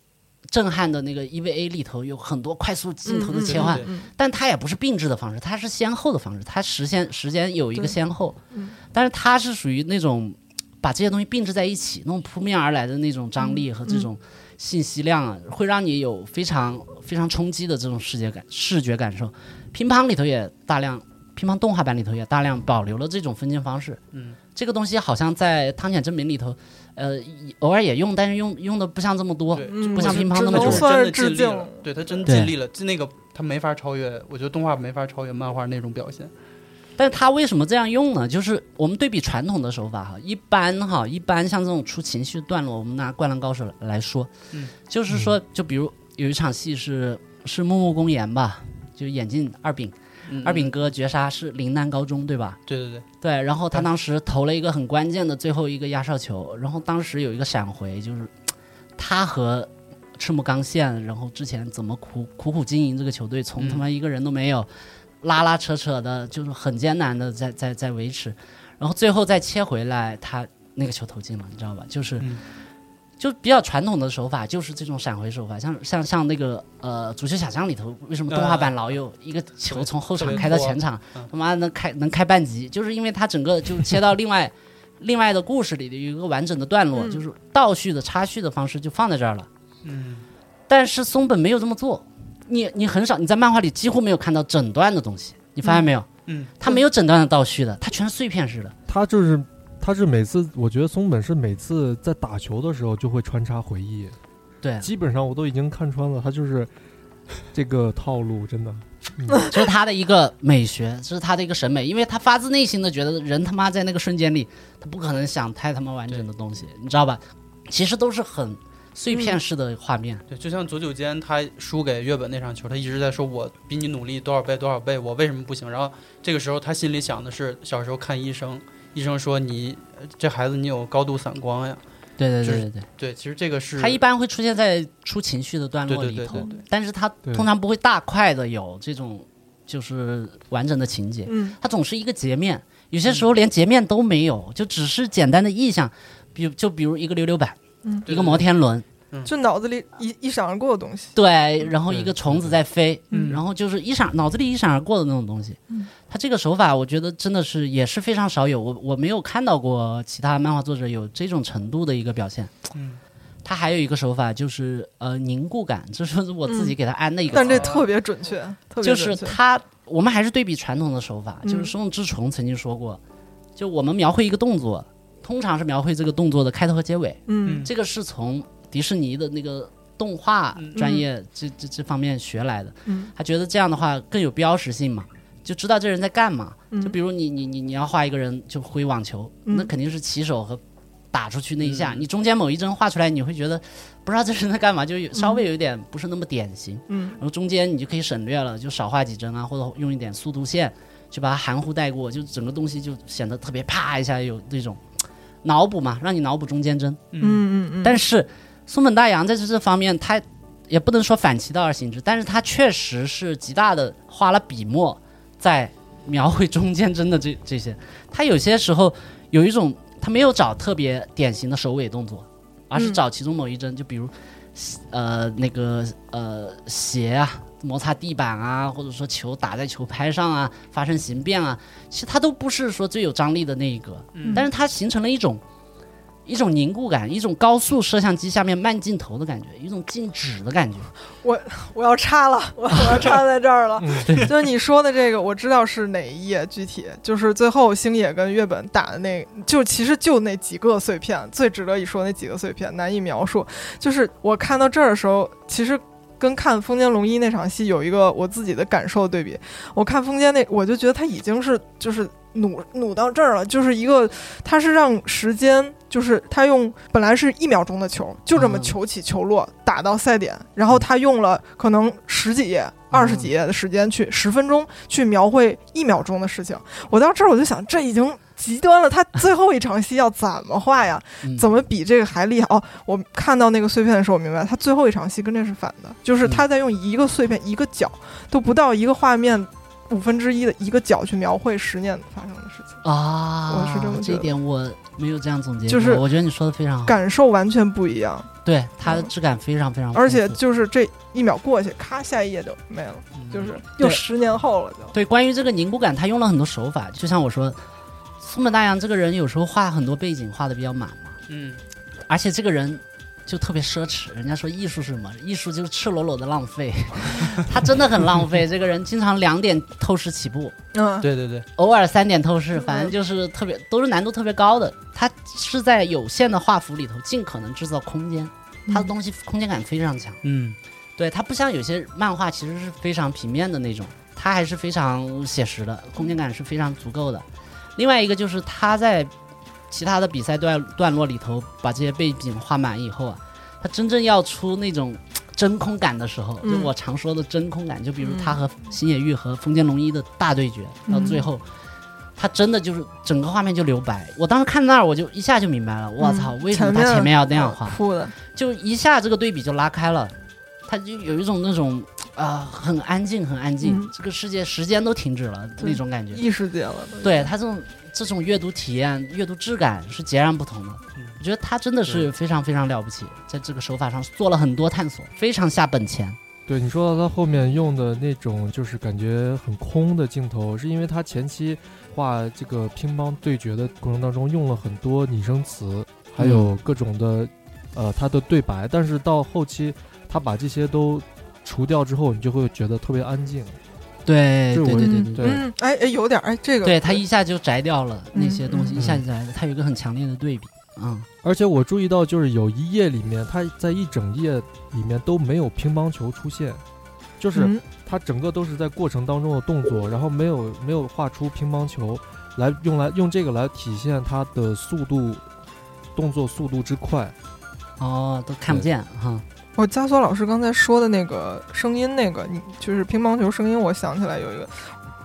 震撼的那个 EVA 里头有很多快速镜头的
嗯
切换，
对
嗯
但它也不是并置的方式，它是先后的方式，它实现时间有一个
对
先后，
嗯
但是它是属于那种把这些东西并置在一起，那种扑面而来的那种张力和这种
嗯
信息量啊，会让你有非常非常冲击的这种视觉感视觉感受。乒乓里头也大量，乒乓动画版里头也大量保留了这种分镜方式。
嗯，
这个东西好像在汤浅证明里头，呃，也偶尔也用，但是用用的不像这么多。
对
嗯，
不像
我
乒乓
只
那么
他
能
就
久
是
算是
真的
致
尽力
敬
了
了，
对他真
对
尽力了，那个他没法超越，我觉得动画没法超越漫画那种表现。
但是它为什么这样用呢？就是我们对比传统的手法哈，一般哈，一般像这种出情绪段落，我们拿《灌篮高手》来说，
嗯
就是说，就比如有一场戏是是木木公园吧，就眼镜二饼，
嗯
二饼，哥绝杀是陵南高中对吧？
对对对，
对，然后他
对
当时投了一个很关键的最后一个压哨球，然后当时有一个闪回，就是他和赤木刚宪，然后之前怎么苦苦苦经营这个球队，从
嗯
他妈一个人都没有，拉拉扯扯的，就是很艰难的在在在维持，然后最后再切回来，他那个球投进了，你知道吧？就是。
嗯
就比较传统的手法，就是这种闪回手法，像像像那个呃足球小将里头，为
啊
什么动画版老有一个球从后场开到前场，
嗯
他妈能开能开半集，就是因为它整个就切到另 外另外的故事里的有一个完整的段落，
嗯
就是倒叙的插叙的方式就放在这儿了。
嗯，
但是松本没有这么做，你你很少你在漫画里几乎没有看到整段的东西，你发现没有？
嗯，
它没有整段的倒叙的，它全是碎片式的。
他就是他是每次，我觉得松本是每次在打球的时候就会穿插回忆，
对，
基本上我都已经看穿了，他就是这个套路，真的。嗯
这是他的一个美学，这是他的一个审美，因为他发自内心的觉得人他妈在那个瞬间里，他不可能想太他妈完整的东西，你知道吧？其实都是很碎
嗯
片式的画面。
对，就像左九间他输给月本那场球，他一直在说我比你努力多少倍多少倍，我为什么不行？然后这个时候他心里想的是小时候看医生，医生说你呃这孩子你有高度散光呀。
对对
就
对
是
对对。
对，其实这个是
它一般会出现在出情绪的段落
对对
里
对
头，
对
但是它
对
通常不会大块的有这种就是完整的情节，
嗯，
它总是一个截面，有些时候连截面都没有，就只是简单的意象，比就比如一个溜溜板，
嗯
一个摩天轮，
嗯
就脑子里一一闪而过的东西。
嗯对，然后一个虫子在飞，
嗯
然后就是一闪脑子里一闪而过的那种东西。
嗯
他这个手法，我觉得真的是也是非常少有，我我没有看到过其他漫画作者有这种程度的一个表现。
嗯，
他还有一个手法就是呃凝固感，这是我自己给他安的一个
嗯但
词，
这特别准确，特别
就是
准确。
他我们还是对比传统的手法，
嗯
就是松之虫曾经说过，就我们描绘一个动作，通常是描绘这个动作的开头和结尾，
嗯
嗯
这个是从迪士尼的那个动画
嗯
专业这这这方面学来的。
嗯
他觉得这样的话更有标识性嘛，就知道这人在干嘛。
嗯
就比如你你你你要画一个人就挥网球，
嗯
那肯定是起手和打出去那一下。你中间某一帧画出来，你会觉得不知道这人在干嘛， 就有稍微有一点不是那么典型。
嗯
然后中间你就可以省略了，就少画几帧啊，或者用一点速度线去把它含糊带过，就整个东西就显得特别啪一下有那种脑补嘛，让你脑补中间帧。
嗯嗯嗯，
但是松本大洋在这这方面，他也不能说反其道而行之，但是他确实是极大的花了笔墨在描绘中间真的这这些。他有些时候有一种他没有找特别典型的首尾动作，而是
嗯
找其中某一帧，就比如呃那个呃鞋啊。摩擦地板啊，或者说球打在球拍上啊，发生形变啊，其实它都不是说最有张力的那一个，
嗯
但是它形成了一种一种凝固感，一种高速摄像机下面慢镜头的感觉，一种静止的感觉。
我要插了，我我要插在这儿了。就是你说的这个，我知道是哪一页具体，就是最后星野跟月本打的那，就其实就那几个碎片，最值得一说那几个碎片难以描述。就是我看到这儿的时候，其实。跟看风间龙一那场戏有一个我自己的感受对比，我看风间那我就觉得他已经是就是努努到这儿了，就是一个他是让时间就是他用本来是一秒钟的球，就这么
嗯
球起球落打到赛点，然后他用了可能十几页、二十几页的时间去十分钟去描绘一秒钟的事情。我到这儿我就想，这已经极端了，他最后一场戏要怎么画呀？
嗯
怎么比这个还厉害？哦，我看到那个碎片的时候，我明白他最后一场戏跟这是反的，
嗯
就是他在用一个碎片、一个角，都不到一个画面五分之一的一个角去描绘十年发生的事情，
啊？
我是这么觉得
一点我没有这样总结过，
就是
我觉得你说的非常好，
感受完全不一样。
对它的质感非常非常丰富，
而且就是这一秒过去，咔，下一页就没了，
嗯
就是
对
又十年后了就。
对关于这个凝固感，他用了很多手法，就像我说。松本大洋这个人有时候画很多背景画的比较满嘛，
嗯
而且这个人就特别奢侈。人家说艺术是什么？艺术就是赤裸裸的浪费，他真的很浪费。这个人经常两点透视起步，
嗯，
对对对，
偶尔三点透视，反正就是特别都是难度特别高的。它是在有限的画幅里头尽可能制造空间，
嗯
它的东西空间感非常强。
嗯
对，它不像有些漫画其实是非常平面的那种，它还是非常写实的，空间感是非常足够的。另外一个就是他在其他的比赛段段落里头把这些背景画满以后啊，他真正要出那种真空感的时候，
嗯
就我常说的真空感，就比如他和星野玉和丰间龙一的大对决，
嗯
到最后。他真的就是整个画面就留白，我当时看那儿我就一下就明白了，我
嗯
操，为什么他
前面
前面要那样 画？
酷的，
就一下这个对比就拉开了，它就有一种那种啊、很安静，很安静，
嗯
这个世界时间都停止了
对
那种感觉。
异世界了都。
对它这种这种阅读体验、阅读质感是截然不同的。
嗯
我觉得他真的是非常非常了不起，在这个手法上做了很多探索，非常下本钱。
对你说到他后面用的那种，就是感觉很空的镜头，是因为他前期画这个乒乓对决的过程当中用了很多拟声词，还
嗯
有各种的，呃，他的对白。但是到后期，他把这些都除掉之后，你就会觉得特别安静。
对
对
对
我
对对
嗯
对
对
嗯，哎哎，有点儿哎，这个
对他一下就摘掉了那些
嗯
东西，
嗯
一下就摘了，他有一个很强烈的对比。嗯，
而且我注意到，就是有一页里面，他在一整页里面都没有乒乓球出现，就是。
嗯
它整个都是在过程当中的动作，然后没有没有画出乒乓球来用来用这个来体现它的速度，动作速度之快。
哦，都看不见哈。
我加索老师刚才说的那个声音，那个你就是乒乓球声音，我想起来有一个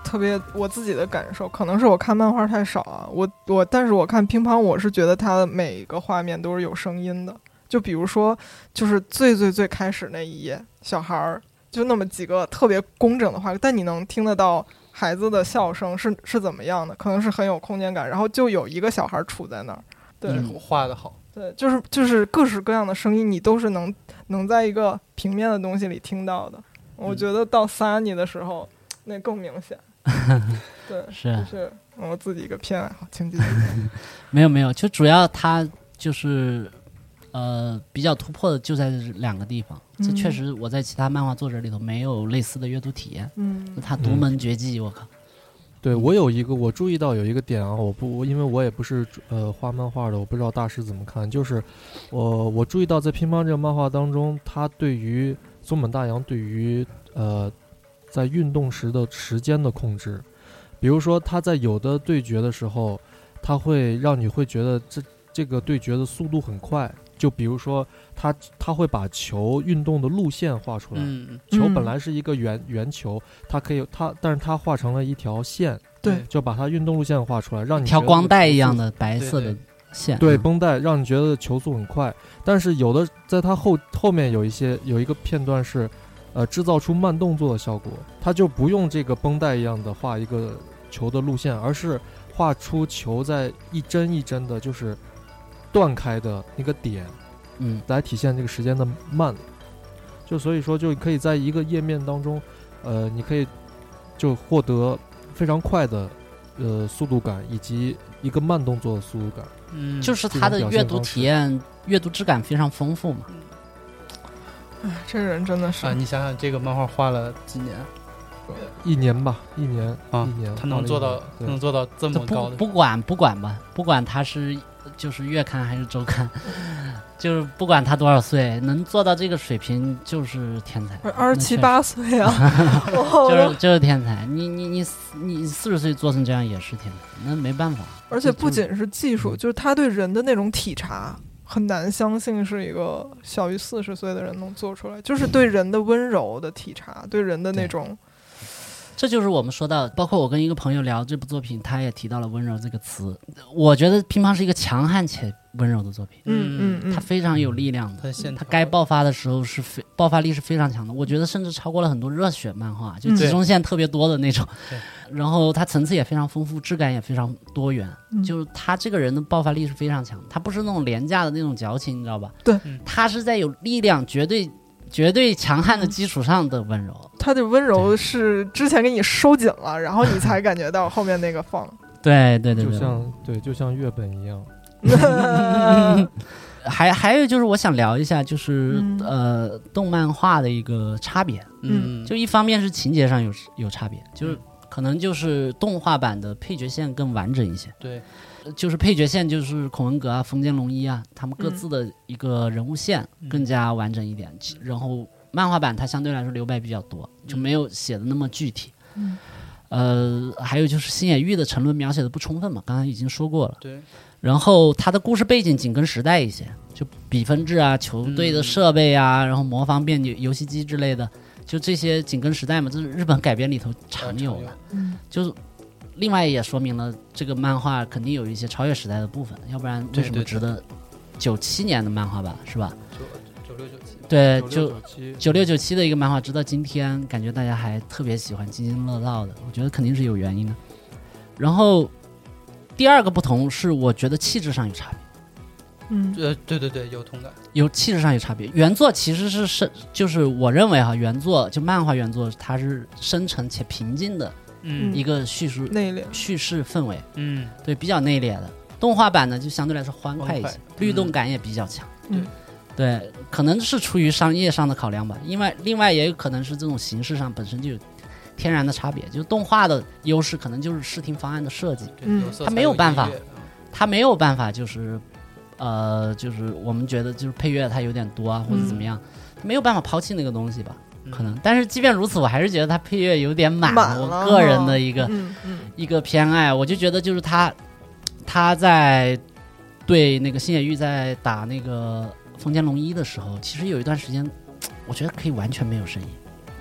特别我自己的感受，可能是我看漫画太少啊。我我，但是我看乒乓，我是觉得它的每一个画面都是有声音的。就比如说，就是最最最开始那一页，小孩儿就那么几个特别工整的画，但你能听得到孩子的笑声是是怎么样的，可能是很有空间感。然后就有一个小孩儿杵在那儿，对，
嗯
画的好，
对，就是就是各式各样的声音，你都是能能在一个平面的东西里听到的。我
嗯
觉得到撒你的时候，那更明 显。对，
是
就是啊我自己一个偏爱好，请继 续。
没有没有，就主要它就是呃比较突破的就在这两个地方，这
嗯
确实我在其他漫画作者里头没有类似的阅读体验，
嗯
他独门绝技，我靠，
对我有一个，我注意到有一个点啊，我不，我因为我也不是呃画漫画的，我不知道大师怎么看。就是我我注意到在《乒乓》这个漫画当中，他对于松本大洋对于呃在运动时的时间的控制，比如说他在有的对决的时候，他会让你会觉得这这个对决的速度很快。就比如说他他会把球运动的路线画出来，
嗯，
球
嗯
本来是一个圆圆球，它可以它，但是它画成了一条线，
对，
就把它运动路线画出来，让你
条
觉得
光带一样
球
的白色的线，
速，对
嗯
绷带，让你觉得球速很快。但是有的在它后后面有一些有一个片段是，呃，制造出慢动作的效果，它就不用这个绷带一样的画一个球的路线，而是画出球在一帧一帧的，就是断开的那个点，
嗯，
来体现这个时间的慢。就所以说，就可以在一个页面当中，呃，你可以就获得非常快的呃速度感，以及一个慢动作的速度感。
嗯，
就是他的阅读体验、阅读质感非常丰富嘛。
哎这人真的是
啊，你想想这个漫画画了几年，
一年吧，一年
啊
一年，
他能做到
画了一年
能做到这
这
么
不
高的，
不管不管吧，不管他是就是月刊还是周刊， 就是不管他多少岁，能做到这个水平就是天才。
二十七八岁啊，我
那确实，就
都
是就是天才。你你你你四十岁做成这样也是天才，那没办法。
而且不仅是技术，就是他对人的那种体察，很难相信是一个小于四十岁的人能做出来。就是对人的温柔的体察，对人的那种，
这就是我们说到，包括我跟一个朋友聊这部作品，他也提到了温柔这个词。我觉得《乒乓》是一个强悍且温柔的作品，
嗯嗯
它
嗯，
非常有力量的。
他现
它该爆发的时候是非爆发力是非常强的，我觉得甚至超过了很多热血漫画，就
嗯
集中线特别多的那种。
对
然后它层次也非常丰富，质感也非常多元。
嗯
就是他这个人的爆发力是非常强，他不是那种廉价的那种矫情，你知道吧？
对
嗯
他是在有力量、绝对、绝对强悍的
嗯
基础上的温柔。
他的温柔是之前给你收紧 了，然后你才感觉到后面那个放。
对对对
就
对，
像对，就像月本一样。
还还有就是，我想聊一下，就是、
嗯
呃，动漫画的一个差别。
嗯，
就一方面是情节上有有差别，就是可能就是动画版的配角线更完整一些，
对，
呃就是配角线就是孔文革啊、封建龙一啊，他们各自的一个人物线
嗯
更加完整一点。其然后漫画版它相对来说留白比较多，就没有写的那么具体。
嗯
呃，还有就是星野玉的沉沦描写的不充分嘛，刚才已经说过了。
对，
然后它的故事背景紧跟时代一些，就比分制
嗯
啊、球队的设备啊，然后魔方变游游戏机之类的，就这些紧跟时代嘛，这是日本改编里头常有的。
嗯
就是另外也说明了这个漫画肯定有一些超越时代的部分，要不然为
对
什
对
么
对
值得九七年的漫画吧，是吧？
九六九七，
对，
96
就
97
九六九七的一个漫画，直到今天，感觉大家还特别喜欢津津乐道的，我觉得肯定是有原因的。然后第二个不同是，我觉得气质上有差别。
嗯
呃，对对对，有同感，
有气质上有差别。原作其实是深，就是我认为哈，原作就漫画原作，它是深沉且平静的
嗯
一个叙述、
内敛，
叙事氛围，
嗯，
对，比较内敛的。动画版呢，就相对来说欢快一
欢
些
快，
律动感也比较强。
嗯
对，可能是出于商业上的考量吧，因为另外也有可能是这种形式上本身就有天然的差别。就动画的优势可能就是视听方案的设计，
嗯
对，有色
他
彩
没有
音
办法
乐
他没有办法，就是，呃，就是我们觉得就是配乐它有点多啊，或
嗯
者怎么样，没有办法抛弃那个东西吧，
嗯
可能。但是即便如此，我还是觉得它配乐有点满，
满了
我个人的一个、
嗯嗯
一个偏爱，我就觉得就是他他在对那个新野玉在打那个封建龙一的时候，其实有一段时间，我觉得可以完全没有声音。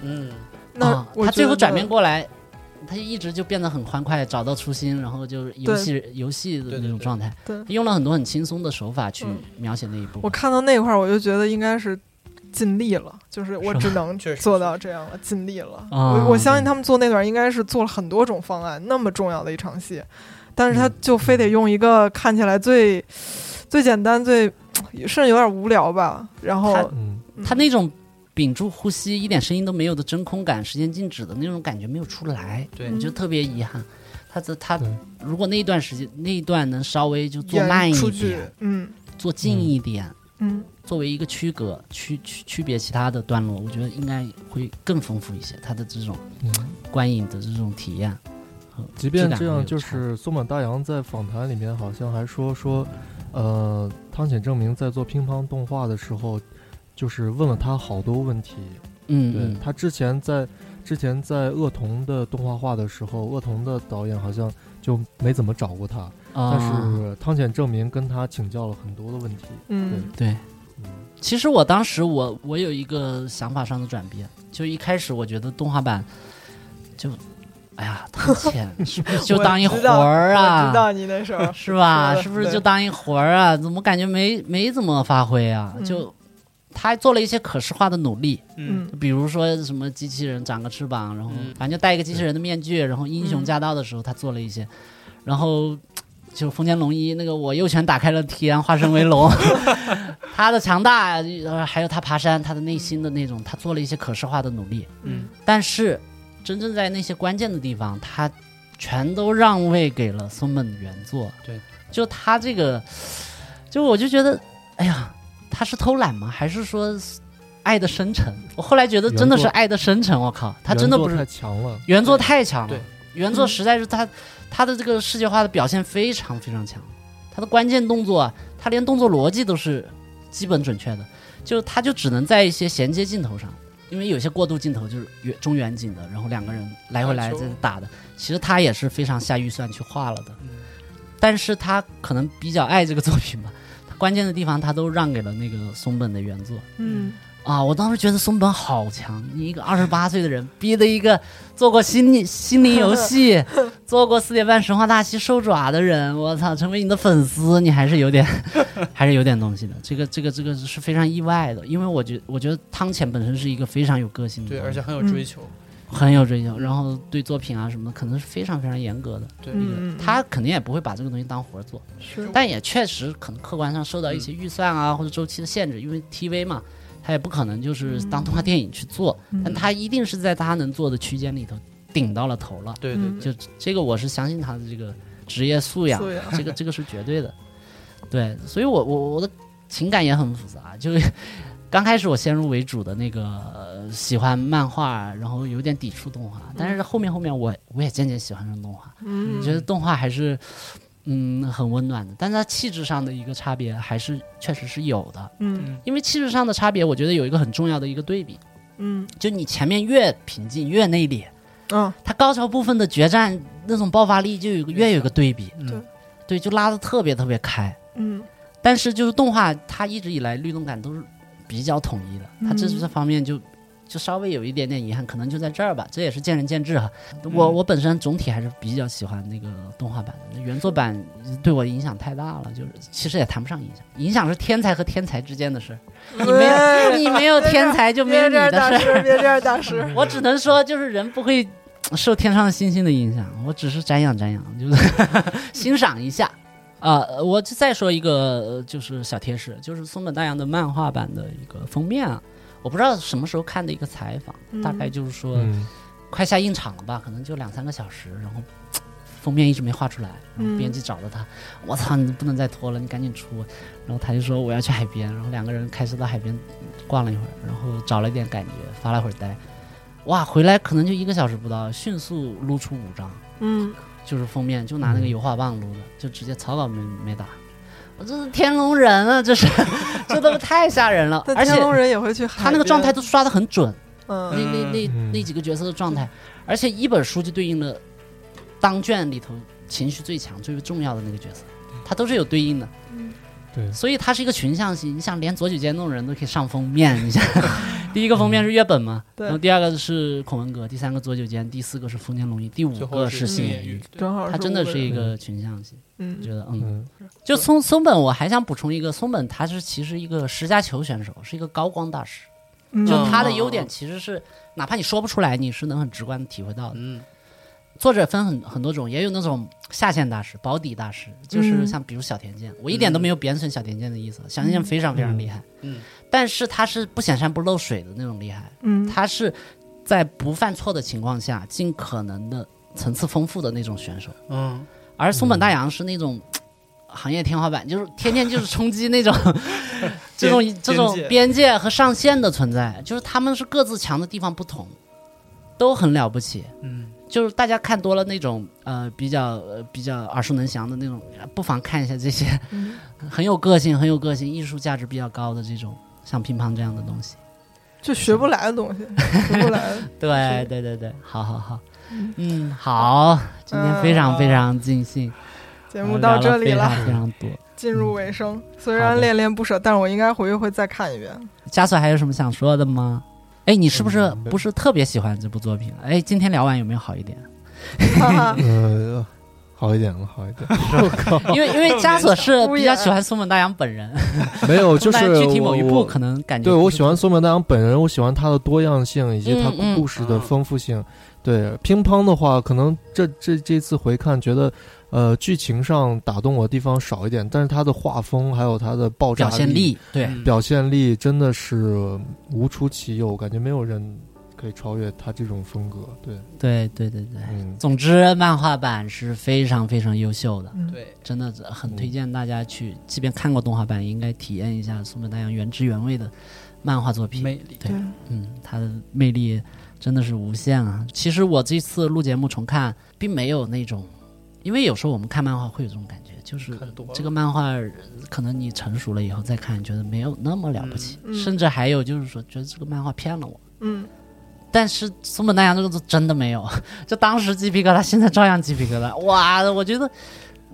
嗯，
那
啊、
我
他最
觉
后
得
转变过来，他一直就变得很欢快，找到初心，然后就是游戏游戏的那种状态，
对对对
他用了很多很轻松的手法去
嗯
描写那一部
我
分。
看到那块儿，我就觉得应该是尽力了，就是我只能
确实
做到这样了，尽力了。
啊
我我相信他们做那段应该是做了很多种方案，那么重要的一场戏，但是他
嗯
就非得用一个看起来最最简单、最甚至有点无聊吧。然后
他
嗯，
他那种屏住呼吸、一点声音都没有的真空感、时间静止的那种感觉没有出来，
对
你就特别遗憾。他这他
对
如果那一段时间那一段能稍微就做
演
慢
出
一
去
点，，
嗯
做近一点，
嗯，
作为一个区隔区区区别其他的段落，我觉得应该会更丰富一些。他的这种
嗯
观影的这种体验，
即便
质量
这
会
样，
有
就
差
是松本大洋在访谈里面好像还说说，呃，汤浅证明在做乒乓动画的时候，就是问了他好多问题。
嗯
对
嗯，
他之前在之前在恶童的动画化的时候，恶童的导演好像就没怎么找过他，但
啊
是汤浅证明跟他请教了很多的问题。
嗯
对。
嗯
其实我当时我我有一个想法上的转变，就一开始我觉得动画版就，哎呀，太浅， 是不是就当一
我
活
知道
儿
我
啊
知？道你那时候
是吧？
是的
是不是
对
就当一活儿啊？怎么感觉没没怎么发挥啊？
嗯
就他做了一些可视化的努力，
嗯
嗯，
比如说什么机器人长个翅膀，然后
嗯
反正就戴一个机器人的面具，然后英雄驾到的时候他做了一些，然后就丰田龙一那个我右拳打开了天，化身为龙， 他的强大，呃还有他爬山，他的内心的那种，他做了一些可视化的努力，
嗯
但是真正在那些关键的地方，他全都让位给了松本原作。
对，
就他这个，就我就觉得，哎呀，他是偷懒吗？还是说爱的深沉？我后来觉得真的是爱的深沉。我靠，他真的
原
不
作
是
太强了。
原作太强了
对，
原作实在是他他的这个视觉化的表现非常非常强，他的关键动作啊，他连动作逻辑都是基本准确的，就他就只能在一些衔接镜头上，因为有些过渡镜头就是远中远景的，然后两个人来回来
打球
这打的，其实他也是非常下预算去画了的，
嗯
但是他可能比较爱这个作品吧，他关键的地方他都让给了那个松本的原作，
嗯
啊，我当时觉得松本好强，你一个二十八岁的人，逼的一个做过心理心灵游戏，做过四点半神话大戏兽爪的人，我操，成为你的粉丝，你还是有点， 还是有点东西的。这个这个这个是非常意外的，因为我觉我觉得汤浅本身是一个非常有个性的
嗯
对，
导
而
演，
且很有追求，
很有追求，然后对作品啊什么的可能是非常非常严格的，
对，
嗯，嗯
他肯定也不会把这个东西当活儿做。
是
但也确实可能客观上受到一些预算啊、
嗯
或者周期的限制，因为 TV 嘛，它也不可能就是
嗯
当动画电影去做，但它一定是在它能做的区间里头顶到了头了。
对对
嗯
对，
就这个，我是相信他的这个职业素养，
素养
这个这个是绝对的。对，所以我我我的情感也很复杂， 就是刚开始我先入为主的那个、呃喜欢漫画，然后有点抵触动画，但是后面后面我我也渐渐喜欢上动画，
嗯
我觉得动画还是嗯很温暖的，但是它气质上的一个差别还是确实是有的，
嗯
因为气质上的差别，我觉得有一个很重要的一个对比，
嗯
就你前面越平静越内敛，
嗯
它高潮部分的决战那种爆发力就有一个越有一个对比，
嗯
对，就拉的特别特别开。
嗯
但是就是动画，它一直以来律动感都是比较统一的，它这
嗯
这方面就就稍微有一点点遗憾，可能就在这儿吧，这也是见仁见智哈。
嗯
我我本身总体还是比较喜欢那个动画版的，原作版对我影响太大了，就是其实也谈不上影响，影响是天才和天才之间的事儿，你没有
哎
你没有天才就没有
别
你
这样，
的事
大
儿。
师，别这样，大师。
我只能说，就是人不会受天上的星星的影响，我只是瞻仰瞻仰，就是 欣赏一下。啊、我就再说一个，呃就是小贴士，就是松本大洋的漫画版的一个封面啊，我不知道什么时候看的一个采访，
嗯
大概就是说、
嗯，
快下映场了吧，可能就两三个小时，然后封面一直没画出来，然后编辑找到他，我操，你不能再拖了，你赶紧出。然后他就说我要去海边，然后两个人开车到海边逛了一会儿，然后找了一点感觉，发了会儿呆，哇，回来可能就一个小时不到，迅速撸出五张，
嗯，
就是封面，就拿那个油画棒撸的，就直接草稿没没打。我这是天龙人啊，这是， 这都太吓人了，
但
而且
天龙人也会去海
他那个状态
边，
都刷的很准。
嗯
那那那
嗯
那几个角色的状态，而且一本书就对应了当卷里头情绪最强、最重要的那个角色，它都是有对应的，
对，
所以它是一个群像戏。你想，连左九间那种人都可以上封面，你想， 第一个封面是月本嘛，
对
然后第二个是孔文革，第三个左九间，第四个是丰田龙一，第五
最后
个是星野
玉
玉，，
正好
嗯它真的是
五
一
个人
个群像戏，我
嗯
觉得嗯。
嗯，
就松松本，我还想补充一个，松本他是其实一个十佳球选手，是一个高光大师。
嗯
就
嗯
他的优点其实是，哪怕你说不出来，你是能很直观的体会到的。
嗯，
作者分很很多种，也有那种下线大师、保底大师，就是
嗯
像比如小田健，我一点都没有贬损小田健的意思，小田健非常非常厉害，
嗯，
但是他是不显山不漏水的那种厉害，
嗯，
他是在不犯错的情况下，尽可能的层次丰富的那种选手，
嗯，
而松本大洋是那种。行业天花板就是天天就是冲击 那种这种这种
边界
边界和上限的存在，就是他们是各自强的地方不同，都很了不起。
嗯，
就是大家看多了那种呃比较呃比较耳熟能详的那种，呃不妨看一下这些、
嗯
很有个性、很有个性、艺术价值比较高的这种，像乒乓这样的东西。
就学不来的 东西，学不来的。
对
是
对对对，好好好
嗯，
嗯，好，今天非常非常尽兴，
节目到这里
聊了
了，
非常非常多。
进入尾声。虽
好
然
的
恋恋不舍，但是我应该回去会再看一遍。
加索还有什么想说的吗？哎，你是不是
嗯没
不是特别喜欢这部作品？哎，今天聊完有没有好一 点？
哈哈，
呃，好一点了，好 一点。
因为因为加索是
敷衍
比较喜欢松本大洋本人，
没有，就
松本
是
大洋具体某一
我
部可能感觉
对
不
我
是
喜欢松本大洋本人，我喜欢他的多样性以及他
嗯嗯
故事的丰富性。对乒乓的话，可能这这这次回看觉得，呃，剧情上打动我的地方少一点，但是他的画风还有他的爆炸
表现
力、
力，对，
嗯
表现力真的是无出其右，感觉没有人可以超越他这种风格。对，
对对对对。
嗯，
总之，漫画版是非常非常优秀的，
嗯，
对，
真的很推荐大家去，即便看过动画版，也应该体验一下松本大洋原汁原味的漫画作品。
魅力，
对嗯，它的魅力真的是无限啊！其实我这次录节目重看，并没有那种，因为有时候我们看漫画会有这种感觉，就是
看多了
这个漫画呃可能你成熟了以后再看，觉得没有那么了不起，
嗯嗯
甚至还有就是说觉得这个漫画骗了我。
嗯，
但是松本大洋这个真的没有， 就当时鸡皮疙瘩，现在照样鸡皮疙瘩。哇，我觉得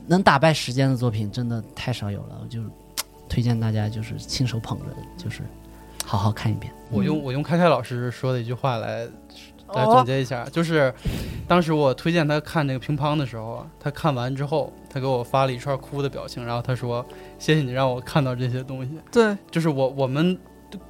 能打败时间的作品真的太少有了，我就推荐大家就是亲手捧着，就是好好看一遍。
我用我用开开老师说的一句话来来
哦
总结一下，就是当时我推荐他看那个乒乓的时候啊，他看完之后，他给我发了一串哭的表情，然后他说：“谢谢你让我看到这些东西。
哦对，”
就是我我们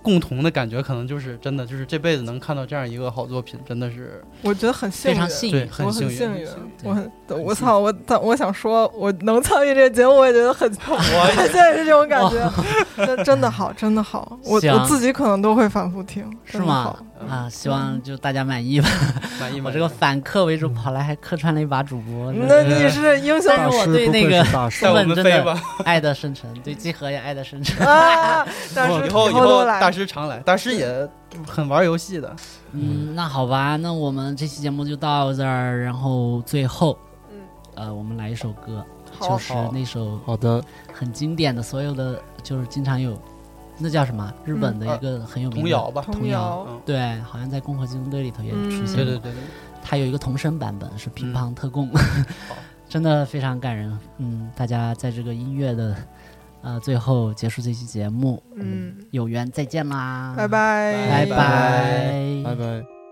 共同的感觉，可能就是真的就是这辈子能看到这样一个好作品，真的是
我觉得很幸
非
运，
常幸
对
运，
我
很
很幸
运。
我很，我
很幸
操，我但我想说，我能参与这个节目，我也觉得很，
我也
现在是这种感觉， 真真的好，真的好，我
行
我自己可能都会反复听，
是
真的
吗
好？
啊，希望就大家满意吧。
满意吗？
我这个反客为主，跑来还客串了一把主播，
那你是英雄
嗯但是我对那个
大师
松
带我
本
们
真
飞
的
吧！
爱的深沉，对集合也爱的深沉。
啊！大师
以后以
都
后
来，
大师常来，大师也很玩游戏的。
嗯，那好吧，那我们这期节目就到这儿，然后最后
嗯，
呃，我们来一首歌，
好
就是那首
好的，
很经典的，所有的就是经常有，那叫什么？日本的一个很有名
嗯呃童
的
谣吧，
童谣，
嗯，
对，好像在《共和机动队》里头也出
嗯
现
对
过。
对对对，
它有一个童声版本是乒乓特供，
好
真的非常感人。嗯，大家在这个音乐的呃最后结束这期节目，
嗯，
有缘再见啦，
拜，拜，
嗯拜
拜
拜
拜拜。